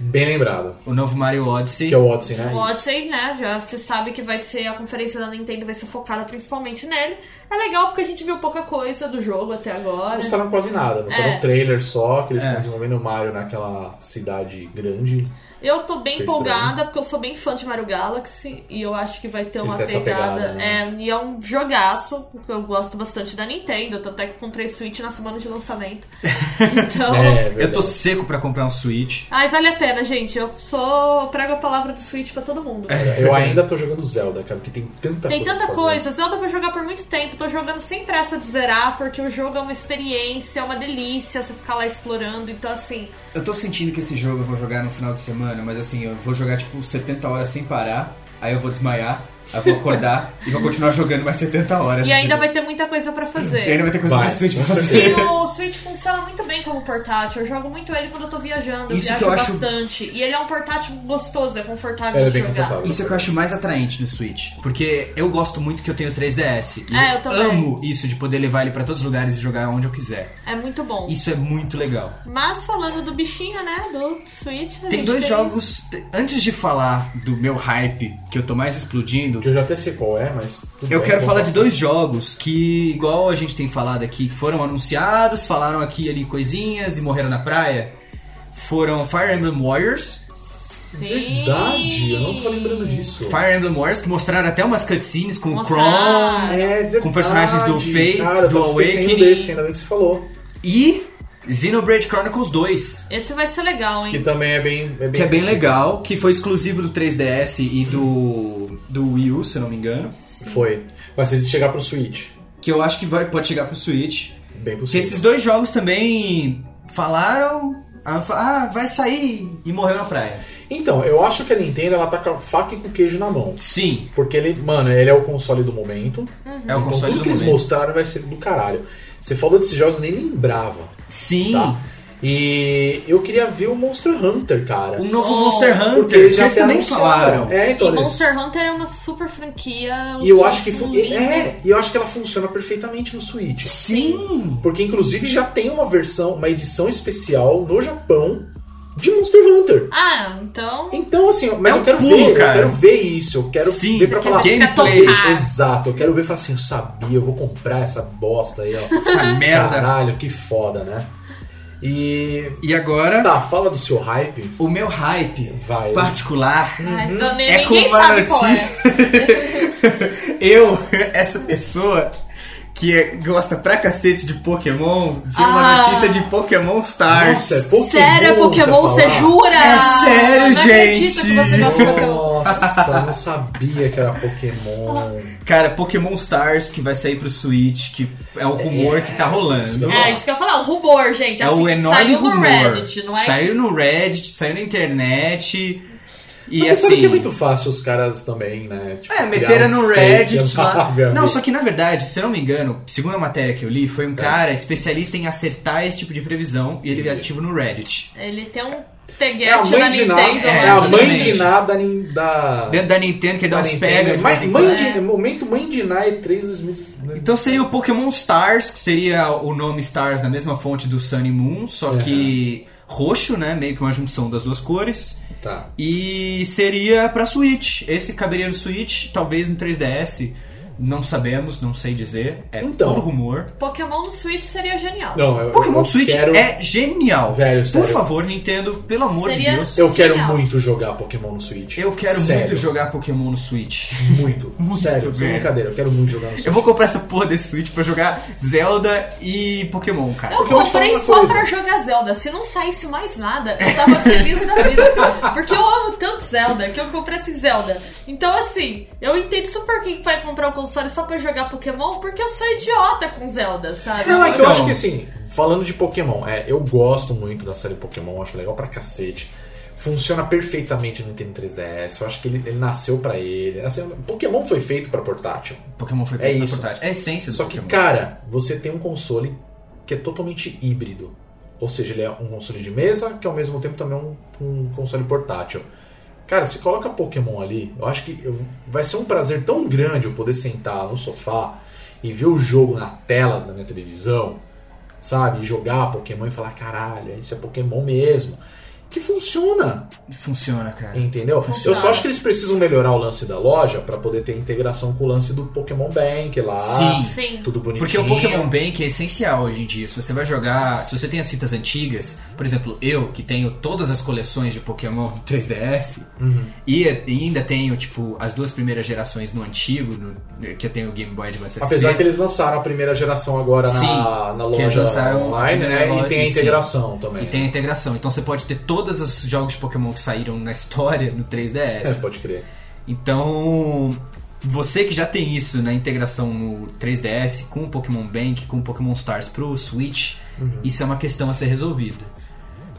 Bem lembrado.
O novo Mario Odyssey.
Que é o Odyssey, né?
o
Isso.
Odyssey, né? Já se sabe que vai ser a conferência da Nintendo, vai ser focada principalmente nele. É legal porque a gente viu pouca coisa do jogo até
Não
agora.
mostraram quase nada, mostraram
É.
um trailer só, que eles
É.
estão desenvolvendo o Mario naquela cidade grande.
Eu tô bem
Foi
empolgada, porque eu sou bem fã de Mario Galaxy e eu acho que vai ter
Ele
uma
tem essa
pegada.
pegada, né?
é, e é um jogaço, porque eu gosto bastante da Nintendo, tanto é que eu comprei Switch na semana de lançamento.
*laughs*
Então.
É.
eu tô
verdade.
seco pra comprar um Switch.
Ai, vale a pena, gente. Eu sou. prego a palavra do Switch pra todo mundo.
Eu ainda tô jogando Zelda, cara, porque tem tanta
Tem
coisa.
tanta
pra fazer.
coisa, Zelda eu vou jogar por muito tempo, tô jogando sem pressa de zerar, porque o jogo é uma experiência, é uma delícia você ficar lá explorando, então assim,
Eu tô sentindo que esse jogo eu vou jogar no final de semana, mas assim, eu vou jogar tipo 70 horas sem parar, aí eu vou desmaiar, aí eu vou acordar e vou continuar jogando mais 70
É
horas.
e ainda
entendeu?
vai ter muita coisa pra
E ainda
fazer.
vai ter coisa
Vai,
bastante pra
com
fazer.
E o Switch funciona muito bem como portátil. Eu jogo muito ele quando eu tô viajando, eu
Isso
viajo
que eu acho-
bastante. E ele é um portátil gostoso, é confortável
Ela é
de
bem
jogar.
confortável.
Isso é o que eu acho mais atraente no Switch. Porque eu gosto muito que eu tenho 3DS. E
É, eu também.
amo isso de poder levar ele pra todos os lugares e jogar onde eu quiser.
É muito bom.
Isso é muito legal.
Mas falando do bichinho, né? Do Switch. a
Tem
gente
dois jogos. te- Antes de falar do meu hype, que eu tô mais explodindo,
Que eu já até sei qual é, mas. tudo
eu
bem,
quero
vamos
falar de
passar.
dois jogos que, igual a gente tem falado aqui, que foram anunciados, falaram aqui e ali coisinhas e morreram na praia. Foram Fire Emblem Warriors.
Sim.
é Verdade, eu não tô lembrando disso.
Fire Emblem Warriors, que mostraram até umas cutscenes com o Kron.
Mostraram.
É verdade.
Com personagens do Fate,
cara, eu
do
tava esquecendo
Awakening.
Desse, ainda bem que você falou.
E Xenoblade Chronicles 2,
Esse vai ser legal, hein?
Que também é bem. É bem
que é bem legal, que foi exclusivo do 3DS e do, do Wii U, se eu não me engano.
Foi. Mas se eles chegar pro Switch,
Que eu acho que vai, pode chegar pro Switch.
bem
Porque
possível.
esses dois jogos também falaram. Ah, fa- ah, vai sair e morreu na praia.
Então, eu acho que a Nintendo ela tá com a faca e com o queijo na mão.
Sim,
Porque ele, mano, ele é o console do momento.
é o
Então
console
tudo
do
que eles
momento.
mostraram vai ser do caralho. Você falou desses jogos, eu nem lembrava.
Sim,
Tá? E eu queria ver o Monster Hunter, cara.
o novo
Oh,
Monster Hunter,
Porque
que eles
até
também
anunciaram.
falaram.
É, então,
e
eles-
Monster Hunter é uma super franquia.
um
E eu acho que fu-
zumbi, né?
é, e eu acho que ela funciona perfeitamente no Switch.
Sim,
Porque inclusive já tem uma versão, uma edição especial no Japão de Monster Hunter.
Ah, então.
Então assim, mas
É um
eu quero
pulo,
ver,
cara.
eu quero ver isso, eu quero
Sim.
ver pra
Você
falar.
quer ver
gameplay,
tocar.
Exato, eu quero ver e falar assim, eu sabia, eu vou comprar essa bosta aí, ó.
*laughs* essa merda.
Caralho, que foda, né? E
E agora,
tá, fala do seu hype,
o meu hype
vai.
particular
Ai,
Uhum.
então nem-
é
ninguém
com
sabe qual é.
*laughs* Eu, essa pessoa que é- gosta pra cacete de Pokémon, viu uma
Ah.
notícia de Pokémon Stars.
Nossa, é Pokémon,
Sério, é Pokémon, você
você falar?
jura?
É sério,
Eu não
gente.
acredito que você gosta de Pokémon.
Nossa, não sabia que era Pokémon.
Cara, Pokémon Stars que vai sair pro Switch, que é o rumor que tá rolando.
É, isso que eu ia falar, o rubor, gente.
É
assim,
o enorme
Saiu
rumor.
no Reddit, não é?
Saiu no Reddit, saiu na internet. *laughs* E
Mas você
assim.
sabe que é muito fácil os caras também, né? Tipo,
É,
criar
meteram
um
no
fake,
Reddit
um *laughs*
lá.
sabe?
Não, só que na verdade, se eu não me engano, segundo a matéria que eu li,
É.
foi um cara especialista em acertar esse tipo de previsão e ele é
Entendi.
ativo no Reddit.
Ele tem um
É a
peguete da
mãe de nada,
Nintendo
é
lá. assim.
a
né?
mãe
Exatamente.
de nada nin- da...
Dentro da Nintendo, que dá
da
uns
Nintendo.
pega. de
Mas
vez em
mãe
quando.
de, momento mãe de nada é 3 2019.
Então seria o Pokémon Stars, que seria o nome Stars na mesma fonte do Sun e Moon, só
Uhum.
que roxo, né? Meio que uma junção das duas cores.
Tá.
E seria pra Switch. Esse caberia no Switch, talvez no 3DS. Não sabemos, não sei dizer. É
Então.
todo rumor.
Pokémon no Switch seria genial.
Não, eu,
Pokémon
eu
Switch
quero,
é genial.
Velho,
Por
sério.
favor, Nintendo, pelo amor de
Seria-
Deus.
Eu quero
Genial.
muito jogar Pokémon no Switch.
Eu quero
Sério.
muito jogar Pokémon no Switch.
Muito.
Muito,
Sério, sem
velho.
brincadeira. Eu quero muito jogar no Switch.
Eu vou comprar essa porra desse Switch pra jogar Zelda e Pokémon, cara.
Eu
Porque eu vou te falar
comprei
uma
só
coisa.
pra jogar Zelda. Se não saísse mais nada, eu tava feliz da
*laughs*
vida. Porque eu amo tanto Zelda que eu comprei esse Zelda. Então, assim, eu entendo super quem vai comprar um console só pra jogar Pokémon, porque eu sou idiota com Zelda, sabe?
Não, é que eu
Então.
acho que assim, falando de Pokémon, é, eu gosto muito da série Pokémon, acho legal pra cacete. Funciona perfeitamente no Nintendo 3DS, eu acho que ele, ele nasceu pra ele. Assim, Pokémon foi feito pra portátil.
Pokémon foi
É
feito na
isso.
portátil. É a essência do
Só que,
Pokémon.
cara, você tem um console que é totalmente híbrido. Ou seja, ele é um console de mesa, que ao mesmo tempo também é um, um console portátil. Cara, se coloca Pokémon ali, eu acho que eu- vai ser um prazer tão grande eu poder sentar no sofá e ver o jogo na tela da minha televisão, sabe? E jogar Pokémon e falar, caralho, isso é Pokémon mesmo. Que funciona.
Funciona, cara.
Entendeu?
Funciona.
Eu só acho que eles precisam melhorar o lance da loja pra poder ter integração com o lance do Pokémon Bank lá.
Sim.
Sim.
Tudo bonitinho.
Porque o Pokémon Bank é essencial hoje em dia. Se você vai jogar, se você tem as fitas antigas, por exemplo, eu que tenho todas as coleções de Pokémon *laughs* 3DS
Uhum.
e, e ainda tenho tipo as duas primeiras gerações no antigo, no- que eu tenho o Game Boy Advance SP.
Apesar que eles lançaram a primeira geração agora
Sim,
na, na
que eles
loja
lançaram
online,
a primeira
né?
loja,
e tem a
sim.
integração também.
E
né?
tem a integração. Então você pode ter todos os jogos de Pokémon que saíram na história no
É,
3DS.
pode crer.
Então, você que já tem isso na integração no 3DS com o Pokémon Bank, com o Pokémon Stars pro Switch,
Uhum.
isso é uma questão a ser resolvida.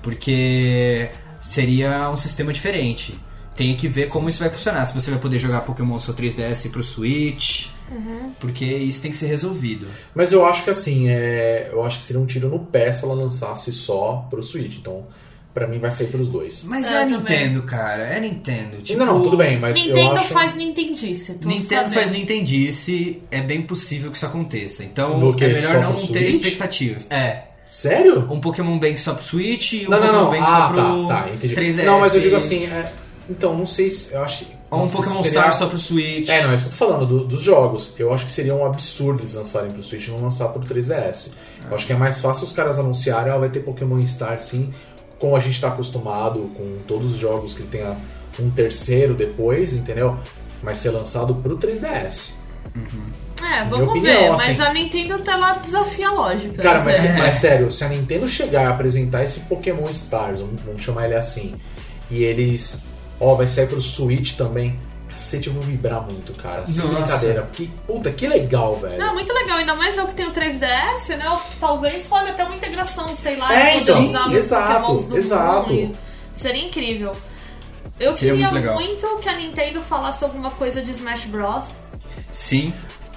Porque seria um sistema diferente. Tem que ver como isso vai funcionar. Se você vai poder jogar Pokémon no seu 3DS pro Switch.
Uhum.
Porque isso tem que ser resolvido.
Mas eu acho que assim, é... eu acho que seria um tiro no pé se ela lançasse só pro Switch. Então, pra mim vai sair pros dois.
Mas
É,
é, a
também.
Nintendo, cara. É a Nintendo. Tipo,
Não, não, tudo bem, mas eu
Nintendo
acho...
faz Nintendice. tu
Nintendo
sabe.
faz Nintendice, é bem possível que isso aconteça. Então
Do que?
é
Só
melhor não
pro
ter
Switch?
expectativas. É.
Sério?
Um Pokémon Bank só pro Switch e um
não, não,
Pokémon
não.
Bank
Ah,
só pro
tá, tá, entendi.
3DS.
Não, mas eu digo assim, é, então, não sei se... Eu acho...
Ou
não
um
sei se
Pokémon
seria-
Star só pro Switch.
É, não, é isso que eu tô falando, do- dos jogos. Eu acho que seria um absurdo eles lançarem pro Switch e não lançar pro 3DS. Eu acho que é mais fácil os caras anunciarem, ó, vai ter Pokémon Star sim, como a gente tá acostumado com todos os jogos que tenha um terceiro depois, entendeu? Mas ser lançado pro 3DS.
É,
minha
vamos
opinião,
ver.
assim.
Mas a Nintendo tá lá desafia a lógica.
Cara, mas,
né?
mas sério, se a Nintendo chegar a apresentar esse Pokémon Stars, vamos, vamos chamar ele assim, e eles, ó, vai sair pro Switch também. Cacete, eu vou vibrar muito, cara. Sem
Nossa.
brincadeira. Porque, puta, que legal, velho.
Não, muito legal, ainda mais eu que tenho 3DS, né? Eu, talvez role até uma integração, sei lá,
É,
eu
então,
poder usar meus
exato,
Pokémons do
exato.
mundo. Seria incrível.
Eu
Seria
queria
muito legal.
muito que a Nintendo falasse alguma coisa de Smash Bros.
Sim,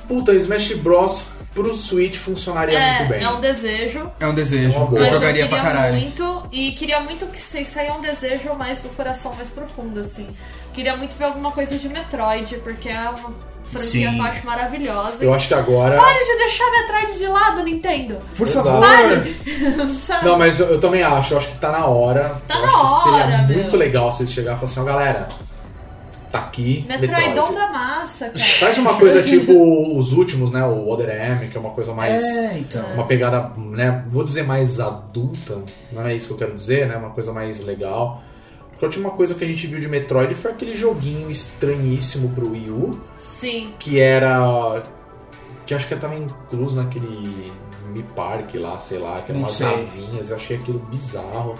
Puta, Smash Bros pro Switch funcionaria muito
É,
bem.
é um desejo.
é um desejo.
É uma boa.
Eu
Mas
jogaria
eu
pra
queria
caralho.
muito e queria muito que isso isso aí é um desejo mais do coração mais profundo, assim. Queria muito ver alguma coisa de Metroid, porque é uma franquia
Sim.
que eu acho maravilhosa.
Eu acho que agora.
Pare de deixar Metroid de lado, Nintendo! *laughs*
Por
Exato.
favor.
Vale.
Sabe?
Não, mas eu, eu também acho, eu acho que tá na hora.
Tá
Eu
na
acho que seria
hora,
muito
meu.
legal se eles chegarem e falar assim, ó, galera, tá aqui.
Metroidão
Metroid.
da massa, cara.
Faz uma coisa tipo os últimos, né? O Other M, que é uma coisa mais.
É, então.
Uma pegada, né? Vou dizer mais adulta, não é isso que eu quero dizer, né? Uma coisa mais legal. Porque a última coisa que a gente viu de Metroid foi aquele joguinho estranhíssimo pro Wii U,
Sim.
que era. que acho que tava incluso naquele Mi Park lá, sei lá, que eram
Não
umas
sei.
navinhas, eu achei aquilo bizarro.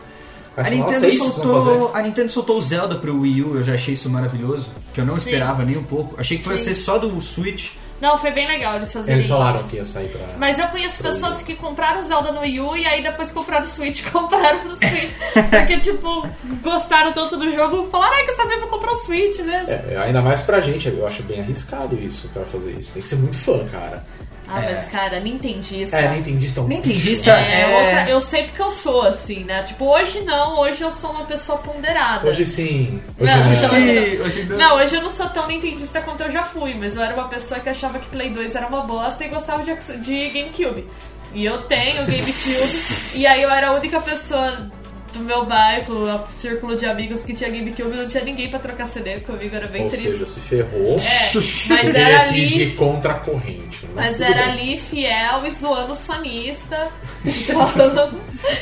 A
Mas, nossa,
Nintendo,
é isso que vocês vão fazer?
soltou, a Nintendo soltou o Zelda pro Wii U, eu já achei isso maravilhoso, que eu não
Sim.
esperava nem um pouco. Achei que foi
Sim.
ser só do Switch.
Não, foi bem legal eles fazerem
Eles falaram
isso.
que ia sair pra.
Mas eu conheço pessoas que compraram Zelda no Wii U e aí depois compraram o Switch *laughs* compraram pro Switch. Porque, tipo, gostaram tanto do jogo falaram, ai, quer saber, vou comprar o Switch mesmo.
É, ainda mais pra gente, eu acho bem arriscado isso, pra fazer isso. Tem que ser muito fã, cara.
Ah, mas cara, Nintendista.
É, Nintendista é um
Nintendista
bicho, né?
É,
É.
outra- eu sei porque eu sou assim, né? Tipo, hoje não, hoje eu sou uma pessoa ponderada.
Hoje sim. Hoje
Não,
não.
então-
Sim, hoje não.
Não, hoje eu não sou tão nintendista quanto eu já fui, mas eu era uma pessoa que achava que Play 2 era uma bosta e gostava de, de GameCube. E eu
*laughs*
tenho GameCube, e aí eu era a única pessoa do meu bairro, a- círculo de amigos que tinha GameCube, não tinha ninguém pra trocar CD comigo, era bem
Ou
triste.
seja, se ferrou.
É, mas
Veio
era
aqui
ali-
de contra a corrente. Mas,
Mas
tudo
era
bem.
ali fiel e zoando sonista.
*laughs*
Então,
Ou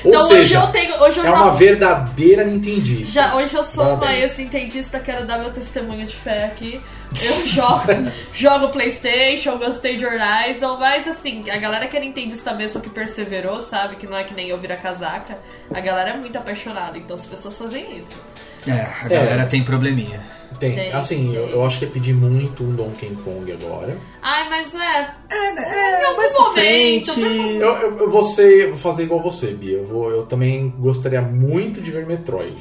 então hoje
seja,
eu tenho. Hoje eu
É
já-
uma verdadeira Nintendista.
Já, hoje eu sou uma
Parabéns.
ex-nintendista, quero dar meu testemunho de fé aqui. Eu *laughs* jogo, jogo Playstation, gostei de Horizon, mas assim, a galera que é nintendista mesmo, que perseverou, sabe? Que não é que nem eu virar casaca, a galera é muito apaixonada, então as pessoas fazem isso.
É, a galera tem probleminha.
Tem.
Tem,
assim,
tem.
Eu, eu acho que é pedir muito um Donkey Kong agora.
Ai, mas né,
É,
algum
mais pra
momento,
frente.
Eu, eu, eu vou, ser- vou fazer igual você, Bia. Eu, vou- eu também gostaria muito de ver Metroid.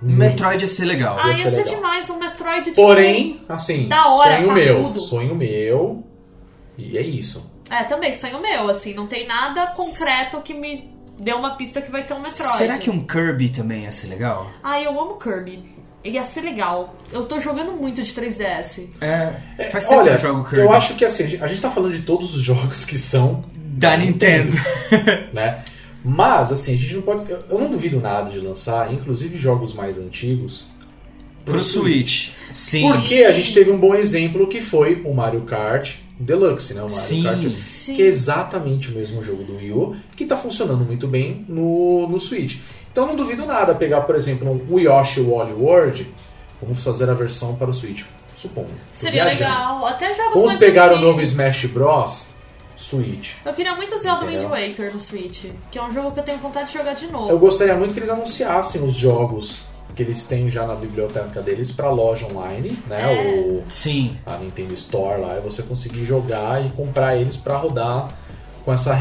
Muito.
Metroid ia ser legal.
ai,
ser
ia ser
legal.
demais um Metroid tipo,
Porém, assim,
Da hora,
sonho
pra
meu.
tudo.
Sonho meu. E é isso.
É, também sonho meu, assim, não tem nada concreto que me dê uma pista que vai ter um Metroid.
Será que um Kirby também ia ser legal?
Ai, eu amo Kirby. Ia ser legal. Eu tô jogando muito de 3DS.
É, faz tempo
Olha,
que eu jogo Kirby.
eu acho que assim, a gente tá falando de todos os *laughs* jogos que são
Da Nintendo.
né? Mas, assim, a gente não pode. Eu eu não duvido nada de lançar, inclusive jogos mais antigos.
Pro Switch. Sim.
Porque a gente teve um bom exemplo que foi o Mario Kart Deluxe, né? O Mario
Sim.
Kart,
Sim.
que é exatamente o mesmo jogo do Wii U, que tá funcionando muito bem no, no Switch. Então não duvido nada pegar, por exemplo, o Yoshi Wally World, vamos fazer a versão para o Switch, supondo. Tô
Seria
viajando.
legal. assim. Até jogos
Vamos
mais
pegar o
antigos.
novo Smash Bros. Switch.
Eu queria muito Zelda Wind
Entendeu?
Waker no Switch, que é um jogo que eu tenho vontade de jogar de
Eu
novo.
gostaria muito que eles anunciassem os jogos que eles têm já na biblioteca deles pra loja online, né?
É.
O,
Sim.
a Nintendo Tá? Store lá, e você conseguir jogar e comprar eles pra rodar com essa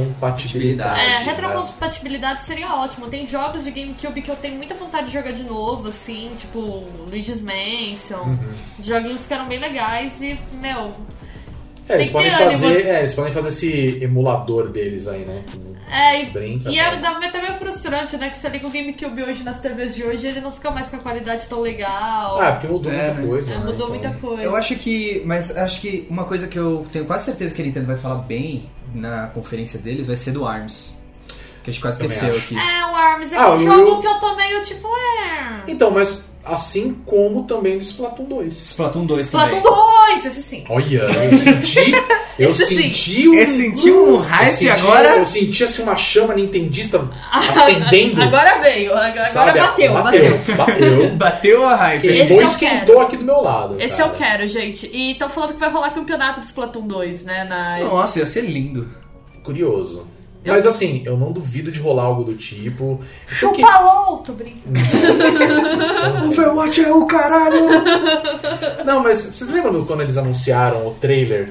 retrocompatibilidade.
É,
né?
retrocompatibilidade seria ótimo. Tem jogos de GameCube que eu tenho muita vontade de jogar de novo, assim, tipo Luigi's Mansion.
Uhum.
Joguinhos que eram bem legais e, meu,
É, eles
que
podem
ter ânimo.
fazer, é, eles podem fazer esse emulador deles aí, né? Que
É, e,
Brinca, né?
e
cara.
é também até meio frustrante, né? Que você liga o GameCube hoje nas TVs de hoje, ele não fica mais com a qualidade tão legal.
Ah, porque mudou
É,
muita
né?
coisa.
É,
né?
mudou
Então,
muita coisa.
Eu acho que. Mas acho que uma coisa que eu tenho quase certeza que a Nintendo vai falar bem na conferência deles vai ser do ARMS. Que a gente quase
Também
esqueceu
acho.
aqui.
É, o ARMS é
Ah,
um
o-
jogo que eu tô meio tipo, é.
Então, mas assim como também do Splatoon 2.
Splatoon 2
Splatoon
também.
2, esse sim.
Olha, eu
*laughs*
senti. Eu
Esse sim.
senti um.
Eu senti um hype
Eu senti-
agora.
Eu senti assim uma chama
*laughs*
nintendista acendendo.
Agora veio, agora
sabe?
bateu, bateu.
Bateu, bateu.
*laughs* Bateu a hype.
Esse
Queimou,
eu
esquentou aqui do meu lado.
Esse
cara.
eu quero, gente. E estão falando que vai rolar campeonato de Splatoon 2, né? Na...
Nossa, ia ser lindo.
Curioso. Mas assim, eu não duvido de rolar algo do tipo. Então, que-
Chupa outro, brinca.
Overwatch é o caralho!
Não, mas vocês lembram do- quando eles anunciaram o trailer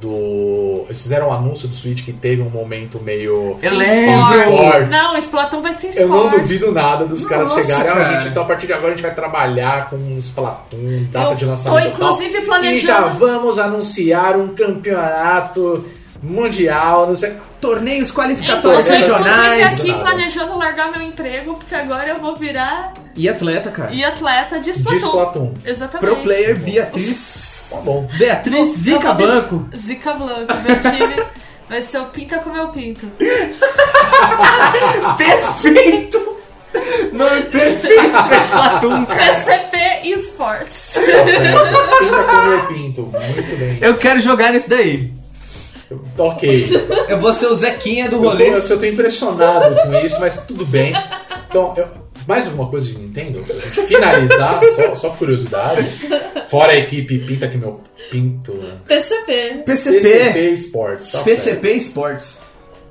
do. Eles fizeram um anúncio do Switch que teve um momento meio.
Eu
Esportes.
Não, esse Platão vai ser
Eu
esporte.
não duvido nada dos caras
Nossa,
chegarem. Ah,
cara.
gente, então a partir de agora a gente vai trabalhar com um Splatoon, data
Eu
de lançamento.
tô, inclusive,
e tal.
planejando-
E já vamos anunciar um campeonato mundial, não sei.
*laughs* Torneios
Eu
Tô
tô,
qualificatórios
inclusive,
regionais.
aqui
nada.
planejando largar meu emprego, porque agora eu vou virar
E atleta, cara.
e atleta de
De
Splatoon.
Splatoon.
Exatamente.
Pro player Beatriz.
Tá bom.
Beatriz Zica
Eu vou-
Banco.
Zica Blanco. Meu time vai ser o Pinta como eu pinto.
*laughs* Perfeito! Nome perfeito pra Splatoon, cara.
PCP Esports.
Tá certo. Pinta como eu pinto. Muito bem.
Eu quero jogar nesse daí.
*laughs* Ok.
Eu vou ser o Zequinha do
Eu tô,
rolê.
eu eu tô impressionado com isso, mas tudo bem. Então, eu- mais alguma coisa de Nintendo? Pra gente finalizar, só, só curiosidade. Fora a equipe Pinta que meu pinto. né?
PCP.
PCP.
Sports. Tá certo.
PCP Esportes.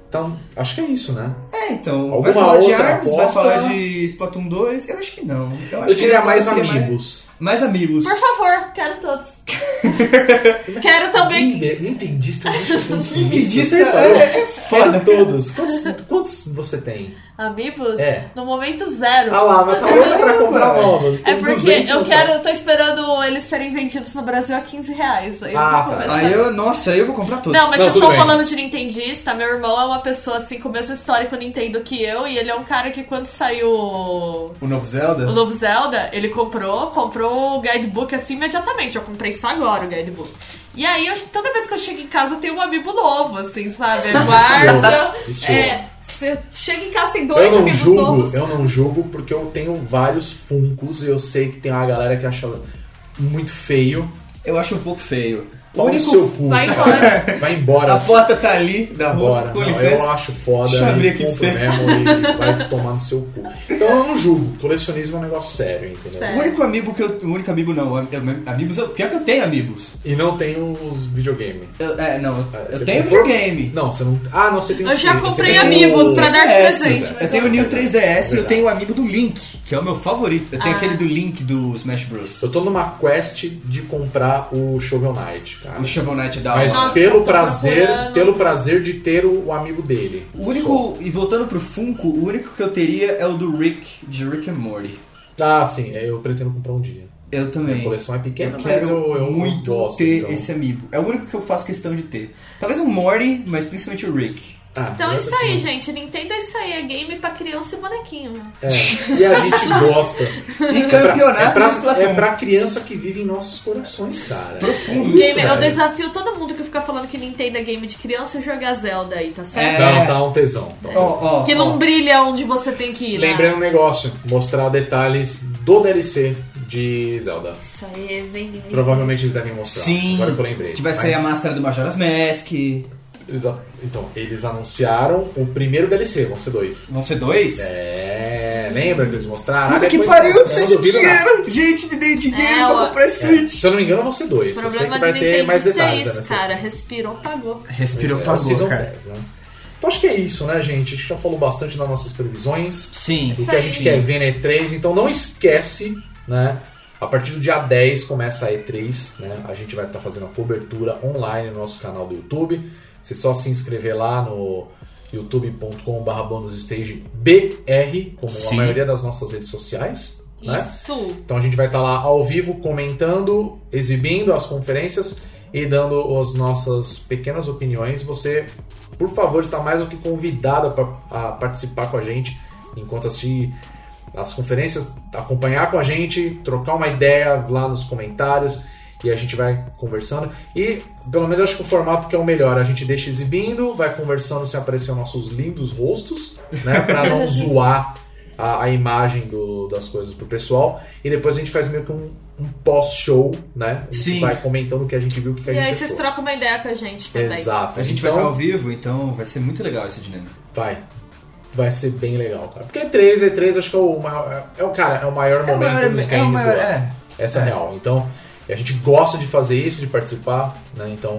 Então, acho que é isso, né?
É, então.
Alguma
vai falar de
outra
Arms, vai
aposta?
falar de Splatoon 2? Eu acho que não. Eu, acho
eu diria
que
mais
seria
amigos.
Mais, mais amigos.
Por favor, quero todos.
*laughs*
quero também.
Nintendo- Nintendista, gente, eu consigo.
Nintendista
Você falou,
é- é foda,
quero todos. Quantos, quantos você tem?
Amigos?
É.
No momento, zero.
Ah lá, mas tá louco pra comprar novos.
É
Tem
porque
200
eu
lançados.
quero, tô esperando eles serem vendidos no Brasil a 15 reais. Aí eu
Ah,
vou
tá.
começar.
Aí eu, nossa, aí eu vou comprar todos.
Não, mas
Não,
vocês
tudo
estão
bem.
falando de Nintendista. Meu irmão é uma pessoa assim com o mesmo histórico Nintendo que eu. E ele é um cara que quando saiu o
O novo Zelda?
novo Zelda, ele comprou, comprou o guidebook assim imediatamente. Eu comprei só agora o guidebook. E aí, eu- toda vez que eu chego em casa, tem um amigo novo, assim, sabe? Eu Guardo.
Isso.
é, você chega em casa, tem dois
Eu não
amigos
julgo,
novos.
eu não julgo porque eu tenho vários funcos e eu sei que tem uma galera que acha muito feio.
Eu acho um pouco feio. O
Pau no
único.
seu cu.
Vai
cara.
embora.
Vai embora.
A porta tá ali da
Vai
rua.
embora.
Com
Não,
licença.
eu acho foda.
Deixa eu abrir
e
aqui pra
compro
você.
mesmo e vai tomar no seu cu. Então eu não julgo. Colecionismo é um negócio sério, entendeu?
Sério.
O único amigo que eu. O único amigo não. am- am- Amigos, eu- pior que eu tenho amigos.
E não tem os videogame.
Eu- é, não.
É,
Eu
você
tenho
comprou?
videogame.
Não, você não. Ah, não, você tem
Eu
os
já
filhos, você
comprei
tem um-
amigos
o-
pra dar de
DS,
presente,
velho.
mas é.
Eu tenho o
eu-
New 3DS e eu
é, Verdade.
tenho o amigo do Link, que é o meu favorito. Eu tenho
Ah.
aquele do Link do Smash Bros.
Eu tô numa quest de comprar o Shovel Knight, cara.
O Shovel Knight é da
Mas
hora.
Nossa, eu
pelo
tô
prazer,
procurando.
pelo prazer de ter o, o amigo dele.
O único, e voltando pro Funko, o único que eu teria é o do Rick, de Rick and Morty.
Tá, sim, eu pretendo comprar um dia.
Eu
Minha
também.
coleção é pequena,
Eu
mas
quero
eu, eu
muito
gosto.
ter
então.
esse amigo. É o único que eu faço questão de ter. Talvez um Morty, mas principalmente o
*laughs*
Rick.
Ah,
Então é
eu-
isso aí, gente. Nintendo é isso aí. É game pra criança e bonequinho.
É, e a gente
*laughs*
gosta.
E
É pra-
campeonato
é pra,
do Splatoon.
é pra criança que vive em nossos corações, cara. É
Profundo isso,
Game, eu
velho.
desafio todo mundo que fica falando que Nintendo é game de criança a jogar Zelda aí, tá
É.
certo?
Não, tá um tesão.
É.
tá um
Ó,
tesão.
ó, ó.
Que não brilha onde você tem que ir. né?
Lembrando um negócio, mostrar detalhes do DLC de Zelda.
Isso aí, é vem. vem.
Provavelmente eles devem mostrar.
Sim,
Agora que eu lembrei.
que vai sair a
Mas
máscara do Majora's Mask.
eles a- Então, eles anunciaram o primeiro DLC, vão ser dois.
Vão ser dois?
É, lembra que eles mostraram?
Puta
Ah,
que
depois-
pariu,
eu
preciso
não
de
duvido nada.
dinheiro! Gente, me dei dinheiro
É,
pra
ó.
comprar esse
É,
Switch.
se eu não me engano, vão ser dois.
O
Eu sei que
problema
vai
de
ter
Nintendo
mais
é
detalhes. né,
isso,
nesse
cara. Respirou, pagou.
Respirou,
É, é o
pagou,
Season
cara.
Pass, né? Então acho que é isso, né, gente? A gente já falou bastante das nossas previsões,
Sim.
do que a gente
Sim.
quer ver na E3, então não esquece, né? A partir do dia 10 começa a E3, né? A gente vai estar fazendo a cobertura online no nosso canal do YouTube. Você só se inscrever lá no youtube.com.br bonusstage BR, como
Sim.
a maioria das nossas redes sociais. Né?
Isso.
Então a gente vai estar lá ao vivo comentando, exibindo as conferências e dando as nossas pequenas opiniões. Você, por favor, está mais do que convidado a par- a participar com a gente enquanto assistir as conferências, acompanhar com a gente, trocar uma ideia lá nos comentários e a gente vai conversando. E pelo menos acho que o formato que é o melhor, a gente deixa exibindo, vai conversando se aparecer nossos lindos rostos,
*laughs*
né, para não zoar a, a imagem do- das coisas pro pessoal. E depois a gente faz meio que um, um pós-show, né? A gente
Sim.
vai comentando o que a gente viu, o que, que a
E
gente
aí vocês
achou.
trocam uma ideia com a gente também.
Exato.
A gente vai estar ao vivo, então vai ser muito legal esse dinâmico.
Vai. Vai ser bem legal, cara. Porque E3, E3 acho que é o maior. É, o cara, é o maior momento dos games do ano.
é.
Essa é
É.
a real. Então, a gente gosta de fazer isso, de participar, né? Então,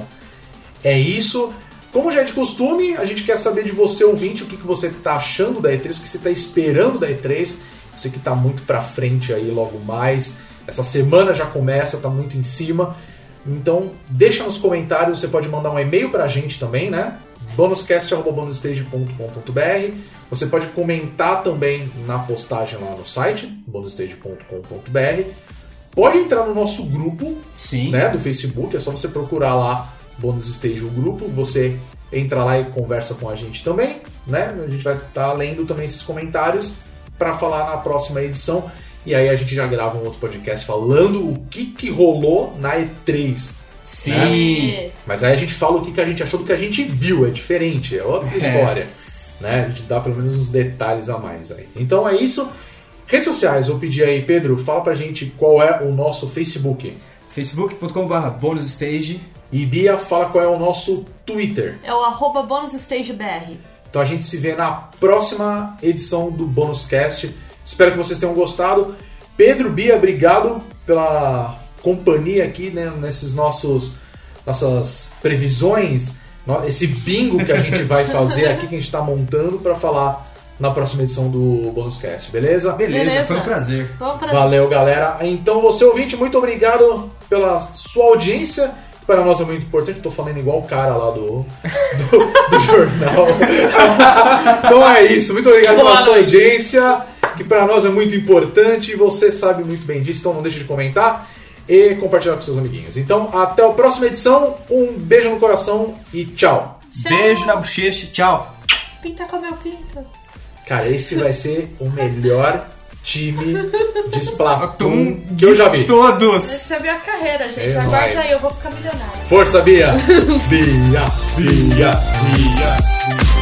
é isso. Como já é de costume, a gente quer saber de você, ouvinte, o que, que você tá achando da E3, o que você tá esperando da E3. Você que tá muito pra frente aí logo mais. Essa semana já começa, tá muito em cima. Então, deixa nos comentários, você pode mandar um e-mail pra gente também, né? bonuscast.bonusstage.com.br Você pode comentar também na postagem lá no site, bonusstage.com.br Pode entrar no nosso grupo,
Sim.
né, do Facebook, é só você procurar lá Bônus Stage o grupo, você entra lá e conversa com a gente também, né? A gente vai estar lendo também esses comentários para falar na próxima edição. E aí a gente já grava um outro podcast falando o que, que rolou na E3.
É,
Sim.
Mas aí a gente fala o que, que a gente achou do que a gente viu, é diferente, é outra história. Né? A gente dá pelo menos uns detalhes a mais aí. Então é isso. Redes sociais, vou pedir aí, Pedro, fala pra gente qual é o nosso Facebook.
facebook.com.br bônus stage.
E Bia, fala qual é o nosso Twitter.
É o arroba bonusstagebr.
Então a gente se vê na próxima edição do Bônus Cast. Espero que vocês tenham gostado. Pedro Bia, obrigado pela companhia aqui né, nesses nossos nossas previsões, no- esse bingo que a gente vai fazer aqui que a gente está montando para falar na próxima edição do Bônus Cast, beleza?
Beleza,
Beleza.
foi um prazer.
Vamos pra
Valeu, galera. Então, você ouvinte, muito obrigado pela sua audiência. que Para nós é muito importante, tô falando igual o cara lá do, do, do jornal. *laughs* então é isso, muito obrigado
Boa
pela sua
noite.
audiência, que para nós é muito importante e você sabe muito bem disso, então não deixe de comentar e compartilhar com seus amiguinhos. Então, até a próxima edição, um beijo no coração e tchau.
Tchau.
Beijo na bochecha, tchau.
Pinta com meu pinta.
Cara, esse vai ser o melhor time de
*laughs*
Splatoon que eu já vi.
Todos.
Essa é a minha carreira, gente.
É nóis.
Aguarde aí, eu vou ficar milionária.
Força, Bia! Bia, Bia, Bia.